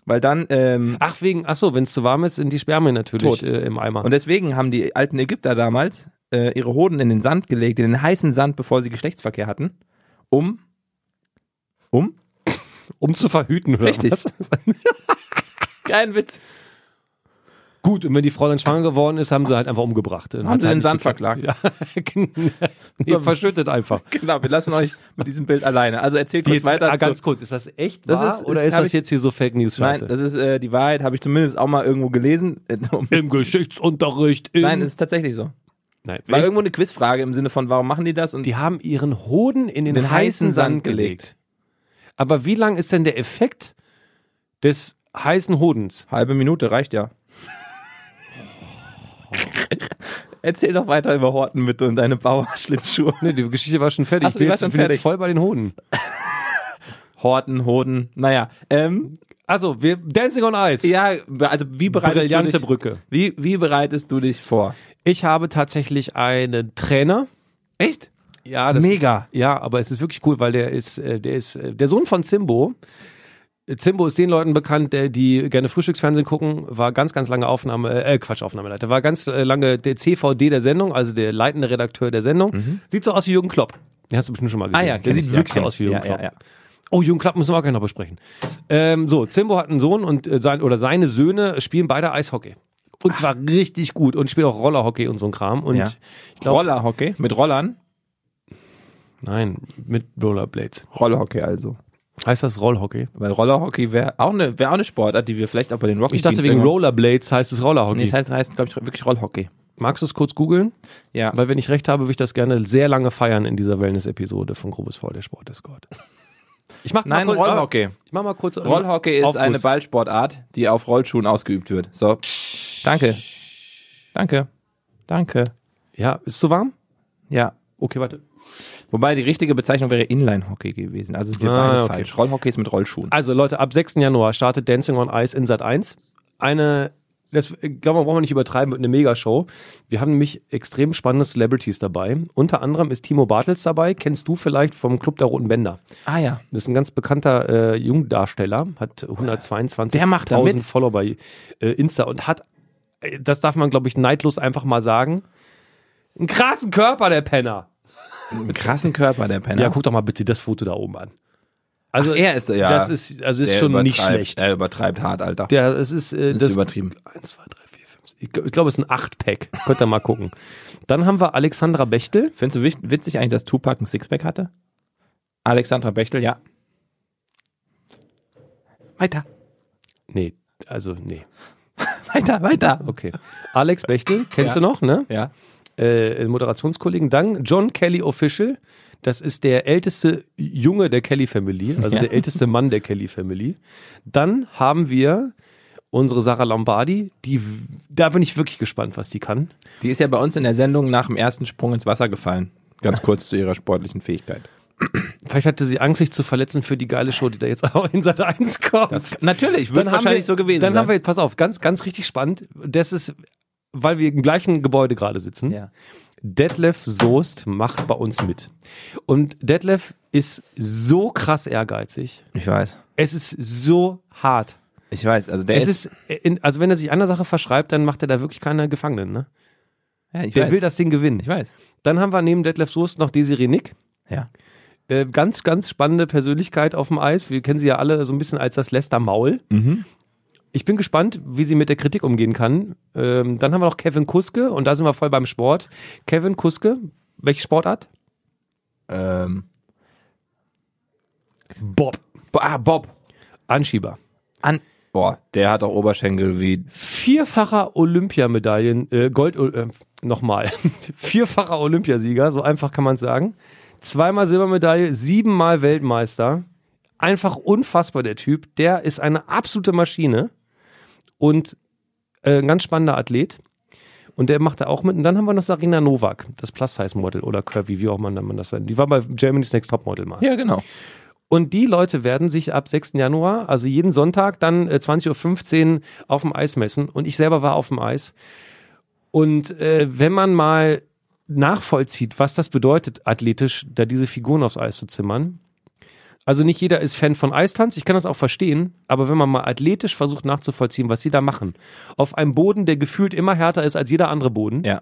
Speaker 2: Weil dann, ähm,
Speaker 1: Ach, wegen, ach so, wenn es zu warm ist, sind die Spermien natürlich
Speaker 2: Tot.
Speaker 1: äh, im Eimer.
Speaker 2: und deswegen haben die alten Ägypter damals äh, ihre Hoden in den Sand gelegt, in den heißen Sand, bevor sie Geschlechtsverkehr hatten, um, um?
Speaker 1: um zu verhüten, oder?
Speaker 2: Richtig.
Speaker 1: Was?
Speaker 2: Kein Witz.
Speaker 1: Gut, und wenn die Frau dann schwanger geworden ist, haben sie halt einfach umgebracht. Dann
Speaker 2: Haben
Speaker 1: hat
Speaker 2: sie
Speaker 1: halt
Speaker 2: den
Speaker 1: nicht
Speaker 2: Sand
Speaker 1: geklappt.
Speaker 2: verklagt.
Speaker 1: Ja, genau. Ihr verschüttet einfach.
Speaker 2: Genau, wir lassen euch mit diesem Bild alleine. Also erzählt kurz
Speaker 1: Jetzt
Speaker 2: weiter
Speaker 1: ah,
Speaker 2: zu,
Speaker 1: ganz kurz, ist das echt
Speaker 2: Das
Speaker 1: wahr
Speaker 2: ist-
Speaker 1: oder
Speaker 2: ist-
Speaker 1: ist
Speaker 2: hab
Speaker 1: das
Speaker 2: ich-
Speaker 1: jetzt hier so Fake News Scheiße?
Speaker 2: Nein, das ist äh, die Wahrheit, habe ich zumindest auch mal irgendwo gelesen. Äh, um-
Speaker 1: Im Geschichtsunterricht. In
Speaker 2: Nein, es ist tatsächlich so.
Speaker 1: Nein,
Speaker 2: War
Speaker 1: echt?
Speaker 2: irgendwo eine Quizfrage im Sinne von, warum machen die das? Und
Speaker 1: die haben ihren Hoden in den,
Speaker 2: Den
Speaker 1: heißen
Speaker 2: heißen
Speaker 1: Sand,
Speaker 2: Sand
Speaker 1: gelegt. Aber wie lang ist denn der Effekt des heißen Hodens?
Speaker 2: halbe Minute reicht ja. Erzähl doch weiter über Horten bitte und deine Bauerschlittschuhe.
Speaker 1: Nee, Ne, die Geschichte war schon fertig.
Speaker 2: Ach so, die
Speaker 1: ich bin
Speaker 2: war
Speaker 1: jetzt,
Speaker 2: schon
Speaker 1: bin jetzt
Speaker 2: fertig.
Speaker 1: voll bei den Hoden.
Speaker 2: Horten, Hoden, naja. Ähm,
Speaker 1: Also, wir Dancing on Ice.
Speaker 2: ja, also wie bereitest
Speaker 1: Brillante
Speaker 2: du dich,
Speaker 1: Brücke.
Speaker 2: Wie, wie bereitest du dich vor?
Speaker 1: Ich habe tatsächlich einen Trainer.
Speaker 2: Echt?
Speaker 1: Ja, das
Speaker 2: Mega.
Speaker 1: Ist, ja, aber es ist wirklich cool, weil der ist, äh, der ist äh, der Sohn von Zimbo. Äh, Zimbo ist den Leuten bekannt, der, die gerne Frühstücksfernsehen gucken, war ganz, ganz lange Aufnahme, äh, Quatsch, Aufnahmeleiter, war ganz äh, lange der CVD der Sendung, also der leitende Redakteur der Sendung. Sieht so aus wie Jürgen Klopp. Den hast du bestimmt schon mal gesehen. der
Speaker 2: Mhm. kenn
Speaker 1: sieht
Speaker 2: Ah ich,
Speaker 1: wirklich so
Speaker 2: kenn
Speaker 1: aus wie
Speaker 2: ich.
Speaker 1: Jürgen
Speaker 2: ja,
Speaker 1: Klopp.
Speaker 2: ja, ja.
Speaker 1: Oh, Jürgen Klopp müssen wir auch gerne noch besprechen. Ähm, so, Zimbo hat einen Sohn und äh, sein, oder seine Söhne spielen beide Eishockey. Und zwar richtig gut und spielen auch Rollerhockey und so ein Kram. Und
Speaker 2: Ja. Rollerhockey, mit Rollern?
Speaker 1: nein, mit Rollerblades.
Speaker 2: Rollerhockey also.
Speaker 1: Heißt das Rollhockey?
Speaker 2: Weil Rollerhockey wäre auch eine wär auch eine Sportart, die wir vielleicht auch bei den Rocket
Speaker 1: Ich dachte,
Speaker 2: Beans
Speaker 1: wegen
Speaker 2: irgendwann-
Speaker 1: Rollerblades heißt es Rollerhockey.
Speaker 2: Nee, das heißt, heißt glaube ich wirklich Rollhockey.
Speaker 1: Magst du es kurz googeln?
Speaker 2: Ja.
Speaker 1: Weil wenn ich recht habe, würde ich das gerne sehr lange feiern in dieser Wellness-Episode von Grobes V, der Sport-Escort. Ich mach
Speaker 2: Nein,
Speaker 1: mal kurz,
Speaker 2: Rollhockey.
Speaker 1: Ich mach mal kurz
Speaker 2: Rollhockey ist
Speaker 1: Aufguss.
Speaker 2: eine Ballsportart, die auf Rollschuhen ausgeübt wird. So. Danke. Danke. Danke.
Speaker 1: Ja, ist zu warm?
Speaker 2: Ja.
Speaker 1: Okay, warte.
Speaker 2: Wobei die richtige Bezeichnung wäre Inline-Hockey gewesen. Also sind wir
Speaker 1: Ah,
Speaker 2: beide
Speaker 1: okay.
Speaker 2: falsch. Rollhockey ist mit Rollschuhen.
Speaker 1: Also Leute, ab 6. Januar startet Dancing on Ice in Sat 1. Eine, das ich glaube ich, brauchen wir nicht übertreiben, wird eine Megashow. Wir haben nämlich extrem spannende Celebrities dabei. Unter anderem ist Timo Bartels dabei, kennst du vielleicht vom Club der Roten Bänder.
Speaker 2: Ah ja.
Speaker 1: Das ist ein ganz bekannter äh, Jungdarsteller, hat 122.000
Speaker 2: Der macht da mit?
Speaker 1: Follower bei äh, Insta und hat, äh, das darf man glaube ich neidlos einfach mal sagen, einen krassen Körper, der Penner.
Speaker 2: Mit krassen Körper, der Penner.
Speaker 1: Ja, guck doch mal bitte das Foto da oben an. Also
Speaker 2: Ach, er ist, ja.
Speaker 1: das ist, also ist
Speaker 2: Der
Speaker 1: schon nicht
Speaker 2: übertreibt.
Speaker 1: schlecht.
Speaker 2: Er übertreibt hart, Alter.
Speaker 1: Der, es ist, äh,
Speaker 2: das
Speaker 1: das
Speaker 2: ist übertrieben.
Speaker 1: 1, 2, 3, 4, 5, ich glaub- ich glaube es ist ein 8-Pack, könnt ihr mal gucken. Dann haben wir Alexandra Bechtel,
Speaker 2: Findest du wich- witzig eigentlich, dass Tupac ein Sixpack hatte? Alexandra Bechtel, ja. Weiter,
Speaker 1: nee, also nee,
Speaker 2: weiter, weiter.
Speaker 1: okay. Alex Bechtel, kennst
Speaker 2: Ja.
Speaker 1: du noch, ne?
Speaker 2: Ja.
Speaker 1: äh, Moderationskollegen. Dann John Kelly Official. Das ist der älteste Junge der Kelly Family, also
Speaker 2: Ja.
Speaker 1: der älteste Mann der Kelly Family. Dann haben wir unsere Sarah Lombardi, die w- da bin ich wirklich gespannt, was die kann.
Speaker 2: Die ist ja bei uns in der Sendung nach dem ersten Sprung ins Wasser gefallen. Ganz kurz zu ihrer sportlichen Fähigkeit.
Speaker 1: Vielleicht hatte sie Angst, sich zu verletzen für die geile Show, die da jetzt auch in Sat 1 kommt.
Speaker 2: natürlich,
Speaker 1: Dann haben wir, Dann haben wir jetzt, pass auf, ganz, ganz richtig spannend. Das ist, weil wir im gleichen Gebäude gerade sitzen.
Speaker 2: ja.
Speaker 1: Detlef Soest macht bei uns mit. Und Detlef ist so krass ehrgeizig.
Speaker 2: Ich weiß.
Speaker 1: Es ist so hart.
Speaker 2: Ich weiß. Also der
Speaker 1: Es
Speaker 2: ist.
Speaker 1: ist, in, also wenn er sich einer Sache verschreibt, dann macht er da wirklich keine Gefangenen. Ne?
Speaker 2: ja, ich
Speaker 1: Der
Speaker 2: weiß.
Speaker 1: will das Ding gewinnen.
Speaker 2: Ich weiß.
Speaker 1: Dann haben wir neben Detlef Soest noch Desiree Nick.
Speaker 2: Ja.
Speaker 1: Äh, ganz, ganz spannende Persönlichkeit auf dem Eis. Wir kennen sie ja alle so ein bisschen als das Lester Maul. Ich bin gespannt, wie sie mit der Kritik umgehen kann. Ähm, dann haben wir noch Kevin Kuske und da sind wir voll beim Sport. Kevin Kuske, welche Sportart?
Speaker 2: Ähm,
Speaker 1: Bob.
Speaker 2: Bo- ah, Bob.
Speaker 1: Anschieber.
Speaker 2: An. Boah, der hat auch Oberschenkel wie.
Speaker 1: Vierfacher Olympiamedaillen, äh, Gold, äh, nochmal. Vierfacher Olympiasieger, so einfach kann man es sagen. Zweimal Silbermedaille, siebenmal Weltmeister. Einfach unfassbar, der Typ. Der ist eine absolute Maschine und äh, ein ganz spannender Athlet. Und der macht da auch mit. Und dann haben wir noch Sarina Novak, das Plus-Size-Model oder Curvy, wie auch immer man das nennt. Die war bei Germany's Next Topmodel mal.
Speaker 2: Ja, genau.
Speaker 1: Und die Leute werden sich ab 6. Januar, also jeden Sonntag, dann äh, 20.15 Uhr auf dem Eis messen. Und ich selber war auf dem Eis. Und äh, wenn man mal nachvollzieht, was das bedeutet, athletisch, da diese Figuren aufs Eis zu zimmern. Also nicht jeder ist Fan von Eistanz, ich kann das auch verstehen, aber wenn man mal athletisch versucht nachzuvollziehen, was sie da machen, auf einem Boden, der gefühlt immer härter ist als jeder andere Boden.
Speaker 2: Ja.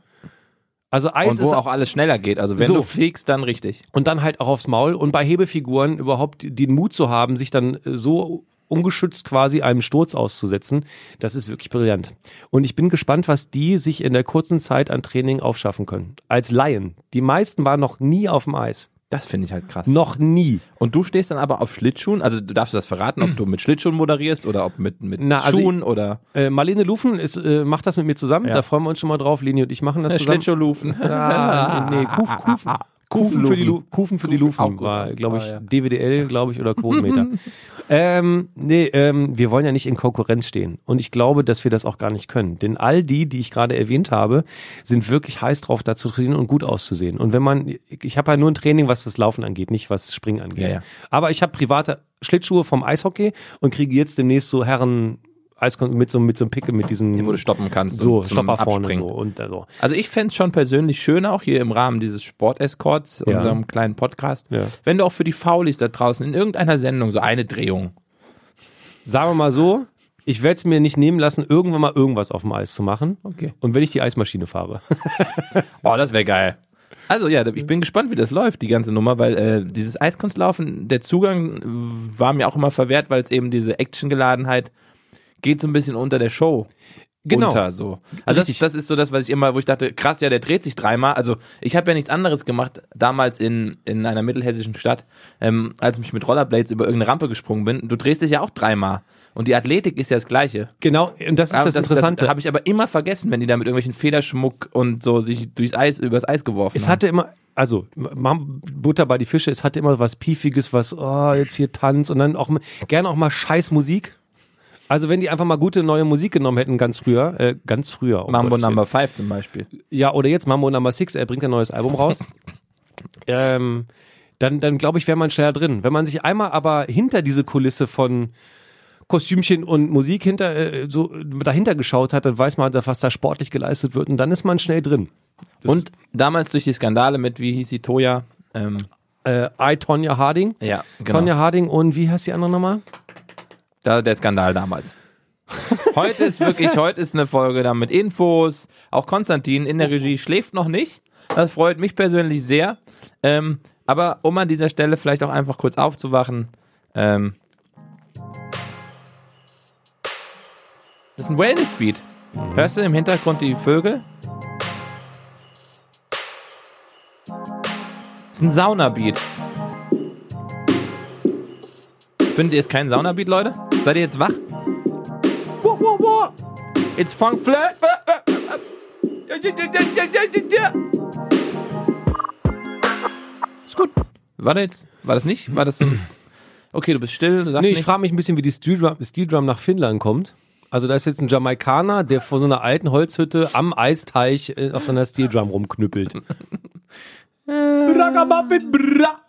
Speaker 1: Also Eis
Speaker 2: Und
Speaker 1: ist
Speaker 2: wo auch alles schneller geht. Also wenn
Speaker 1: So.
Speaker 2: du fliegst, dann richtig.
Speaker 1: und dann halt auch aufs Maul und bei Hebefiguren überhaupt den Mut zu haben, sich dann äh, so ungeschützt quasi einem Sturz auszusetzen, das ist wirklich brillant. Und ich bin gespannt, was die sich in der kurzen Zeit an Training aufschaffen können. Als Laien. Die meisten waren noch nie auf dem Eis.
Speaker 2: Das finde ich halt krass.
Speaker 1: Noch nie.
Speaker 2: Und du stehst dann aber auf Schlittschuhen. Also du darfst du das verraten, ob du mit Schlittschuhen moderierst oder ob mit, mit
Speaker 1: Na, also
Speaker 2: Schuhen oder
Speaker 1: Äh, Marlene Lufen ist, äh, macht das mit mir zusammen,
Speaker 2: Ja.
Speaker 1: da freuen wir uns schon mal drauf. Leni und ich machen das zusammen.
Speaker 2: Schlittschuhlufen.
Speaker 1: Ah, nee, Kuf, Kufen. Kufen für die, Lu Kufen für die
Speaker 2: Kufen, auch
Speaker 1: Lufen
Speaker 2: gut.
Speaker 1: war, glaube ich,
Speaker 2: Ah, ja.
Speaker 1: DWDL, glaube ich, oder Quotenmeter. ähm, nee, ähm, wir wollen ja nicht in Konkurrenz stehen. Und ich glaube, dass wir das auch gar nicht können. Denn all die, die ich gerade erwähnt habe, sind wirklich heiß drauf, da zu trainieren und gut auszusehen. Und wenn man, ich habe ja nur ein Training, was das Laufen angeht, nicht was Springen angeht.
Speaker 2: Ja, ja.
Speaker 1: Aber ich habe private Schlittschuhe vom Eishockey und kriege jetzt demnächst so Herren Eiskon mit so, mit so einem Pickel, mit diesen
Speaker 2: Wo du stoppen kannst.
Speaker 1: so,
Speaker 2: und zum
Speaker 1: Stopper vorne
Speaker 2: Abspringen.
Speaker 1: so und äh, so.
Speaker 2: Also ich fänd's schon persönlich schön, auch hier im Rahmen dieses Sportescorts,
Speaker 1: Ja.
Speaker 2: unserem kleinen Podcast,
Speaker 1: Ja.
Speaker 2: wenn du auch für die Faulis da draußen in irgendeiner Sendung so eine Drehung.
Speaker 1: sagen wir mal so, ich werde es mir nicht nehmen lassen, irgendwann mal irgendwas auf dem Eis zu machen.
Speaker 2: Okay.
Speaker 1: Und wenn ich die Eismaschine fahre.
Speaker 2: Oh, das wäre geil. Also ja, ich bin gespannt, wie das läuft, die ganze Nummer, weil äh, dieses Eiskunstlaufen, der Zugang äh, war mir auch immer verwehrt, weil es eben diese Actiongeladenheit geht so ein bisschen unter der Show.
Speaker 1: Genau.
Speaker 2: Unter, so. Also das,
Speaker 1: Richtig.
Speaker 2: das ist so das, was ich immer, wo ich dachte, krass, ja, der dreht sich dreimal. Also ich habe ja nichts anderes gemacht damals in, in einer mittelhessischen Stadt, ähm, als ich mit Rollerblades über irgendeine Rampe gesprungen bin. Du drehst dich ja auch dreimal. Und die Athletik ist ja das Gleiche.
Speaker 1: Genau, und das ist das, Interessante.
Speaker 2: Ah, Das habe ich aber immer vergessen, wenn die da mit irgendwelchen Federschmuck und so sich durchs Eis, übers Eis geworfen
Speaker 1: es
Speaker 2: haben.
Speaker 1: hatte immer, also ma- Butter bei die Fische, es hatte immer was Piefiges, was, oh, jetzt hier Tanz und dann auch mal- gerne auch mal scheiß Musik. Also wenn die einfach mal gute neue Musik genommen hätten, ganz früher, äh, ganz früher. um
Speaker 2: Mambo
Speaker 1: Gottes Willen.
Speaker 2: Number 5 zum Beispiel.
Speaker 1: Ja, oder jetzt Mambo Number Six, er bringt ein neues Album raus. ähm, dann, dann glaube ich, wäre man schneller drin. Wenn man sich einmal aber hinter diese Kulisse von Kostümchen und Musik hinter, äh, so dahinter geschaut hat, dann weiß man, was da sportlich geleistet wird und dann ist man schnell drin. Das-
Speaker 2: Und damals durch die Skandale mit, wie hieß sie, Toya? Ähm,
Speaker 1: Äh, I, Tonja Harding.
Speaker 2: ja, genau.
Speaker 1: Tonja Harding und wie heißt die andere nochmal?
Speaker 2: Da, der Skandal damals. heute ist wirklich, heute ist eine Folge da mit Infos. Auch Konstantin in der Regie schläft noch nicht. Das freut mich persönlich sehr. Ähm, aber um an dieser Stelle vielleicht auch einfach kurz aufzuwachen. Ähm, das ist ein Wellness-Beat. Hörst du im Hintergrund die Vögel? Das ist ein Sauna-Beat. Findet ihr es kein Saunabeat, Leute? Seid ihr jetzt wach? Wo, wo, wo? It's Funk Flair. Äh, äh, äh, äh. Ja, ja, ja, ja, ja, ja, ja. Ist gut. War das jetzt? War das nicht? War das so ein. Okay, du bist still, du sagst
Speaker 1: Nee, ich
Speaker 2: nichts.
Speaker 1: frage mich ein bisschen, wie die Steel Drum, Steel Drum nach Finnland kommt. Also da ist jetzt ein Jamaikaner, der vor so einer alten Holzhütte am Eisteich äh, auf seiner Steel Drum rumknüppelt.
Speaker 2: Bragamuffin, bra.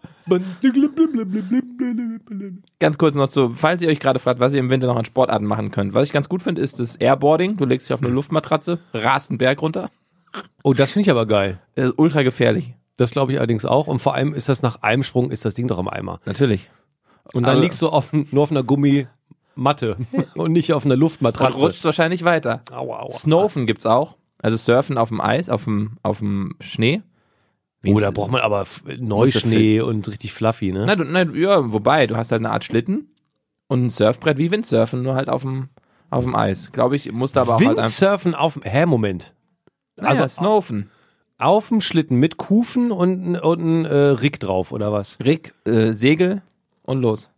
Speaker 2: Ganz kurz noch zu, falls ihr euch gerade fragt, was ihr im Winter noch an
Speaker 1: Hm.
Speaker 2: Sportarten machen könnt. Was ich ganz gut finde, ist das Airboarding. Du legst dich auf eine Luftmatratze, rast einen Berg runter.
Speaker 1: Oh, das finde ich aber geil.
Speaker 2: Das ist ultra gefährlich.
Speaker 1: Das glaube ich allerdings auch. Und vor allem ist das nach einem Sprung, ist das Ding doch im Eimer.
Speaker 2: Natürlich.
Speaker 1: Und dann
Speaker 2: Aber-
Speaker 1: liegst du auf, nur auf einer Gummimatte und nicht auf einer
Speaker 2: Und
Speaker 1: Luftmatratze.
Speaker 2: rutscht wahrscheinlich weiter.
Speaker 1: Aua, aua.
Speaker 2: Snowfen gibt's auch. Also Surfen auf dem Eis, auf dem, auf dem Schnee. Wie
Speaker 1: Oh, da
Speaker 2: es-
Speaker 1: braucht man aber f- Neuschnee und richtig fluffy, ne?
Speaker 2: Na, du, na, ja, wobei, du hast halt eine Art Schlitten und ein Surfbrett wie Windsurfen, nur halt auf dem, auf dem Eis. Glaube ich, musst du aber auch halt einfach.
Speaker 1: Windsurfen auf dem. Hä, Moment.
Speaker 2: Also
Speaker 1: also-
Speaker 2: Snowfen.
Speaker 1: Auf dem Schlitten mit Kufen und, n- und ein äh, Rick drauf, oder was?
Speaker 2: Rick, äh, Segel und los.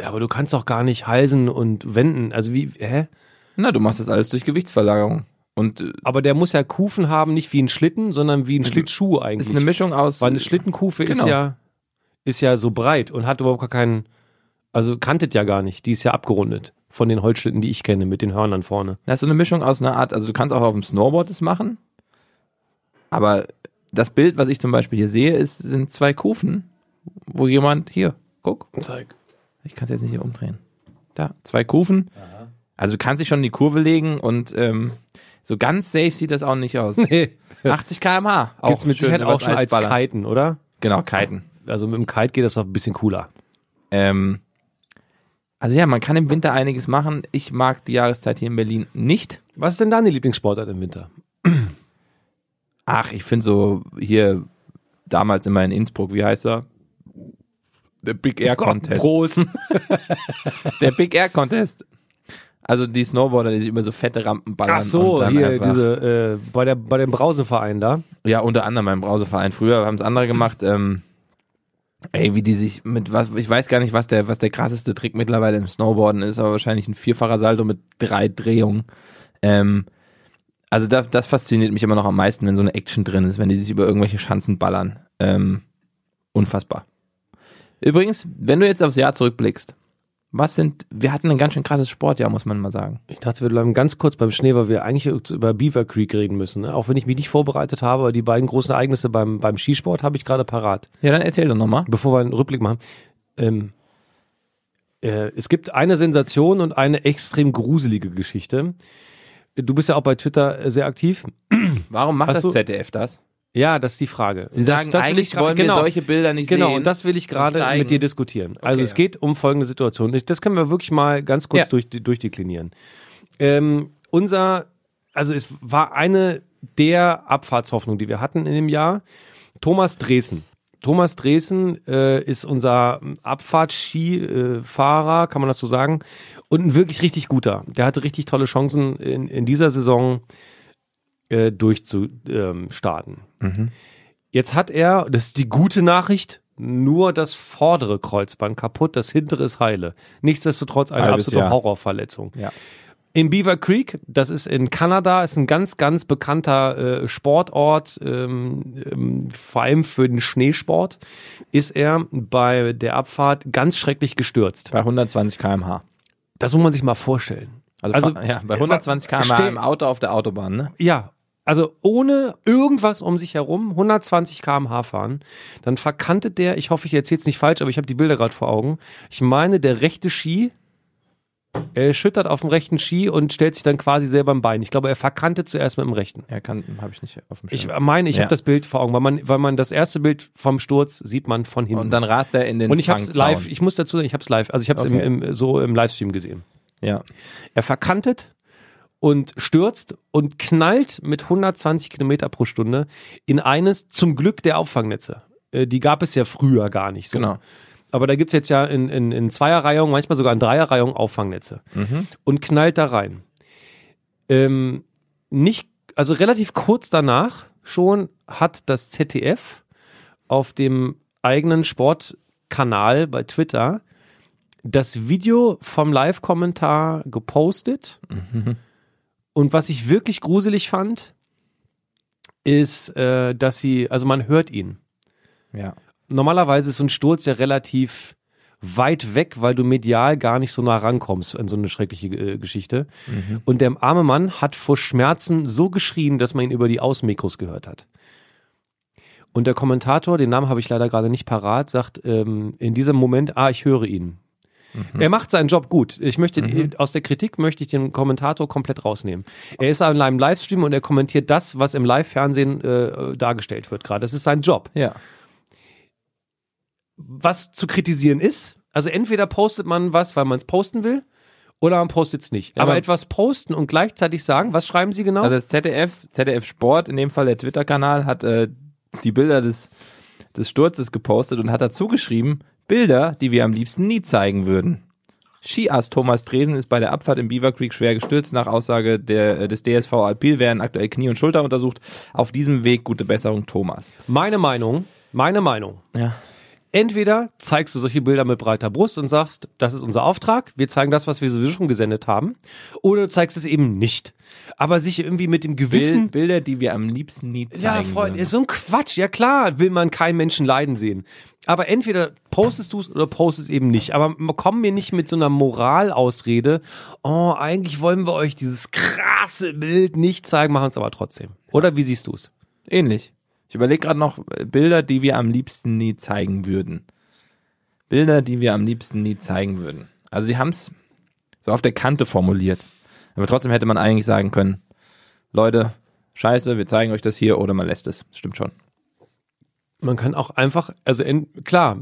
Speaker 1: Ja, aber du kannst doch gar nicht halsen und wenden. Also wie, hä?
Speaker 2: Na, du machst das alles durch Gewichtsverlagerung. Und äh,
Speaker 1: Aber der muss ja Kufen haben, nicht wie ein Schlitten, sondern wie ein Schlittschuh eigentlich.
Speaker 2: Also ist eine Mischung aus.
Speaker 1: Weil eine Schlittenkufe ist
Speaker 2: Genau.
Speaker 1: ja ist ja so breit und hat überhaupt gar keinen, also kantet ja gar nicht. Die ist ja abgerundet von den Holzschlitten, die ich kenne, mit den Hörnern vorne.
Speaker 2: Das ist so eine Mischung aus einer Art, also du kannst auch auf dem Snowboard das machen, aber das Bild, was ich zum Beispiel hier sehe, ist, sind zwei Kufen, wo jemand, hier, guck,
Speaker 1: Zeig.
Speaker 2: ich kann es jetzt nicht hier umdrehen. Da, zwei Kufen. Also du kannst dich schon in die Kurve legen und ähm, so ganz safe sieht das auch nicht aus.
Speaker 1: Nee.
Speaker 2: 80 km/h. Auch
Speaker 1: Gibt's mit
Speaker 2: schön
Speaker 1: Sicherheit
Speaker 2: übers
Speaker 1: auch schon als
Speaker 2: Eisballern.
Speaker 1: Kiten, oder?
Speaker 2: Genau, Kiten.
Speaker 1: Also mit dem Kite geht das noch ein bisschen cooler.
Speaker 2: Ähm, also ja, man kann im Winter einiges machen. Ich mag die Jahreszeit hier in Berlin nicht.
Speaker 1: Was ist denn deine Lieblingssportart im Winter?
Speaker 2: Ach, ich finde so hier damals immer in Innsbruck, wie heißt er? Der Big Air Contest.
Speaker 1: Prost.
Speaker 2: Der Big Air Contest. Also die Snowboarder, die sich immer so fette Rampen ballern.
Speaker 1: Ach so,
Speaker 2: dann
Speaker 1: hier
Speaker 2: einfach-
Speaker 1: diese, äh, bei, der, bei dem Brausenverein da.
Speaker 2: Ja, unter anderem beim Brauseverein. Früher haben es andere gemacht. Ähm, ey, wie die sich mit was, ich weiß gar nicht, was der, was der krasseste Trick mittlerweile im Snowboarden ist, aber wahrscheinlich ein vierfacher Salto mit drei Drehungen. Ähm, also das, das fasziniert mich immer noch am meisten, wenn so eine Action drin ist, wenn die sich über irgendwelche Schanzen ballern. Ähm, unfassbar. Übrigens, wenn du jetzt aufs Jahr zurückblickst, was sind, wir hatten ein ganz schön krasses Sportjahr, muss man mal sagen.
Speaker 1: Ich dachte, wir bleiben ganz kurz beim Schnee, weil wir eigentlich über Beaver Creek reden müssen. Ne? Auch wenn ich mich nicht vorbereitet habe, aber die beiden großen Ereignisse beim, beim Skisport habe ich gerade parat.
Speaker 2: Ja, dann erzähl doch nochmal.
Speaker 1: bevor wir einen Rückblick machen, ähm, äh, es gibt eine Sensation und eine extrem gruselige Geschichte. Du bist ja auch bei Twitter äh, sehr aktiv.
Speaker 2: Warum macht
Speaker 1: Hast du-
Speaker 2: das ZDF das?
Speaker 1: Ja ja, das ist die Frage.
Speaker 2: Sie sagen,
Speaker 1: das, das will
Speaker 2: eigentlich
Speaker 1: ich gra-
Speaker 2: wollen
Speaker 1: genau,
Speaker 2: wir solche Bilder nicht
Speaker 1: Genau,
Speaker 2: sehen.
Speaker 1: und das will ich gerade
Speaker 2: zeigen.
Speaker 1: mit dir diskutieren. Also
Speaker 2: Okay.
Speaker 1: es geht um folgende Situation. Ich- Das können wir wirklich mal ganz kurz
Speaker 2: Ja.
Speaker 1: durch, durchdeklinieren. Ähm, unser, also es war eine der Abfahrtshoffnungen, die wir hatten in dem Jahr. Thomas Dresen. Thomas Dresen äh, ist unser Abfahrtskifahrer, kann man das so sagen, und ein wirklich richtig guter. Der hatte richtig tolle Chancen in, in dieser Saison äh, durchzustarten.
Speaker 2: Mhm.
Speaker 1: Jetzt hat er, das ist die gute Nachricht, nur das vordere Kreuzband kaputt, das hintere ist heile. Nichtsdestotrotz eine
Speaker 2: Halbes
Speaker 1: absolute
Speaker 2: Jahr.
Speaker 1: Horrorverletzung.
Speaker 2: Ja.
Speaker 1: In Beaver Creek, das ist in Kanada, ist ein ganz, ganz bekannter äh, Sportort, ähm, ähm, vor allem für den Schneesport, ist er bei der Abfahrt ganz schrecklich gestürzt.
Speaker 2: Bei 120 km/h.
Speaker 1: Das muss man sich mal vorstellen.
Speaker 2: Also,
Speaker 1: Also,
Speaker 2: fa- ja, bei 120
Speaker 1: steh-
Speaker 2: km/h im Auto auf der Autobahn, ne?
Speaker 1: Ja, also ohne irgendwas um sich herum, 120 km/h fahren, dann verkantet der, ich hoffe, ich erzähle es nicht falsch, aber ich habe die Bilder gerade vor Augen. Ich meine, der rechte Ski äh, schüttert auf dem rechten Ski und stellt sich dann quasi selber im Bein. Ich glaube, er verkantet zuerst mit dem rechten.
Speaker 2: Ja, kann, habe ich nicht auf dem
Speaker 1: Ich
Speaker 2: Schirm.
Speaker 1: meine, ich
Speaker 2: Ja.
Speaker 1: habe das Bild vor Augen, weil man, weil man das erste Bild vom Sturz sieht man von hinten.
Speaker 2: und dann rast er in den
Speaker 1: und ich habe es
Speaker 2: Fangzaun.
Speaker 1: live, ich muss dazu sagen, ich habe es live, also ich habe es
Speaker 2: Okay.
Speaker 1: im, im, so im Livestream gesehen.
Speaker 2: Ja.
Speaker 1: Er verkantet und stürzt und knallt mit 120 Kilometer pro Stunde in eines, zum Glück, der Auffangnetze. Äh, Die gab es ja früher gar nicht so.
Speaker 2: Genau.
Speaker 1: Aber da gibt es jetzt ja in, in, in Zweierreihung, manchmal sogar in Dreierreihung Auffangnetze. Und knallt da rein. Ähm, nicht, also relativ kurz danach schon hat das ZDF auf dem eigenen Sportkanal bei Twitter das Video vom Live-Kommentar gepostet. Und was ich wirklich gruselig fand, ist, äh, dass sie, also man hört ihn.
Speaker 2: Ja.
Speaker 1: Normalerweise ist so ein Sturz ja relativ weit weg, weil du medial gar nicht so nah rankommst an so eine schreckliche äh, Geschichte.
Speaker 2: Mhm.
Speaker 1: Und der arme Mann hat vor Schmerzen so geschrien, dass man ihn über die Außenmikros gehört hat. Und der Kommentator, den Namen habe ich leider gerade nicht parat, sagt ähm, in diesem Moment, ah, ich höre ihn. Er macht seinen Job gut. Ich möchte, äh, aus der Kritik möchte ich den Kommentator komplett rausnehmen. Er ist an einem Livestream und er kommentiert das, was im Live-Fernsehen äh, dargestellt wird gerade. Das ist sein Job.
Speaker 2: Ja.
Speaker 1: Was zu kritisieren ist, also entweder postet man was, weil man es posten will, oder man postet es nicht. Aber
Speaker 2: man-
Speaker 1: etwas posten und gleichzeitig sagen, was schreiben Sie genau?
Speaker 2: Also das ZDF, ZDF Sport, in dem Fall der Twitter-Kanal, hat äh, die Bilder des, des Sturzes gepostet und hat dazu geschrieben, Bilder, die wir am liebsten nie zeigen würden. Skiass Thomas Dresen ist bei der Abfahrt im Beaver Creek schwer gestürzt. Nach Aussage der, äh, des DSV Alpil werden aktuell Knie und Schulter untersucht. Auf diesem Weg gute Besserung, Thomas.
Speaker 1: meine Meinung, meine Meinung.
Speaker 2: Ja.
Speaker 1: Entweder zeigst du solche Bilder mit breiter Brust und sagst, das ist unser Auftrag, wir zeigen das, was wir sowieso schon gesendet haben, oder du zeigst es eben nicht. Aber sich irgendwie mit dem
Speaker 2: Bil
Speaker 1: Gewissen.
Speaker 2: Bilder, die wir am liebsten nie zeigen
Speaker 1: ja, Freunde,
Speaker 2: würden.
Speaker 1: ist so ein Quatsch. Ja klar, will man keinen Menschen leiden sehen. Aber entweder postest du es oder postest eben nicht. Aber komm mir nicht mit so einer Moralausrede, oh, eigentlich wollen wir euch dieses krasse Bild nicht zeigen, machen es aber trotzdem. Oder wie siehst du es?
Speaker 2: Ähnlich. Ich überlege gerade noch äh, Bilder, die wir am liebsten nie zeigen würden. Bilder, die wir am liebsten nie zeigen würden. Also sie haben es so auf der Kante formuliert. Aber trotzdem hätte man eigentlich sagen können, Leute, scheiße, wir zeigen euch das hier oder man lässt es. Stimmt schon.
Speaker 1: man kann auch einfach, also in, klar,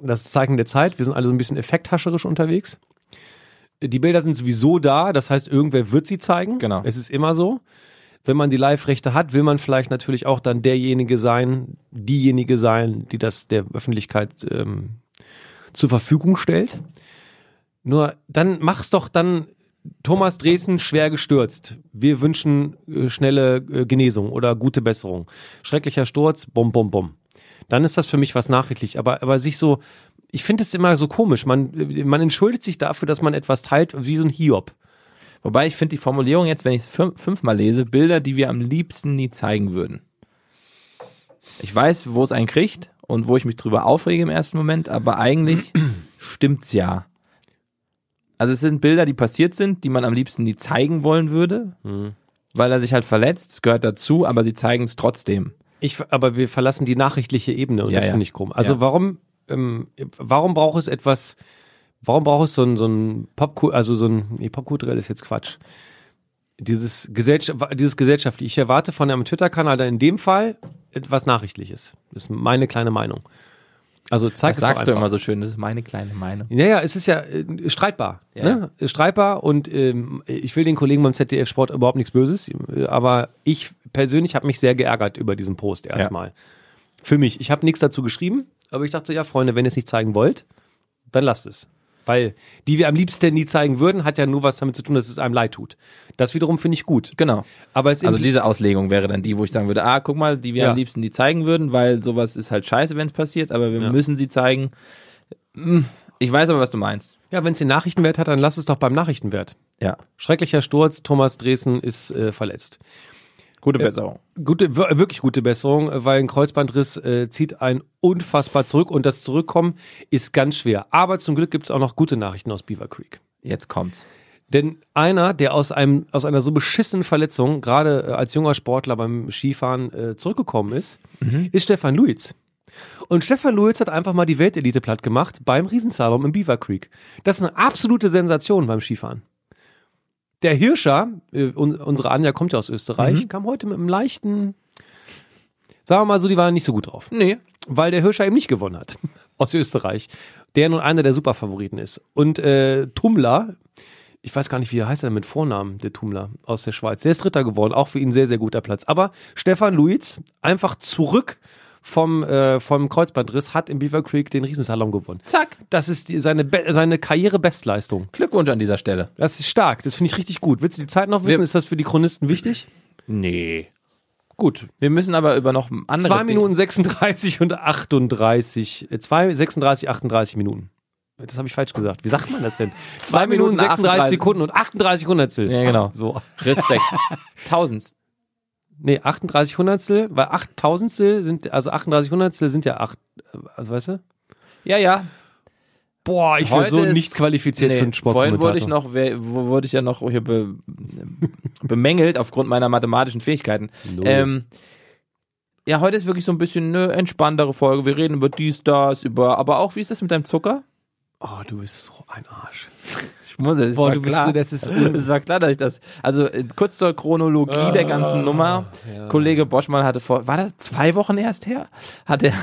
Speaker 1: das ist Zeichen der Zeit, wir sind alle so ein bisschen effekthascherisch unterwegs. Die Bilder sind sowieso da, das heißt, irgendwer wird sie zeigen.
Speaker 2: Genau.
Speaker 1: Es ist immer so. Wenn man die Live-Rechte hat, will man vielleicht natürlich auch dann derjenige sein, diejenige sein, die das der Öffentlichkeit ähm, zur Verfügung stellt. Nur dann mach's doch dann Thomas Dresen schwer gestürzt. Wir wünschen äh, schnelle äh, Genesung oder gute Besserung. Schrecklicher Sturz, bum, bum, bum. Dann ist das für mich was nachrichtlich. Aber, aber sich so, ich finde es immer so komisch. Man, äh, man entschuldigt sich dafür, dass man etwas teilt, wie so ein Hiob.
Speaker 2: Wobei ich finde die Formulierung jetzt, wenn ich es fünfmal lese, Bilder, die wir am liebsten nie zeigen würden. Ich weiß, wo es einen kriegt und wo ich mich drüber aufrege im ersten Moment, aber eigentlich stimmt's ja. Also es sind Bilder, die passiert sind, die man am liebsten nie zeigen wollen würde,
Speaker 1: Hm.
Speaker 2: weil er sich halt verletzt, es gehört dazu, aber sie zeigen es trotzdem.
Speaker 1: Ich, aber wir verlassen die nachrichtliche Ebene und
Speaker 2: Ja,
Speaker 1: das
Speaker 2: ja.
Speaker 1: finde ich komisch. Also
Speaker 2: Ja.
Speaker 1: warum, ähm, warum braucht es etwas, warum braucht es so ein, so ein Popkultur, also so ein, nee, Popkulturell ist jetzt Quatsch. Dieses, Gesellschaft, dieses gesellschaftliche. Ich erwarte von einem Twitter-Kanal dann in dem Fall etwas Nachrichtliches. Das ist meine kleine Meinung. Also zeig
Speaker 2: Das
Speaker 1: es doch
Speaker 2: sagst du
Speaker 1: einfach.
Speaker 2: immer so schön, das ist meine kleine Meinung.
Speaker 1: Naja, es ist ja äh, streitbar.
Speaker 2: Ja.
Speaker 1: Ne? Streitbar und ähm, ich will den Kollegen beim ZDF Sport überhaupt nichts Böses, äh, aber ich persönlich habe mich sehr geärgert über diesen Post erstmal. Für mich. Ich habe nichts dazu geschrieben, aber ich dachte, so, ja, Freunde, wenn ihr es nicht zeigen wollt, dann lasst es. Weil die wir am liebsten nie zeigen würden, hat ja nur was damit zu tun, dass es einem leid tut. Das wiederum finde ich gut.
Speaker 2: Genau.
Speaker 1: Aber es
Speaker 2: Also
Speaker 1: impli-
Speaker 2: diese Auslegung wäre dann die, wo ich sagen würde, ah, guck mal, die wir
Speaker 1: Ja.
Speaker 2: am liebsten die zeigen würden, weil sowas ist halt scheiße, wenn es passiert, aber wir müssen sie zeigen. Hm, Ich weiß aber, was du meinst.
Speaker 1: ja, wenn es den Nachrichtenwert hat, dann lasst es doch beim Nachrichtenwert.
Speaker 2: Ja.
Speaker 1: Schrecklicher Sturz, Thomas Dresen ist äh, verletzt. Äh,
Speaker 2: Gute Besserung.
Speaker 1: gute, wir- äh, wirklich gute Besserung, weil ein Kreuzbandriss äh, zieht einen unfassbar zurück und das Zurückkommen ist ganz schwer. Aber zum Glück gibt es auch noch gute Nachrichten aus Beaver Creek.
Speaker 2: Jetzt kommt's.
Speaker 1: Denn einer, der aus, einem, aus einer so beschissenen Verletzung, gerade äh, als junger Sportler beim Skifahren äh, zurückgekommen ist, ist Stefan Luiz. Und Stefan Luiz hat einfach mal die Weltelite platt gemacht beim Riesenslalom im Beaver Creek. Das ist eine absolute Sensation beim Skifahren. Der Hirscher, äh, un unsere Anja kommt ja aus Österreich, kam heute mit einem leichten, sagen wir mal so, die waren nicht so gut drauf
Speaker 2: Nee.
Speaker 1: weil der Hirscher eben nicht gewonnen hat aus Österreich, der nun einer der Superfavoriten ist. Und äh, Tumler, ich weiß gar nicht, wie er heißt er mit Vornamen, der Tumler aus der Schweiz, der ist Dritter geworden, auch für ihn sehr, sehr guter Platz. Aber Stefan Luiz, einfach zurück vom, äh, vom Kreuzbandriss, hat im Beaver Creek den Riesensalon gewonnen.
Speaker 2: Zack.
Speaker 1: Das ist die, seine, Be seine Karrierebestleistung.
Speaker 2: Glückwunsch an dieser Stelle.
Speaker 1: Das ist stark, das finde ich richtig gut. Willst du die Zeit noch wissen?
Speaker 2: Wir-
Speaker 1: ist das für die Chronisten wichtig?
Speaker 2: Nee.
Speaker 1: Gut,
Speaker 2: Wir müssen aber über noch andere
Speaker 1: 2 Minuten 36 und äh, 38. 2, 36, 38 Minuten. Das habe ich falsch gesagt. Wie sagt man das denn? 2 Minuten
Speaker 2: Minuten
Speaker 1: 36
Speaker 2: 38.
Speaker 1: Sekunden und 38 Hundertstel.
Speaker 2: Dinge. Ja, genau.
Speaker 1: So.
Speaker 2: Respekt. Tausend.
Speaker 1: Nee, 38 Hundertstel, weil 8000stel sind, also 38 Hundertstel sind ja 8, also weißt du?
Speaker 2: Ja, ja.
Speaker 1: Boah, ich wäre
Speaker 2: Heute
Speaker 1: so
Speaker 2: ist-
Speaker 1: nicht qualifiziert für einen Sport.
Speaker 2: Vorhin wurde ich noch, wer- wo- wurde ich ja noch hier be, bemängelt aufgrund meiner mathematischen Fähigkeiten.
Speaker 1: Null.
Speaker 2: Ähm, ja, heute ist wirklich so ein bisschen eine entspanntere Folge. Wir reden über dies, das, über, aber auch, wie ist das mit deinem Zucker?
Speaker 1: Oh, du bist so ein Arsch.
Speaker 2: Ich muss, es
Speaker 1: Boah,
Speaker 2: war
Speaker 1: du bist
Speaker 2: klar.
Speaker 1: so- das ist un-
Speaker 2: es war klar, dass ich das. Also äh, kurz zur Chronologie der ganzen Nummer.
Speaker 1: Ah,
Speaker 2: Kollege Boschmann hatte vor, war das zwei Wochen erst her? Hat er,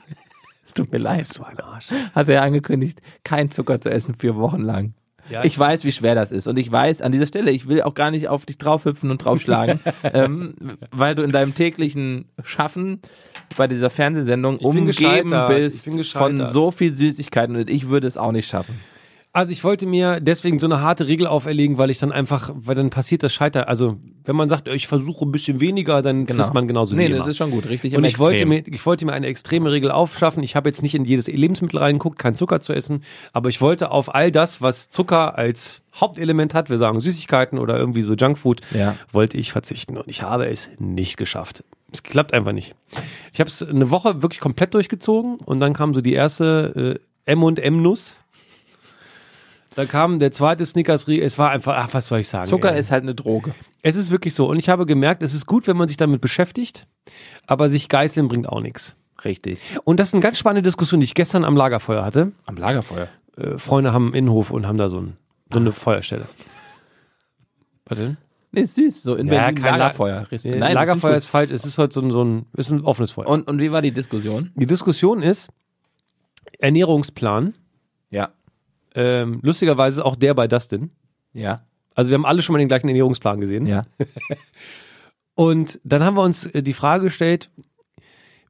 Speaker 2: es tut mir leid,
Speaker 1: So ein Arsch.
Speaker 2: hat er angekündigt, keinen Zucker zu essen vier Wochen lang.
Speaker 1: Ja,
Speaker 2: Ich weiß, wie schwer das ist. Und ich weiß an dieser Stelle, ich will auch gar nicht auf dich draufhüpfen und draufschlagen, ähm, weil du in deinem täglichen Schaffen bei dieser Fernsehsendung
Speaker 1: bin
Speaker 2: umgeben
Speaker 1: gescheitert. Ich
Speaker 2: bist
Speaker 1: bin gescheitert.
Speaker 2: von so viel Süßigkeiten und ich würde es auch nicht schaffen.
Speaker 1: Also ich wollte mir deswegen so eine harte Regel auferlegen, weil ich dann einfach, weil dann passiert das Scheitern. Also wenn man sagt, ich versuche ein bisschen weniger, dann frisst man genauso
Speaker 2: Genau. Nee,
Speaker 1: wie
Speaker 2: das
Speaker 1: immer.
Speaker 2: ist schon gut, richtig.
Speaker 1: und
Speaker 2: im
Speaker 1: ich wollte,
Speaker 2: Extrem.
Speaker 1: mir, ich wollte mir eine extreme Regel aufschaffen. Ich habe jetzt nicht in jedes Lebensmittel reingeguckt, kein Zucker zu essen, aber ich wollte auf all das, was Zucker als Hauptelement hat, wir sagen Süßigkeiten oder irgendwie so Junkfood,
Speaker 2: Ja.
Speaker 1: wollte ich verzichten. Und ich habe es nicht geschafft. Es klappt einfach nicht. Ich habe es eine Woche wirklich komplett durchgezogen und dann kam so die erste äh, M&M-Nuss. Da kam der zweite Snickers, es war einfach, ach, was soll ich sagen.
Speaker 2: Zucker
Speaker 1: ey.
Speaker 2: ist halt eine Droge.
Speaker 1: Es ist wirklich so. Und ich habe gemerkt, es ist gut, wenn man sich damit beschäftigt, aber sich geißeln bringt auch nichts.
Speaker 2: Richtig.
Speaker 1: Und das ist eine ganz spannende Diskussion, die ich gestern am Lagerfeuer hatte.
Speaker 2: Am Lagerfeuer.
Speaker 1: Äh, Freunde haben einen Innenhof und haben da so, ein, so eine Feuerstelle. Was denn?
Speaker 2: Nee, ist süß, so in
Speaker 1: Ja,
Speaker 2: Berlin
Speaker 1: kein La-
Speaker 2: Lagerfeuer.
Speaker 1: Nee,
Speaker 2: Richtig.
Speaker 1: Nein,
Speaker 2: das
Speaker 1: Lagerfeuer
Speaker 2: ist
Speaker 1: ist falsch, es ist halt so ein, so ein, ist ein offenes Feuer.
Speaker 2: gut. und, und wie war die Diskussion?
Speaker 1: die Diskussion ist, Ernährungsplan,
Speaker 2: Ja.
Speaker 1: ähm, lustigerweise auch der bei Dustin.
Speaker 2: Ja.
Speaker 1: Also wir haben alle schon mal den gleichen Ernährungsplan gesehen.
Speaker 2: Ja.
Speaker 1: Und dann haben wir uns äh, die Frage gestellt,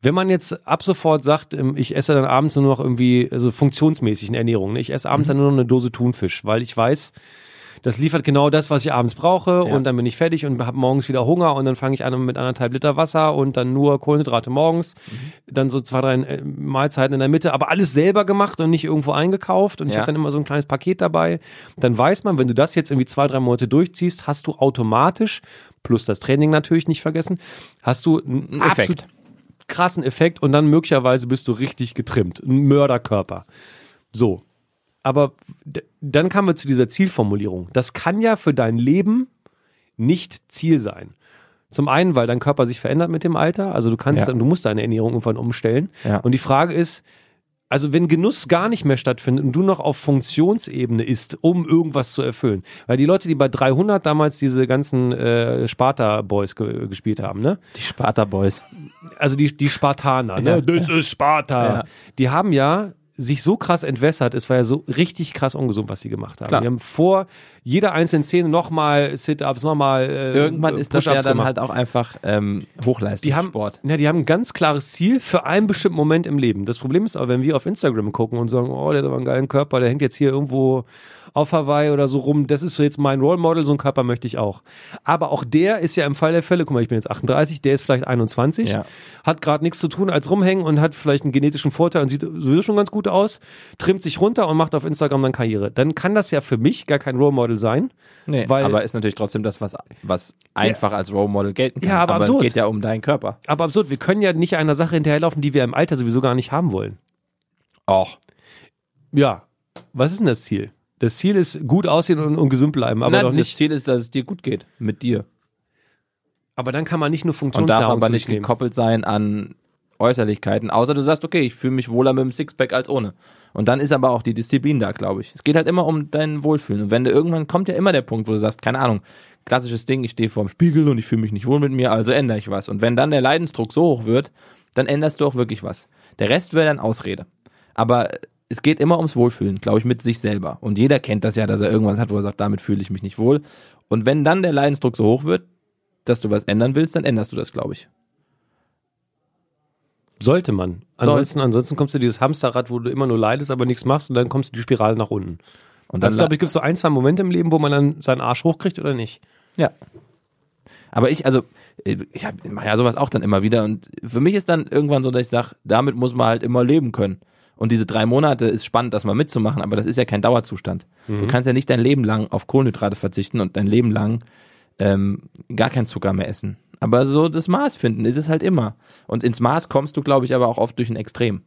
Speaker 1: wenn man jetzt ab sofort sagt, ähm, ich esse dann abends nur noch irgendwie, also funktionsmäßig in Ernährung, ne? ich esse abends dann nur noch eine Dose Thunfisch, weil ich weiß, das liefert genau das, was ich abends brauche und dann bin ich fertig und habe morgens wieder Hunger und dann fange ich an mit anderthalb Liter Wasser und dann nur Kohlenhydrate morgens, dann so zwei, drei äh, Mahlzeiten in der Mitte, aber alles selber gemacht und nicht irgendwo eingekauft und ich
Speaker 2: Ja.
Speaker 1: habe dann immer so ein kleines Paket dabei. Dann weiß man, wenn du das jetzt irgendwie zwei, drei Monate durchziehst, hast du automatisch, plus das Training natürlich nicht vergessen, hast du einen
Speaker 2: Effekt.
Speaker 1: absolut krassen Effekt und dann möglicherweise bist du richtig getrimmt. Ein Mörderkörper. So. Aber d- dann kamen wir zu dieser Zielformulierung. Das kann ja für dein Leben nicht Ziel sein. Zum einen, weil dein Körper sich verändert mit dem Alter, also du kannst
Speaker 2: Ja.
Speaker 1: dann, du musst deine Ernährung irgendwann umstellen.
Speaker 2: Ja.
Speaker 1: Und die Frage ist, also wenn Genuss gar nicht mehr stattfindet und du noch auf Funktionsebene isst, um irgendwas zu erfüllen, weil die Leute, die bei 300 damals diese ganzen äh, Sparta Boys ge gespielt haben, ne?
Speaker 2: Die Sparta Boys.
Speaker 1: also die, die Spartaner, ne?
Speaker 2: Ja.
Speaker 1: das ist Sparta.
Speaker 2: Ja.
Speaker 1: Die haben ja sich so krass entwässert, es war ja so richtig krass ungesund, was sie gemacht haben.
Speaker 2: Klar.
Speaker 1: Die haben vor jeder einzelnen Szene nochmal Sit-Ups, nochmal äh,
Speaker 2: Irgendwann ist das ja
Speaker 1: Push-ups
Speaker 2: dann
Speaker 1: gemacht.
Speaker 2: halt auch einfach ähm,
Speaker 1: Die haben,
Speaker 2: Hochleistungssport.
Speaker 1: Ja, die haben ein ganz klares Ziel für einen bestimmten Moment im Leben. Das Problem ist aber, wenn wir auf Instagram gucken und sagen, oh, der hat aber einen geilen Körper, der hängt jetzt hier irgendwo auf Hawaii oder so rum, das ist so jetzt mein Role Model, so einen Körper möchte ich auch. Aber auch der ist ja im Fall der Fälle, guck mal, ich bin jetzt 38, der ist vielleicht 21,
Speaker 2: Ja.
Speaker 1: hat gerade nichts zu tun als rumhängen und hat vielleicht einen genetischen Vorteil und sieht sowieso schon ganz gut aus, trimmt sich runter und macht auf Instagram dann Karriere. Dann kann das ja für mich gar kein Role Model sein.
Speaker 2: nee,
Speaker 1: weil-
Speaker 2: aber ist natürlich trotzdem das, was, was einfach als Role Model gelten kann.
Speaker 1: Ja, aber
Speaker 2: aber es
Speaker 1: absurd.
Speaker 2: geht ja um deinen Körper.
Speaker 1: Aber absurd, wir können ja nicht einer Sache hinterherlaufen, die wir im Alter sowieso gar nicht haben wollen.
Speaker 2: Och.
Speaker 1: Ja. Was ist denn das Ziel? Das Ziel ist gut aussehen und, und gesund bleiben, aber
Speaker 2: Nein,
Speaker 1: doch
Speaker 2: Das
Speaker 1: nicht.
Speaker 2: Ziel ist, dass es dir gut geht. Mit dir.
Speaker 1: Aber dann kann man nicht nur
Speaker 2: und darf
Speaker 1: Funktionsnahrung
Speaker 2: aber
Speaker 1: zu
Speaker 2: nicht
Speaker 1: sich nehmen.
Speaker 2: gekoppelt sein an Äußerlichkeiten, außer du sagst, okay, ich fühle mich wohler mit dem Sixpack als ohne. Und dann ist aber auch die Disziplin da, glaube ich. Es geht halt immer um dein Wohlfühlen. Und wenn du irgendwann kommt ja immer der Punkt, wo du sagst, keine Ahnung, klassisches Ding, ich stehe vorm Spiegel und ich fühle mich nicht wohl mit mir, also ändere ich was. Und wenn dann der Leidensdruck so hoch wird, dann änderst du auch wirklich was. Der Rest wäre dann Ausrede. Aber es geht immer ums Wohlfühlen, glaube ich, mit sich selber. Und jeder kennt das ja, dass er irgendwas hat, wo er sagt, damit fühle ich mich nicht wohl. Und wenn dann der Leidensdruck so hoch wird, dass du was ändern willst, dann änderst du das, glaube ich.
Speaker 1: Sollte man. Ansonsten, ansonsten kommst du in dieses Hamsterrad, wo du immer nur leidest, aber nichts machst und dann kommst du die Spirale nach unten.
Speaker 2: Und
Speaker 1: Das
Speaker 2: dann,
Speaker 1: glaube ich, gibt so ein, zwei Momente im Leben, wo man dann seinen Arsch hochkriegt oder nicht.
Speaker 2: ja. Aber ich, also, ich mache ja sowas auch dann immer wieder. Und für mich ist dann irgendwann so, dass ich sage, damit muss man halt immer leben können. Und diese drei Monate ist spannend, das mal mitzumachen, aber das ist ja kein Dauerzustand.
Speaker 1: Mhm.
Speaker 2: Du kannst ja nicht dein Leben lang auf Kohlenhydrate verzichten und dein Leben lang ähm, gar keinen Zucker mehr essen. Aber so das Maß finden ist es halt immer. Und ins Maß kommst du, glaube ich, aber auch oft durch ein Extrem.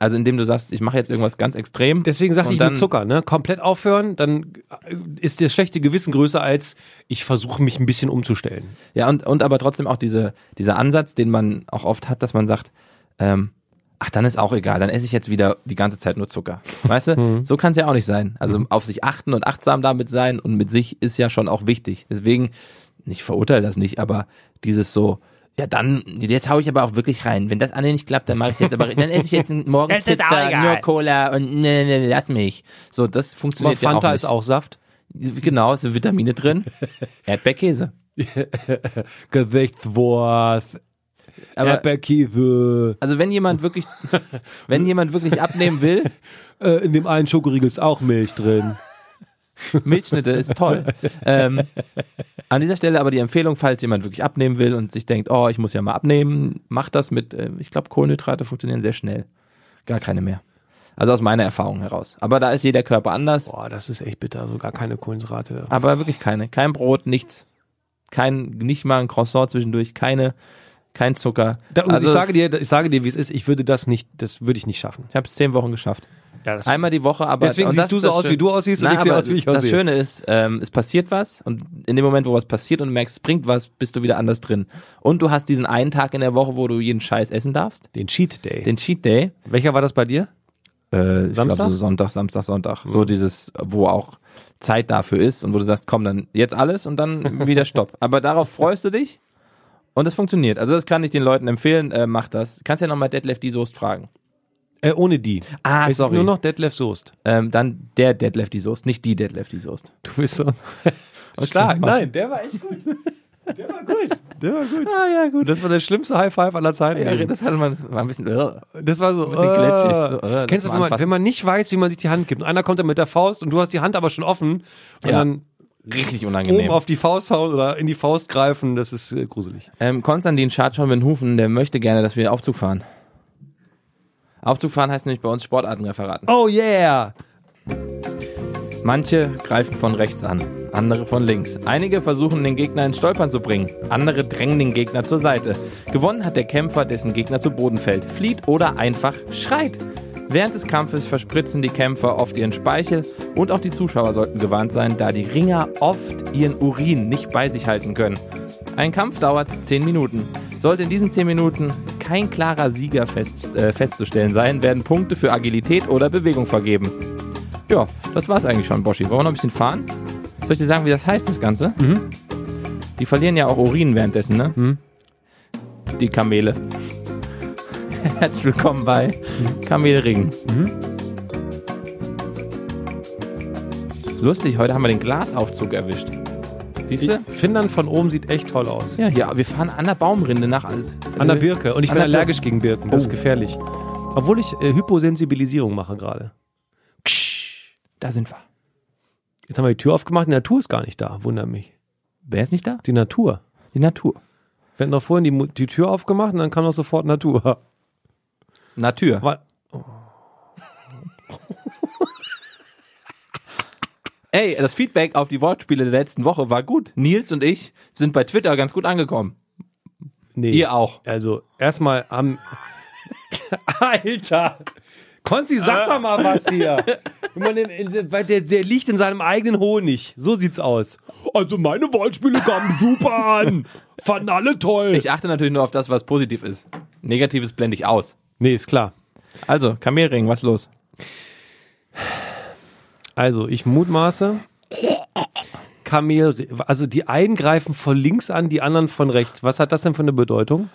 Speaker 2: Also indem du sagst, ich mache jetzt irgendwas ganz extrem.
Speaker 1: Deswegen sagte
Speaker 2: Und
Speaker 1: ich
Speaker 2: dann-
Speaker 1: mit Zucker, ne? Komplett aufhören, dann äh, ist das schlechte Gewissen größer als ich versuche mich ein bisschen umzustellen.
Speaker 2: Ja, und, und aber trotzdem auch diese, dieser Ansatz, den man auch oft hat, dass man sagt, ähm, ach, dann ist auch egal, dann esse ich jetzt wieder die ganze Zeit nur Zucker. Weißt du, so kann es ja auch nicht sein. Also auf sich achten und achtsam damit sein und mit sich ist ja schon auch wichtig. Deswegen, ich verurteile das nicht, aber dieses so, ja dann, jetzt hau ich aber auch wirklich rein. Wenn das andere nicht klappt, dann mache ich jetzt aber, dann esse ich jetzt morgens
Speaker 3: Das ist auch
Speaker 2: Pizza,
Speaker 3: egal.
Speaker 2: nur Cola und ne, ne, ne, lass mich. So, das
Speaker 1: Aber
Speaker 2: funktioniert ja auch
Speaker 1: Fanta
Speaker 2: nicht.
Speaker 1: ist auch Saft.
Speaker 2: Genau, es sind Vitamine drin. Erdbeerkäse.
Speaker 1: Gesichtswurst,
Speaker 2: Aber
Speaker 1: Erdbeerkäse.
Speaker 2: also wenn jemand wirklich, wenn jemand wirklich abnehmen will, äh,
Speaker 1: in dem einen Schokoriegel ist auch Milch drin.
Speaker 2: Milchschnitte ist toll. Ähm, an dieser Stelle aber die Empfehlung, falls jemand wirklich abnehmen will und sich denkt, oh, ich muss ja mal abnehmen, macht das mit, äh, ich glaube, Kohlenhydrate funktionieren sehr schnell. Gar keine mehr. Also aus meiner Erfahrung heraus. Aber da ist jeder Körper anders,
Speaker 1: Boah, das ist echt bitter, so gar keine Kohlenhydrate.
Speaker 2: aber wirklich keine. Kein Brot, nichts. Kein, nicht mal ein Croissant zwischendurch, keine, kein Zucker.
Speaker 1: Da, und
Speaker 2: also
Speaker 1: ich sage dir, ich sage dir, wie es ist, ich würde das nicht, das würde ich nicht schaffen.
Speaker 2: ich habe es zehn Wochen geschafft.
Speaker 1: Ja, das
Speaker 2: Einmal die Woche, aber
Speaker 1: Deswegen
Speaker 2: und
Speaker 1: siehst
Speaker 2: das
Speaker 1: du
Speaker 2: ist
Speaker 1: so
Speaker 2: das
Speaker 1: aus, wie
Speaker 2: Schöne.
Speaker 1: du aussiehst, und
Speaker 2: Nein,
Speaker 1: ich sehe
Speaker 2: aber
Speaker 1: aus, wie ich
Speaker 2: Das
Speaker 1: aussehe.
Speaker 2: Schöne ist, ähm, es passiert was und in dem Moment, wo was passiert und du merkst, es bringt was, bist du wieder anders drin. Und du hast diesen einen Tag in der Woche, wo du jeden Scheiß essen darfst,
Speaker 1: den Cheat Day.
Speaker 2: den Cheat Day.
Speaker 1: Welcher war das bei dir?
Speaker 2: Äh, ich glaube
Speaker 1: Samstag?
Speaker 2: so Sonntag, Samstag, Sonntag. So dieses, wo auch Zeit dafür ist und wo du sagst, komm, dann jetzt alles und dann wieder Stopp. Aber darauf freust du dich und es funktioniert. Also das kann ich den Leuten empfehlen, äh, mach das. Kannst ja nochmal Detlef die Soest fragen.
Speaker 1: Äh, ohne die.
Speaker 2: Ah,
Speaker 1: es ist nur noch Detlef Soest.
Speaker 2: ähm, dann der Detlef die Soest, nicht die Detlef die Soest.
Speaker 1: Du bist so stark. Nein, der war echt gut. Der war gut. Der war gut.
Speaker 2: Ah ja, gut.
Speaker 1: Das war der schlimmste High Five aller Zeiten.
Speaker 2: Ja, das hatte man, das war ein bisschen, äh,
Speaker 1: Das war so oh, ein
Speaker 2: bisschen glitschig. So, äh, lass
Speaker 1: Kennst du,
Speaker 2: mal
Speaker 1: wenn man,
Speaker 2: anfassen.
Speaker 1: wenn man nicht weiß, wie man sich die Hand gibt und einer kommt dann mit der Faust und du hast die Hand aber schon offen und
Speaker 2: Ja,
Speaker 1: dann
Speaker 2: richtig
Speaker 1: oben
Speaker 2: unangenehm.
Speaker 1: auf die Faust hauen oder in die Faust greifen, das ist äh, gruselig.
Speaker 2: Ähm, Konstantin Schadschon-Wenhofen, der möchte gerne, dass wir Aufzug fahren. Aufzug fahren heißt nämlich bei uns Sportartenreferaten.
Speaker 1: Oh yeah!
Speaker 2: Manche greifen von rechts an, andere von links. Einige versuchen, den Gegner ins Stolpern zu bringen, andere drängen den Gegner zur Seite. Gewonnen hat der Kämpfer, dessen Gegner zu Boden fällt, flieht oder einfach schreit. Während des Kampfes verspritzen die Kämpfer oft ihren Speichel und auch die Zuschauer sollten gewarnt sein, da die Ringer oft ihren Urin nicht bei sich halten können. Ein Kampf dauert 10 Minuten. Sollte in diesen 10 Minuten kein klarer Sieger fest, äh, festzustellen sein, werden Punkte für Agilität oder Bewegung vergeben. Ja, das war's eigentlich schon, Boschi. Wollen wir noch ein bisschen fahren? Soll ich dir sagen, wie das heißt, das Ganze? Die verlieren ja auch Urin währenddessen, ne? Die Kamele. Herzlich willkommen bei Kamelringen. Lustig, heute haben wir den Glasaufzug erwischt. Siehst du?
Speaker 1: Finnland von oben sieht echt toll aus.
Speaker 2: Ja, hier, wir fahren an der Baumrinde nach alles.
Speaker 1: An der Birke. Und ich
Speaker 2: An
Speaker 1: bin
Speaker 2: der Birke.
Speaker 1: allergisch gegen Birken. Das
Speaker 2: Oh.
Speaker 1: ist gefährlich. Obwohl ich äh, Hyposensibilisierung mache gerade.
Speaker 2: Da sind wir.
Speaker 1: Jetzt haben wir die Tür aufgemacht. Die Natur ist gar nicht da. Wundert mich.
Speaker 2: Wer ist nicht da?
Speaker 1: Die Natur.
Speaker 2: Die Natur.
Speaker 1: Wir hatten doch vorhin die, Mu- die Tür aufgemacht und dann kam doch sofort Natur.
Speaker 2: Natur.
Speaker 1: Aber
Speaker 2: Ey, das Feedback auf die Wortspiele der letzten Woche war gut. Nils und ich sind bei Twitter ganz gut angekommen.
Speaker 1: nee.
Speaker 2: Ihr auch.
Speaker 1: Also, erstmal am. Alter! Konzi, sag doch mal was hier. Wenn man in, in, weil der, der liegt in seinem eigenen Honig. So sieht's aus. Also, meine Wortspiele kamen super an. Fanden alle toll.
Speaker 2: Ich achte natürlich nur auf das, was positiv ist. Negatives blende ich aus.
Speaker 1: nee, ist klar.
Speaker 2: Also, Kamelring, was los?
Speaker 1: Also, ich mutmaße. Kamel, also die einen greifen von links an, die anderen von rechts. Was hat das denn für eine Bedeutung?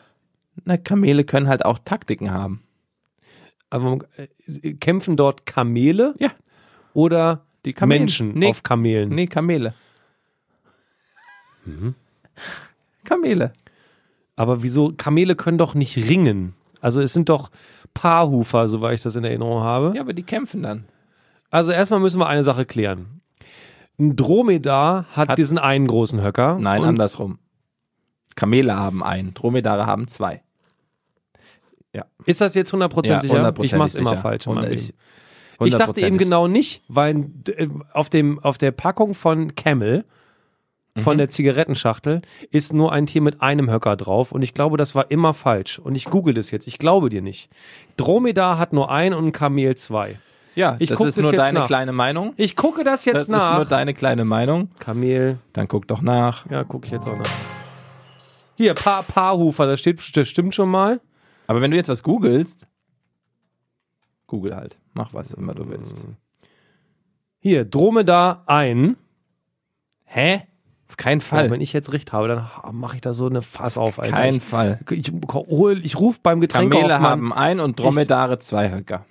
Speaker 2: Na, Kamele können halt auch Taktiken haben.
Speaker 1: Aber, äh, kämpfen dort Kamele
Speaker 2: Ja,
Speaker 1: oder
Speaker 2: die Kamelen.
Speaker 1: Menschen
Speaker 2: nee,
Speaker 1: auf Kamelen?
Speaker 2: Nee, Kamele. Mhm. Kamele.
Speaker 1: Aber wieso? Kamele können doch nicht ringen. Also es sind doch Paarhufer, soweit ich das in Erinnerung habe.
Speaker 2: Ja, aber die kämpfen dann.
Speaker 1: Also erstmal müssen wir eine Sache klären. Ein Dromedar hat,
Speaker 2: Hat-
Speaker 1: diesen einen großen Höcker.
Speaker 2: Nein,
Speaker 1: und
Speaker 2: andersrum. Kamele haben einen, Dromedare haben zwei.
Speaker 1: Ist das jetzt 100% sicher? Ich mach's immer falsch. in meinem Leben.
Speaker 2: Ich,
Speaker 1: ich dachte eben genau nicht, weil äh, auf, dem, auf der Packung von Camel, von der Zigarettenschachtel, ist nur ein Tier mit einem Höcker drauf und ich glaube, das war immer falsch. Und ich google das jetzt. Ich glaube dir nicht. Dromedar hat nur ein und ein Kamel zwei.
Speaker 2: Ja,
Speaker 1: Ich
Speaker 2: das
Speaker 1: guck
Speaker 2: ist
Speaker 1: das
Speaker 2: nur
Speaker 1: jetzt
Speaker 2: deine
Speaker 1: nach.
Speaker 2: kleine Meinung.
Speaker 1: Ich gucke das jetzt
Speaker 2: Das
Speaker 1: nach.
Speaker 2: ist nur deine kleine Meinung.
Speaker 1: Kamel.
Speaker 2: Dann guck doch nach.
Speaker 1: Ja, gucke ich jetzt auch noch. Hier, Paar, Paarhufer, das, steht, das stimmt schon mal.
Speaker 2: Aber wenn du jetzt was googelst, Google halt. Mach was immer du willst.
Speaker 1: Hier, Dromedar ein.
Speaker 2: Hä? Auf keinen
Speaker 1: Ja,
Speaker 2: Fall.
Speaker 1: wenn ich jetzt recht habe, dann mache ich da so eine Fass auf, Alter.
Speaker 2: Kein Fall.
Speaker 1: ich, ich, hol, ich ruf beim Getränk
Speaker 2: Kamele
Speaker 1: auf meinem,
Speaker 2: haben ein und Dromedare zwei Höcker.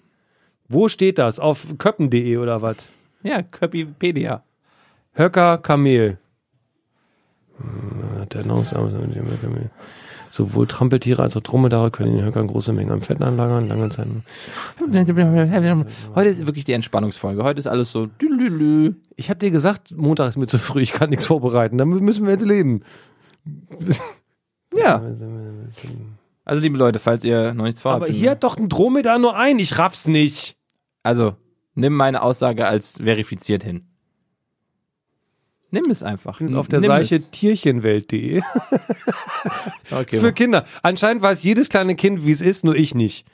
Speaker 1: Wo steht das? Auf köppen.de oder was?
Speaker 2: Ja, Köpipedia.
Speaker 1: Höcker Kamel. Hm, hat der Nahrungsamt- Sowohl Trampeltiere als auch Dromedare können den Höckern große Mengen an Fett anlagern, lange Zeit.
Speaker 2: Heute ist wirklich die Entspannungsfolge. Heute ist alles so. dülülü.
Speaker 1: Ich hab dir gesagt, Montag ist mir zu früh, ich kann nichts vorbereiten. Damit müssen wir jetzt leben.
Speaker 2: Ja, also liebe Leute, falls ihr noch nichts vorhabt.
Speaker 1: Aber hier hat doch ein Dromedar nur ein, ich raff's nicht.
Speaker 2: Also, nimm meine Aussage als verifiziert hin. Nimm es einfach.
Speaker 1: Übrigens auf der
Speaker 2: nimm
Speaker 1: Seite
Speaker 2: es. Genau.
Speaker 1: tierchenwelt.de
Speaker 2: Okay.
Speaker 1: für Kinder. Anscheinend weiß jedes kleine Kind, wie es ist, nur ich nicht.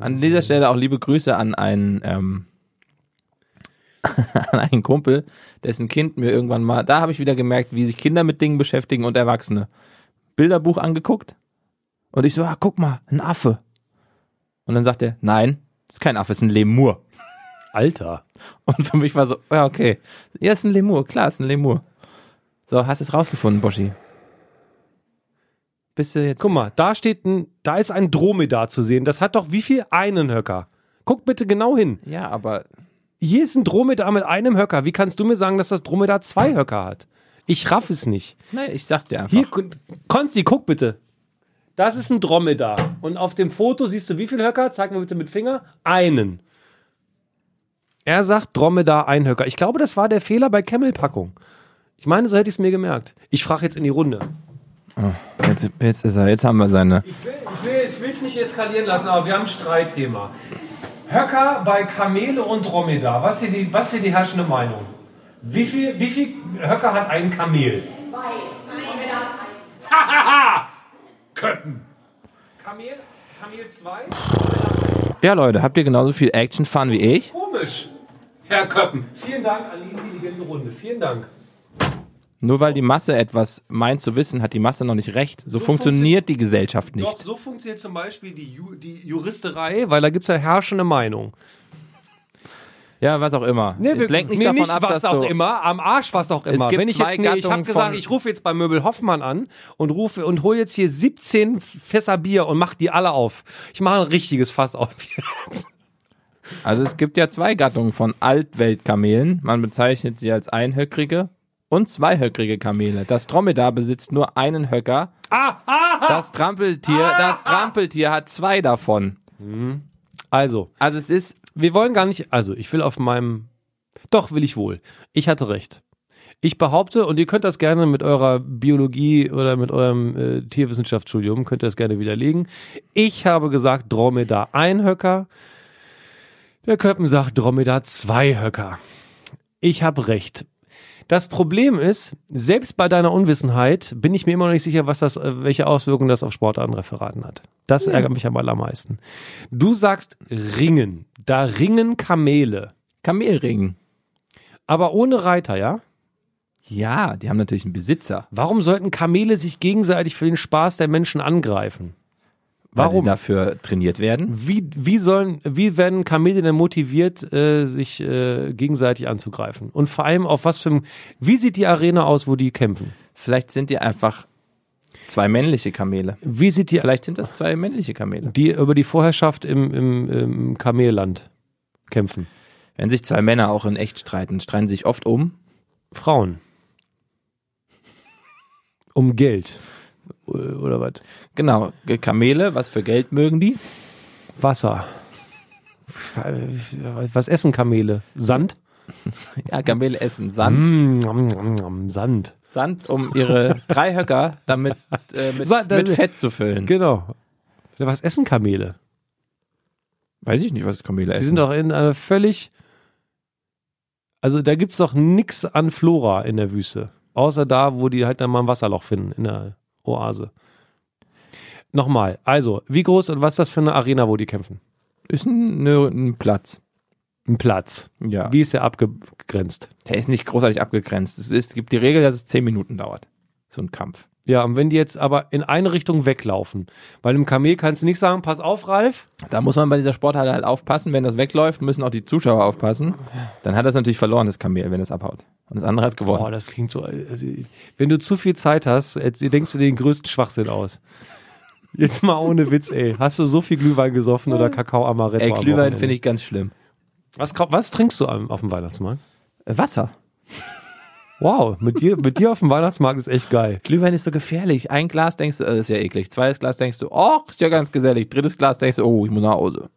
Speaker 2: An dieser Stelle auch liebe Grüße an einen, ähm, an einen Kumpel, dessen Kind mir irgendwann mal, da habe ich wieder gemerkt, wie sich Kinder mit Dingen beschäftigen und Erwachsene. Bilderbuch angeguckt und ich so, ah, guck mal, ein Affe. Und dann sagt er, nein, das ist kein Affe, das ist ein Lemur.
Speaker 1: Alter.
Speaker 2: Und für mich war so, ja, okay. Ja, ist ein Lemur, klar, ist ein Lemur. So, hast es rausgefunden, Boschi. Bist du jetzt.
Speaker 1: Guck mal, da steht ein, da ist ein Dromedar zu sehen. Das hat doch wie viel einen Höcker? Guck bitte genau hin.
Speaker 2: Ja, aber
Speaker 1: Hier ist ein Dromedar mit einem Höcker. Wie kannst du mir sagen, dass das Dromedar zwei Höcker hat? Ich raff es nicht.
Speaker 2: nein, ne, ich sag's dir einfach.
Speaker 1: Hier, Kon- Konsti, guck bitte. Das ist ein Dromedar. Und auf dem Foto siehst du wie viele Höcker? Zeig mir bitte mit Finger. Einen. Er sagt Dromedar ein Höcker. Ich glaube, das war der Fehler bei Camel-Packung. Ich meine, so hätte ich es mir gemerkt. Ich frage jetzt in die Runde.
Speaker 2: Jetzt, jetzt ist er, jetzt haben wir seine.
Speaker 1: Ich will es nicht eskalieren lassen, aber wir haben ein Streitthema. Höcker bei Kamele und Dromedar. Was ist hier die, was hier die herrschende Meinung? Wie viel, wie viel Höcker hat ein Kamel? Köppen. Kamel, Kamel 2?
Speaker 2: Ja, Leute, habt ihr genauso viel Action-Fun wie ich?
Speaker 1: Komisch. Herr Köppen. Vielen Dank an die intelligente Runde. Vielen Dank.
Speaker 2: Nur weil die Masse etwas meint zu wissen, hat die Masse noch nicht recht. So, funktioniert die Gesellschaft
Speaker 1: Doch,
Speaker 2: nicht.
Speaker 1: so funktioniert zum Beispiel die, Ju die Juristerei, weil da gibt es ja herrschende Meinung.
Speaker 2: Ja, was auch immer. Nee, jetzt lenk nicht
Speaker 1: nee,
Speaker 2: davon
Speaker 1: nicht
Speaker 2: ab,
Speaker 1: was
Speaker 2: dass
Speaker 1: auch
Speaker 2: du.
Speaker 1: immer, am Arsch was auch immer.
Speaker 2: gibt
Speaker 1: Wenn ich
Speaker 2: zwei
Speaker 1: jetzt, nee, ich habe
Speaker 2: Gattungen
Speaker 1: gesagt,
Speaker 2: von-
Speaker 1: ich rufe jetzt bei Möbel Hoffmann an und rufe und hole jetzt hier 17 Fässer Bier und mach die alle auf. Ich mache ein richtiges Fass auf jetzt.
Speaker 2: Also es gibt ja zwei Gattungen von Altweltkamelen. Man bezeichnet sie als einhöckrige und zweihöckrige Kamele. Das Dromedar besitzt nur einen Höcker.
Speaker 1: Ah, ah, ah.
Speaker 2: Das Trampeltier, das Trampeltier hat zwei davon.
Speaker 1: Also,
Speaker 2: Also es ist
Speaker 1: wir wollen gar nicht, also ich will auf meinem, doch will ich wohl. Ich hatte recht. Ich behaupte, und ihr könnt das gerne mit eurer Biologie oder mit eurem äh, Tierwissenschaftsstudium, könnt ihr das gerne widerlegen. Ich habe gesagt, Dromedar ein Höcker. Der Köppen sagt, Dromedar zwei Höcker. Ich habe recht. Das Problem ist, selbst bei deiner Unwissenheit bin ich mir immer noch nicht sicher, was das, äh, welche Auswirkungen das auf Sportartenreferaten hat. Das ärgert mich am allermeisten. Du sagst Ringen. Da ringen Kamele.
Speaker 2: Kamelringen.
Speaker 1: Aber ohne Reiter, ja?
Speaker 2: Ja, die haben natürlich einen Besitzer.
Speaker 1: Warum sollten Kamele sich gegenseitig für den Spaß der Menschen angreifen?
Speaker 2: Weil
Speaker 1: Warum?
Speaker 2: sie dafür trainiert werden.
Speaker 1: Wie, wie, sollen, wie werden Kamele denn motiviert, äh, sich äh, gegenseitig anzugreifen? Und vor allem auf was für ein, Wie sieht die Arena aus, wo die kämpfen?
Speaker 2: Vielleicht sind die einfach zwei männliche Kamele.
Speaker 1: Wie sieht die
Speaker 2: Vielleicht sind das zwei männliche Kamele.
Speaker 1: die über die Vorherrschaft im, im, im Kamelland kämpfen.
Speaker 2: Wenn sich zwei Männer auch in echt streiten, streiten sich oft um.
Speaker 1: Frauen. Um Geld. Oder was?
Speaker 2: Genau, Kamele, was für Geld mögen die?
Speaker 1: Wasser. Was essen Kamele? Sand?
Speaker 2: Ja, Kamele essen Sand.
Speaker 1: Mm, nom, nom, nom, Sand.
Speaker 2: Sand, um ihre drei Höcker damit äh, mit,
Speaker 1: Sand,
Speaker 2: mit
Speaker 1: äh,
Speaker 2: Fett zu füllen.
Speaker 1: Genau. Was essen Kamele?
Speaker 2: Weiß ich nicht, was Kamele
Speaker 1: Die sind doch in einer völlig. Also da gibt's doch nix an Flora in der Wüste. Außer da, wo die halt dann mal ein Wasserloch finden, in der Oase. Nochmal, also, wie groß und was ist das für eine Arena, wo die kämpfen?
Speaker 2: Ist ein, ne, ein Platz.
Speaker 1: Ein Platz.
Speaker 2: Ja.
Speaker 1: Wie ist der abgegrenzt?
Speaker 2: Der ist nicht großartig abgegrenzt. Es ist, gibt die Regel, dass es zehn Minuten dauert. So ein Kampf.
Speaker 1: Ja, und wenn die jetzt aber in eine Richtung weglaufen, weil im Kamel kannst du nicht sagen, pass auf, Ralf.
Speaker 2: Da muss man bei dieser Sporthalle halt aufpassen. Wenn das wegläuft, müssen auch die Zuschauer aufpassen. Dann hat das natürlich verloren, das Kamel, wenn es abhaut. Und das andere hat gewonnen.
Speaker 1: Boah, das klingt so. Also, wenn du zu viel Zeit hast, jetzt denkst du den größten Schwachsinn aus. Jetzt mal ohne Witz, ey. Hast du so viel Glühwein gesoffen oder Kakao Amaretto?
Speaker 2: Ey, Glühwein finde ich ganz schlimm.
Speaker 1: Was, kau- was trinkst du am- auf dem Weihnachtsmarkt?
Speaker 2: Äh, Wasser.
Speaker 1: Wow, mit dir, mit dir auf dem Weihnachtsmarkt ist echt geil.
Speaker 2: Glühwein ist so gefährlich. Ein Glas denkst du, äh, ist ja eklig. Zweites Glas denkst du, oh, ist ja ganz gesellig. Drittes Glas denkst du, oh, ich muss nach Hause.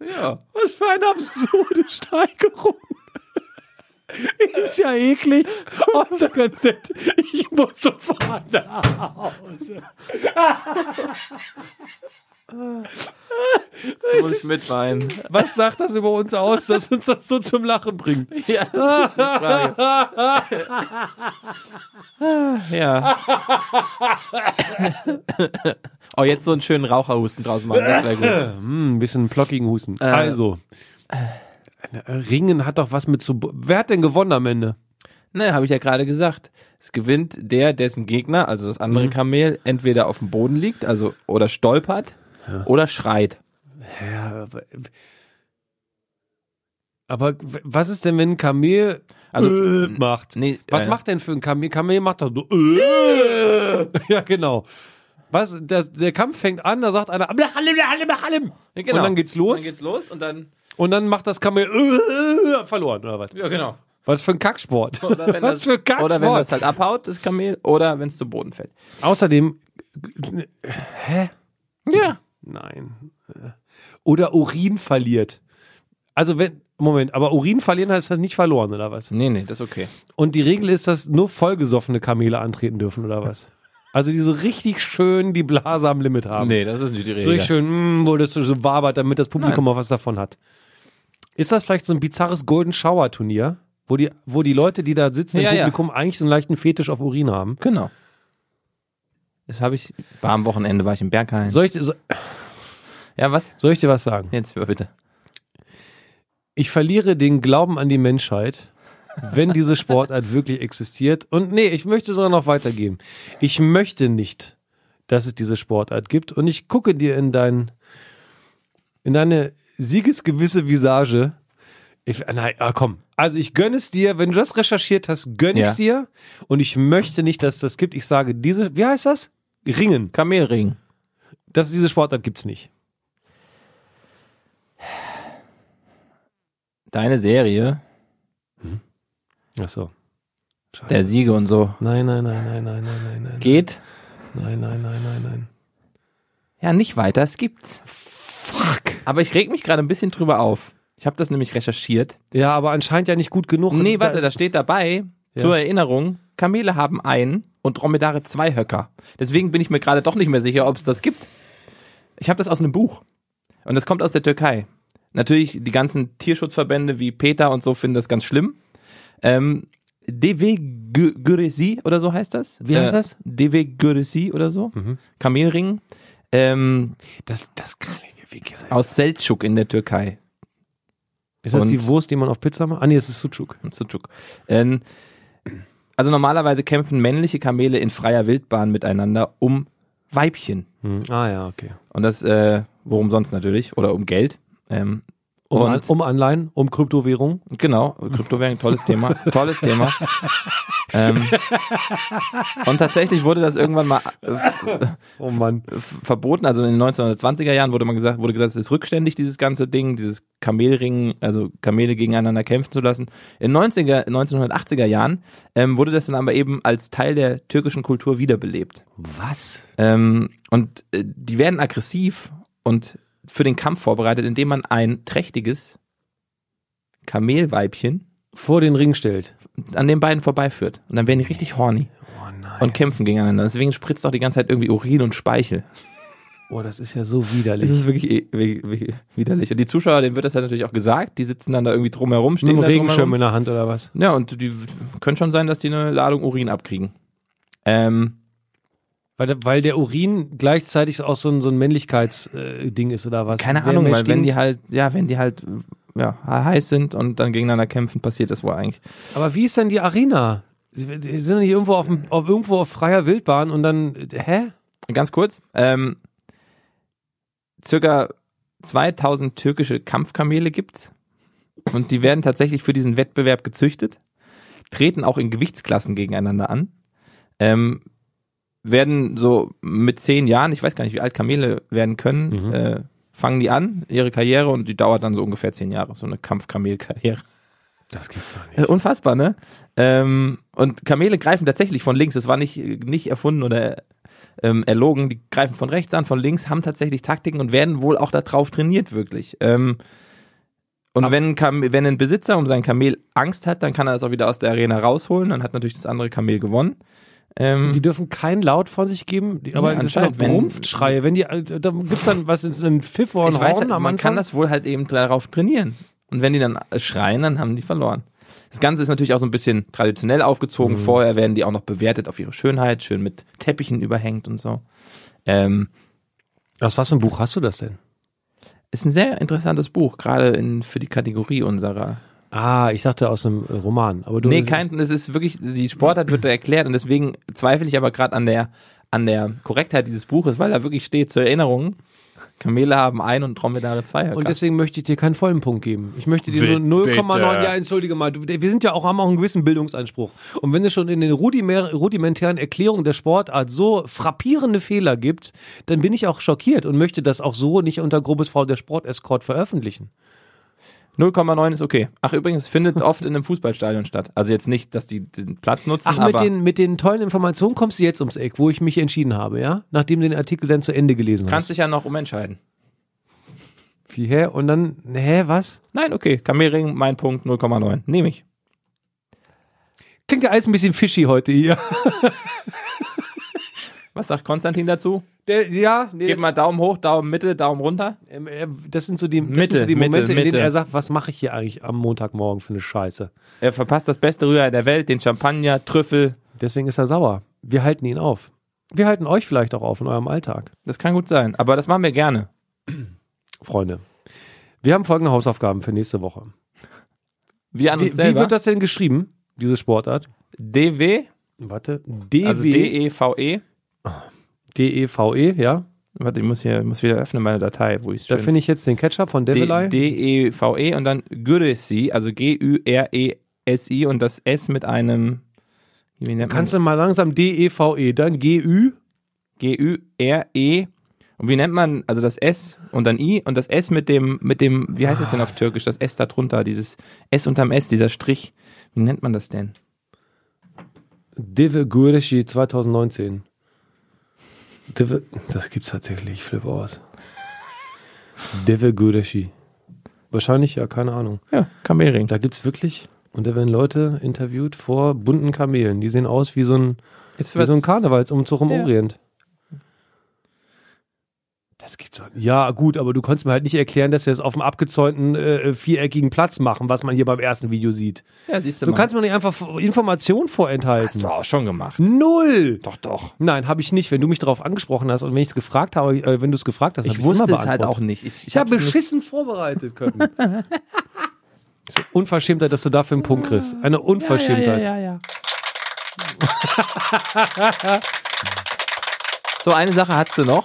Speaker 2: ja.
Speaker 1: Was für eine absurde Steigerung. Ist ja eklig. Und so ganz nett. Ich muss sofort nach Hause.
Speaker 2: Muss ich mitweinen.
Speaker 1: Was sagt das über uns aus, dass uns das so zum Lachen bringt?
Speaker 2: Ja, das ist eine Frage. ja. oh, jetzt so einen schönen Raucherhusten draus machen, das wäre gut.
Speaker 1: Hm, ein bisschen plockigen Husten. also. Ringen hat doch was mit zu. Wer hat denn gewonnen am Ende?
Speaker 2: Ne, habe ich ja gerade gesagt. Es gewinnt der, dessen Gegner, also das andere Kamel, entweder auf dem Boden liegt, also oder stolpert oder schreit.
Speaker 1: Ja, aber, aber was ist denn, wenn ein Kamel
Speaker 2: Also,
Speaker 1: äh, macht?
Speaker 2: nee,
Speaker 1: was
Speaker 2: äh,
Speaker 1: macht denn für ein Kamel? Kamel macht doch nur äh. Ja, genau. Was, das, der Kampf fängt an, da sagt einer, "Blachalim, blachalim, blachalim." und genau. dann geht's los
Speaker 2: Dann geht's los und dann.
Speaker 1: und dann macht das Kamel äh, verloren oder was?
Speaker 2: Ja, genau.
Speaker 1: Was für ein Kacksport.
Speaker 2: Oder wenn,
Speaker 1: was
Speaker 2: das,
Speaker 1: für ein Kacksport.
Speaker 2: oder wenn das halt abhaut, das Kamel, oder wenn es zu Boden fällt.
Speaker 1: Außerdem, hä?
Speaker 2: Ja.
Speaker 1: Nein. Oder Urin verliert. Also wenn, Moment, aber Urin verlieren heißt das nicht verloren, oder was?
Speaker 2: Nee, nee, das ist okay.
Speaker 1: Und die Regel ist, dass nur vollgesoffene Kamele antreten dürfen, oder was? Also die so richtig schön die Blase am Limit haben.
Speaker 2: Nee, das ist nicht die Regel.
Speaker 1: so richtig schön, mm, wo das so wabert, damit das Publikum auch was davon hat. Ist das vielleicht so ein bizarres Golden Shower Turnier, wo die, wo die Leute, die da sitzen
Speaker 2: Ja,
Speaker 1: im
Speaker 2: ja.
Speaker 1: Publikum, eigentlich so einen leichten Fetisch auf Urin haben?
Speaker 2: Genau. Das habe ich, war am Wochenende, war ich im Berghain.
Speaker 1: Soll ich, so-
Speaker 2: Ja, was?
Speaker 1: soll ich dir was sagen?
Speaker 2: Jetzt bitte.
Speaker 1: Ich verliere den Glauben an die Menschheit, wenn diese Sportart wirklich existiert. Und nee, ich möchte sogar noch weitergehen. Ich möchte nicht, dass es diese Sportart gibt. Und ich gucke dir in dein, in deine siegesgewisse Visage. Ich, nein, ah, komm. Also ich gönne es dir, wenn du das recherchiert hast, gönne ich es dir. Und ich möchte nicht, dass es das gibt. Ich sage, diese, wie heißt das? Ringen.
Speaker 2: Kamelring.
Speaker 1: Das, diese Sportart gibt's nicht.
Speaker 2: Deine Serie,
Speaker 1: Ach so.
Speaker 2: der Siege und so.
Speaker 1: Nein, nein, nein, nein, nein, nein, nein, nein.
Speaker 2: Geht?
Speaker 1: Nein, nein, nein, nein, nein.
Speaker 2: Ja, nicht weiter, es gibt's.
Speaker 1: Fuck.
Speaker 2: Aber ich reg mich gerade ein bisschen drüber auf. Ich habe das nämlich recherchiert.
Speaker 1: Ja, aber anscheinend ja nicht gut genug.
Speaker 2: Nee, warte,
Speaker 1: ist-
Speaker 2: da steht dabei,
Speaker 1: Ja.
Speaker 2: zur Erinnerung, Kamele haben einen und Dromedare zwei Höcker. Deswegen bin ich mir gerade doch nicht mehr sicher, ob es das gibt. Ich habe das aus einem Buch. Und das kommt aus der Türkei. Natürlich, die ganzen Tierschutzverbände wie PETA und so finden das ganz schlimm. Ähm, DW Gö- Göresi oder so heißt das. Äh,
Speaker 1: Wie heißt das?
Speaker 2: DW Göresi oder so. Kamelring. Ähm,
Speaker 1: das, das kann ich mir wie gerät.
Speaker 2: aus Selçuk in der Türkei.
Speaker 1: Ist das
Speaker 2: Und-
Speaker 1: die Wurst, die man auf Pizza macht? Ah, nee, das ist Sucuk.
Speaker 2: Sucuk. Ähm, also normalerweise kämpfen männliche Kamele in freier Wildbahn miteinander um Weibchen.
Speaker 1: Hm. Ah, ja, okay.
Speaker 2: Und das, äh, worum sonst natürlich? Oder um Geld. Ähm,
Speaker 1: Um,
Speaker 2: und
Speaker 1: um Anleihen, um Kryptowährung.
Speaker 2: genau, Kryptowährung, tolles Thema. Tolles Thema. ähm, und tatsächlich wurde das irgendwann mal äh, f-
Speaker 1: Oh Mann.
Speaker 2: f- verboten. Also in den 1920er Jahren wurde man gesagt, wurde gesagt, es ist rückständig, dieses ganze Ding, dieses Kamelringen, also Kamele gegeneinander kämpfen zu lassen. In 90er, 1980er Jahren ähm, wurde das dann aber eben als Teil der türkischen Kultur wiederbelebt.
Speaker 1: Was?
Speaker 2: Ähm, und äh, die werden aggressiv und für den Kampf vorbereitet, indem man ein trächtiges Kamelweibchen
Speaker 1: Vor den Ring stellt.
Speaker 2: an den beiden vorbeiführt. Und dann werden die richtig horny
Speaker 1: Oh nein.
Speaker 2: und kämpfen gegeneinander. Deswegen spritzt auch die ganze Zeit irgendwie Urin und Speichel.
Speaker 1: oh, das ist ja so
Speaker 2: Es
Speaker 1: widerlich.
Speaker 2: ist wirklich eh- wi- wi- widerlich. Und die Zuschauer, denen wird das ja natürlich auch gesagt. Die sitzen dann da irgendwie drumherum,
Speaker 1: Mit
Speaker 2: stehen
Speaker 1: einem
Speaker 2: da
Speaker 1: Regenschirm
Speaker 2: drumherum.
Speaker 1: in der Hand oder was?
Speaker 2: Ja, und die können schon sein, dass die eine Ladung Urin abkriegen. Ähm,
Speaker 1: Weil, der- weil der Urin gleichzeitig auch so ein, so ein Männlichkeitsding äh, Ding ist oder was?
Speaker 2: Keine
Speaker 1: Wer
Speaker 2: Ahnung,
Speaker 1: mehr
Speaker 2: weil wenn
Speaker 1: stinkt.
Speaker 2: die halt, ja, wenn die halt ja, heiß sind und dann gegeneinander kämpfen, passiert das wohl eigentlich.
Speaker 1: Aber wie ist denn die Arena? Sie- Die sind doch nicht irgendwo auf, dem, auf irgendwo auf freier Wildbahn und dann äh, hä?
Speaker 2: Ganz kurz, ähm, circa 2000 türkische Kampfkamele gibt's und die werden tatsächlich für diesen Wettbewerb gezüchtet, treten auch in Gewichtsklassen gegeneinander an, ähm, werden so mit zehn Jahren, ich weiß gar nicht, wie alt Kamele werden können,
Speaker 1: Mhm.
Speaker 2: äh, fangen die an, ihre Karriere und die dauert dann so ungefähr zehn Jahre, so eine Kampfkamelkarriere.
Speaker 1: Das gibt's doch nicht.
Speaker 2: Äh, Unfassbar, ne? Ähm, und Kamele greifen tatsächlich von links. Das war nicht, nicht erfunden oder ähm, erlogen. Die greifen von rechts an, von links, haben tatsächlich Taktiken und werden wohl auch darauf trainiert, wirklich. Ähm, und wenn, ein Kam wenn ein Besitzer um sein Kamel Angst hat, dann kann er das auch wieder aus der Arena rausholen. Dann hat natürlich das andere Kamel gewonnen. Ähm,
Speaker 1: Die dürfen kein Laut von sich geben, die, aber
Speaker 2: Ja,
Speaker 1: das sind doch
Speaker 2: anscheinend, wenn-
Speaker 1: Brumpfschreie. Wenn die, äh, da gibt's dann was, ist ein Pfiff oder ein
Speaker 2: ich weiß,
Speaker 1: Horn
Speaker 2: halt,
Speaker 1: am
Speaker 2: man kann
Speaker 1: Anfang?
Speaker 2: das wohl halt eben darauf trainieren. Und wenn die dann äh, schreien, dann haben die verloren. Das Ganze ist natürlich auch so ein bisschen traditionell aufgezogen.
Speaker 1: Mhm.
Speaker 2: Vorher werden die auch noch bewertet auf ihre Schönheit, schön mit Teppichen überhängt und so. Ähm,
Speaker 1: Aus was für ein Buch hast du das denn?
Speaker 2: ist ein sehr interessantes Buch, gerade in, für die Kategorie unserer.
Speaker 1: Ah, ich dachte aus einem äh, Roman. Aber du,
Speaker 2: Nee, kein, es ist wirklich, die Sportart wird da erklärt und deswegen zweifle ich aber gerade an der, an der Korrektheit dieses Buches, weil da wirklich steht, zur Erinnerung, Kamele haben ein und Dromedare zwei. Herr
Speaker 1: Und
Speaker 2: Kass.
Speaker 1: deswegen möchte ich dir keinen vollen Punkt geben. Ich möchte dir
Speaker 2: Bitte.
Speaker 1: nur 0,9. Ja, entschuldige mal. Du, wir sind ja auch, haben auch einen gewissen Bildungsanspruch. Und wenn es schon in den rudimer, rudimentären Erklärungen der Sportart so frappierende Fehler gibt, dann bin ich auch schockiert und möchte das auch so nicht unter grobes V der Sportescort veröffentlichen.
Speaker 2: 0,9 ist okay. Ach, übrigens, findet oft in einem Fußballstadion statt. Also jetzt nicht, dass die den Platz nutzen,
Speaker 1: Ach, mit
Speaker 2: aber
Speaker 1: den, mit den tollen Informationen kommst du jetzt ums Eck, wo ich mich entschieden habe, ja? Nachdem du den Artikel dann zu Ende gelesen
Speaker 2: kannst dich ja noch umentscheiden.
Speaker 1: hast. Wie, hä? Und dann, hä, was?
Speaker 2: Nein, okay. Kamelring, mein Punkt, 0,9. Nehme ich.
Speaker 1: Klingt ja alles ein bisschen fishy heute hier.
Speaker 2: Was sagt Konstantin dazu?
Speaker 1: Der, ja, nee,
Speaker 2: Gebt
Speaker 1: das,
Speaker 2: mal Daumen hoch, Daumen Mitte, Daumen runter.
Speaker 1: ähm, äh, das sind so die, das
Speaker 2: Mitte,
Speaker 1: sind so die
Speaker 2: Mitte,
Speaker 1: Momente, in
Speaker 2: Mitte.
Speaker 1: denen er sagt, was mache ich hier eigentlich am Montagmorgen für eine Scheiße?
Speaker 2: Er verpasst das beste Rührei der Welt, den Champagner, Trüffel.
Speaker 1: Deswegen ist er sauer. Wir halten ihn auf. Wir halten euch vielleicht auch auf in eurem Alltag,
Speaker 2: Das kann gut sein, aber das machen wir gerne.
Speaker 1: Freunde. Wir haben folgende Hausaufgaben für nächste Woche.
Speaker 2: Wir an
Speaker 1: Wie,
Speaker 2: uns
Speaker 1: wie
Speaker 2: selber.
Speaker 1: wird das denn geschrieben, diese Sportart?
Speaker 2: DW,
Speaker 1: Warte, DW,
Speaker 2: also D-E-V-E.
Speaker 1: DEVE, E ja?
Speaker 2: Warte, ich muss hier, ich muss wieder öffnen meine Datei, wo ich es
Speaker 1: Da finde ich jetzt den Ketchup von Devilei.
Speaker 2: D-E-V-E E und dann Güresi, also G-Ü-R-E-S-I und das S mit einem wie nennt
Speaker 1: Kannst du mal langsam DEVE, E, dann GÜ.
Speaker 2: G-Ü-R-E und wie nennt man, also das S und dann I und das S mit dem, mit dem, wie heißt das denn auf Türkisch, das S da drunter, dieses S unterm S, dieser Strich, wie nennt man das denn?
Speaker 1: Deve Gureshi 2019. Deve, das gibt's tatsächlich, ich flippe aus. Deve Gureshi. Wahrscheinlich, ja, keine Ahnung.
Speaker 2: Ja, Kamelring.
Speaker 1: Da gibt's wirklich, und da werden Leute interviewt vor bunten Kamelen. Die sehen aus wie so ein,
Speaker 2: Ist
Speaker 1: wie so ein Karnevalsumzug im
Speaker 2: Ja.
Speaker 1: Orient. Das gibt's doch nicht. Ja, gut, aber du konntest mir halt nicht erklären, dass wir das auf dem abgezäunten äh, viereckigen Platz machen, was man hier beim ersten Video sieht.
Speaker 2: ja, siehst
Speaker 1: Du kannst mir nicht einfach F- Informationen
Speaker 2: Hast
Speaker 1: vorenthalten.
Speaker 2: du auch schon gemacht.
Speaker 1: Null!
Speaker 2: Doch, doch.
Speaker 1: Nein, habe ich nicht. Wenn du mich darauf angesprochen hast und wenn ich es gefragt habe, äh, wenn du es gefragt hast, habe
Speaker 2: Ich
Speaker 1: ich
Speaker 2: wusste
Speaker 1: immer
Speaker 2: es halt
Speaker 1: beantwortet.
Speaker 2: auch nicht. Ich,
Speaker 1: Ich habe
Speaker 2: hab's nicht-
Speaker 1: beschissen vorbereitet können. Ist ja Unverschämter, dass du dafür einen Punkt kriegst. Eine Unverschämtheit.
Speaker 2: Ja, ja, ja, ja. so, eine Sache hattest du noch.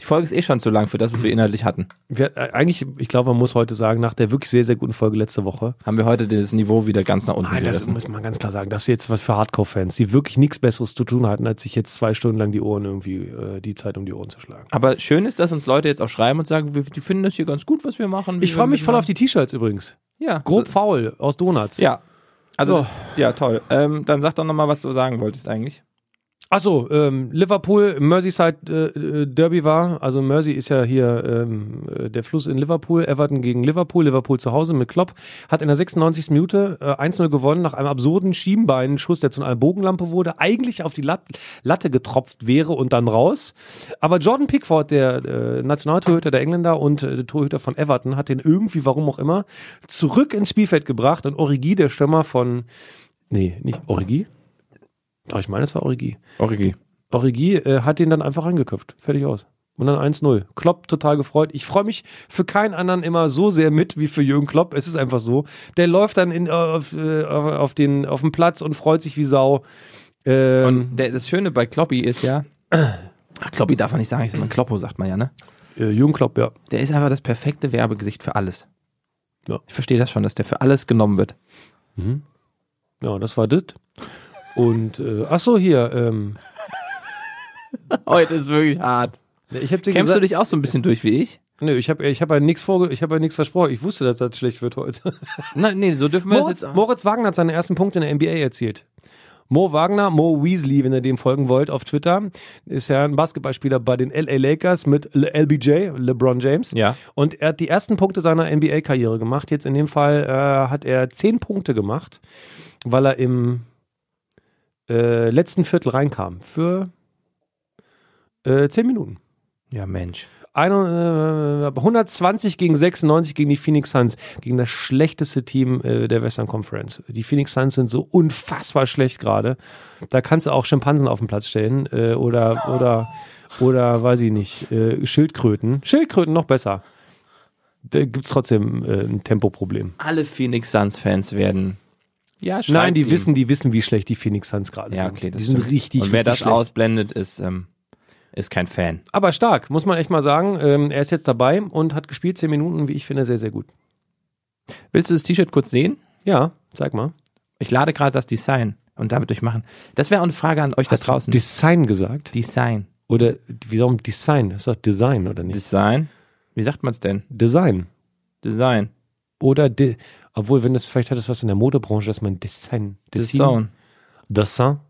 Speaker 2: Die Folge ist eh schon zu lang für das, was wir inhaltlich hatten.
Speaker 1: Wir, äh, eigentlich, ich glaube, man muss heute sagen, nach der wirklich sehr, sehr guten Folge letzte Woche,
Speaker 2: Haben wir heute das Niveau wieder ganz nach unten
Speaker 1: Nein, das
Speaker 2: gerissen.
Speaker 1: muss man ganz klar sagen. Das ist jetzt was für Hardcore-Fans, die wirklich nichts Besseres zu tun hatten, als sich jetzt zwei Stunden lang die Ohren irgendwie, äh, die Zeit um die Ohren zu schlagen.
Speaker 2: Aber schön ist, dass uns Leute jetzt auch schreiben und sagen, wir, die finden das hier ganz gut, was wir machen. wie
Speaker 1: Ich freue
Speaker 2: wir
Speaker 1: mich voll auf
Speaker 2: mitmachen.
Speaker 1: die T-Shirts übrigens.
Speaker 2: Ja,
Speaker 1: Grob
Speaker 2: So,
Speaker 1: faul aus Donuts.
Speaker 2: ja. Also,
Speaker 1: So.
Speaker 2: das, ja, toll. Ähm, dann sag doch nochmal, was du sagen wolltest eigentlich.
Speaker 1: Achso, ähm, Liverpool, Merseyside äh, äh, Derby war. Also Mersey ist ja hier ähm, äh, der Fluss in Liverpool. Everton gegen Liverpool. Liverpool zu Hause mit Klopp. Hat in der 96. Minute äh, 1-0 gewonnen nach einem absurden Schienbeinenschuss, der zu einer Bogenlampe wurde. Eigentlich auf die Lat Latte getropft wäre und dann raus. Aber Jordan Pickford, der äh, Nationaltorhüter der Engländer und äh, der Torhüter von Everton, hat den irgendwie, warum auch immer, zurück ins Spielfeld gebracht. Und Origi, der Stürmer von... Nee, nicht Origi. Doch, ich meine, es war Origi.
Speaker 2: Origi.
Speaker 1: Origi äh, hat den dann einfach reingeköpft. Fertig aus. Und dann 1-0. Klopp total gefreut. Ich freue mich für keinen anderen immer so sehr mit wie für Jürgen Klopp. Es ist einfach so. Der läuft dann in, äh, auf, äh, auf, den, auf den Platz und freut sich wie Sau. Ähm,
Speaker 2: Und der, das Schöne bei Kloppi ist ja, ach, Kloppi darf man nicht sagen, ich sag mal Kloppo sagt man ja, ne?
Speaker 1: äh, Jürgen Klopp, ja.
Speaker 2: Der ist einfach das perfekte Werbegesicht für alles.
Speaker 1: Ja.
Speaker 2: Ich verstehe das schon, dass der für alles genommen wird.
Speaker 1: Ja, das war das. Und äh, ach so hier, ähm,
Speaker 2: Heute ist wirklich hart.
Speaker 1: ich habe dir
Speaker 2: Kämpfst du
Speaker 1: gesagt,
Speaker 2: dich auch so ein bisschen durch wie ich?
Speaker 1: nö, ich habe ich habe ja nichts vorge ich habe ja nichts versprochen. Ich wusste, dass das schlecht wird heute.
Speaker 2: Nein, nee, so dürfen wir das
Speaker 1: Moritz,
Speaker 2: jetzt auch.
Speaker 1: Moritz Wagner hat seinen ersten Punkt in der NBA erzielt. Mo Wagner, Mo Weasley, wenn ihr dem folgen wollt auf Twitter, ist ja ein Basketballspieler bei den LA Lakers mit Le- LBJ, LeBron James.
Speaker 2: Ja.
Speaker 1: Und er hat die ersten Punkte seiner NBA-Karriere gemacht. Jetzt in dem Fall äh, hat er zehn Punkte gemacht, weil er im äh, letzten Viertel reinkam für äh, zehn Minuten.
Speaker 2: Ja, Mensch.
Speaker 1: Ein- äh, 120 gegen 96 gegen die Phoenix Suns, gegen das schlechteste Team äh, der Western Conference. Die Phoenix Suns sind so unfassbar schlecht gerade. Da kannst du auch Schimpansen auf den Platz stellen äh, oder, oder, oder weiß ich nicht, äh, Schildkröten. Schildkröten noch besser. Da gibt es trotzdem äh, ein Tempoproblem.
Speaker 2: Alle Phoenix Suns-Fans werden. Ja, schreibt
Speaker 1: Nein, die
Speaker 2: ihm.
Speaker 1: wissen, die wissen, wie schlecht die Phoenix Suns gerade
Speaker 2: Ja,
Speaker 1: sind.
Speaker 2: okay, das
Speaker 1: die sind
Speaker 2: stimmt.
Speaker 1: richtig,
Speaker 2: Und wer
Speaker 1: richtig
Speaker 2: das
Speaker 1: schlecht.
Speaker 2: ausblendet, ist, ähm, ist kein Fan.
Speaker 1: Aber stark, muss man echt mal sagen. Ähm, er ist jetzt dabei und hat gespielt 10 Minuten, wie ich finde, sehr, sehr gut.
Speaker 2: Willst du das T-Shirt kurz sehen?
Speaker 1: Ja, sag mal.
Speaker 2: Ich lade gerade das Design und damit durchmachen. Das wäre auch eine Frage an euch
Speaker 1: Hast
Speaker 2: da draußen.
Speaker 1: Du Design gesagt?
Speaker 2: Design.
Speaker 1: Oder wie sagen Design? Das ist doch Design, oder nicht?
Speaker 2: Design? Wie sagt man es denn?
Speaker 1: Design.
Speaker 2: Design.
Speaker 1: Oder de obwohl, wenn das vielleicht hat das was in der Modebranche, dass man Design, Design,
Speaker 2: Design.
Speaker 1: Design,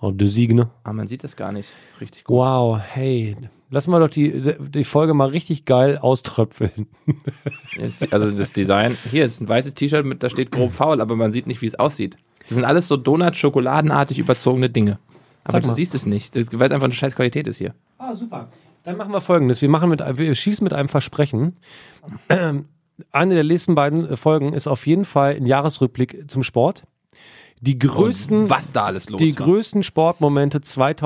Speaker 1: oh, Designe.
Speaker 2: Aber man sieht das gar nicht richtig gut.
Speaker 1: Wow, hey, lass mal doch die, die Folge mal richtig geil auströpfeln.
Speaker 2: Es- Also das Design. Hier ist ein weißes T-Shirt mit, da steht grob faul, aber man sieht nicht, wie es aussieht. Das sind alles so Donut-Schokoladenartig überzogene Dinge. Aber
Speaker 1: Sag
Speaker 2: du
Speaker 1: mal.
Speaker 2: siehst es nicht, das- weil es einfach eine scheiß Qualität ist hier.
Speaker 1: Ah, super. Dann machen wir folgendes. Wir, machen mit, wir schießen mit einem Versprechen. Ähm, Eine der nächsten beiden äh, Folgen ist auf jeden Fall ein Jahresrückblick zum Sport. Die größten,
Speaker 2: was da alles los ne?
Speaker 1: die
Speaker 2: war.
Speaker 1: größten Sportmomente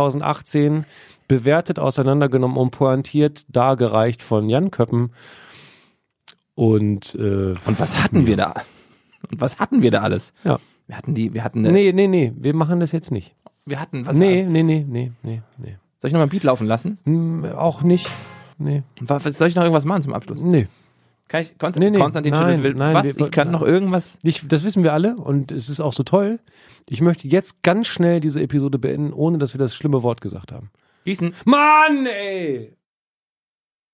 Speaker 1: 2018 bewertet, auseinandergenommen und pointiert dargereicht von Jan Köppen. Und äh,
Speaker 2: Und was hatten wir da? Und was hatten wir da alles?
Speaker 1: Ja.
Speaker 2: Wir hatten die, wir hatten, eine,
Speaker 1: nee, nee, nee, wir machen das jetzt nicht.
Speaker 2: wir hatten was?
Speaker 1: Nee, nee, nee, nee, nee, nee.
Speaker 2: Soll ich noch mal ein Beat laufen lassen?
Speaker 1: Hm, auch nicht. Nee,
Speaker 2: Was, soll ich noch irgendwas machen zum Abschluss?
Speaker 1: nee.
Speaker 2: Kann ich Konst
Speaker 1: Nee, nee,
Speaker 2: Konstantin
Speaker 1: nein,
Speaker 2: schüttelt wild.
Speaker 1: nein,
Speaker 2: was?
Speaker 1: wir
Speaker 2: ich
Speaker 1: wollten-
Speaker 2: kann noch irgendwas?
Speaker 1: Ich, das wissen wir alle und es ist auch so toll. Ich möchte jetzt ganz schnell diese Episode beenden, ohne dass wir das schlimme Wort gesagt haben.
Speaker 2: Gießen.
Speaker 1: Mann, ey!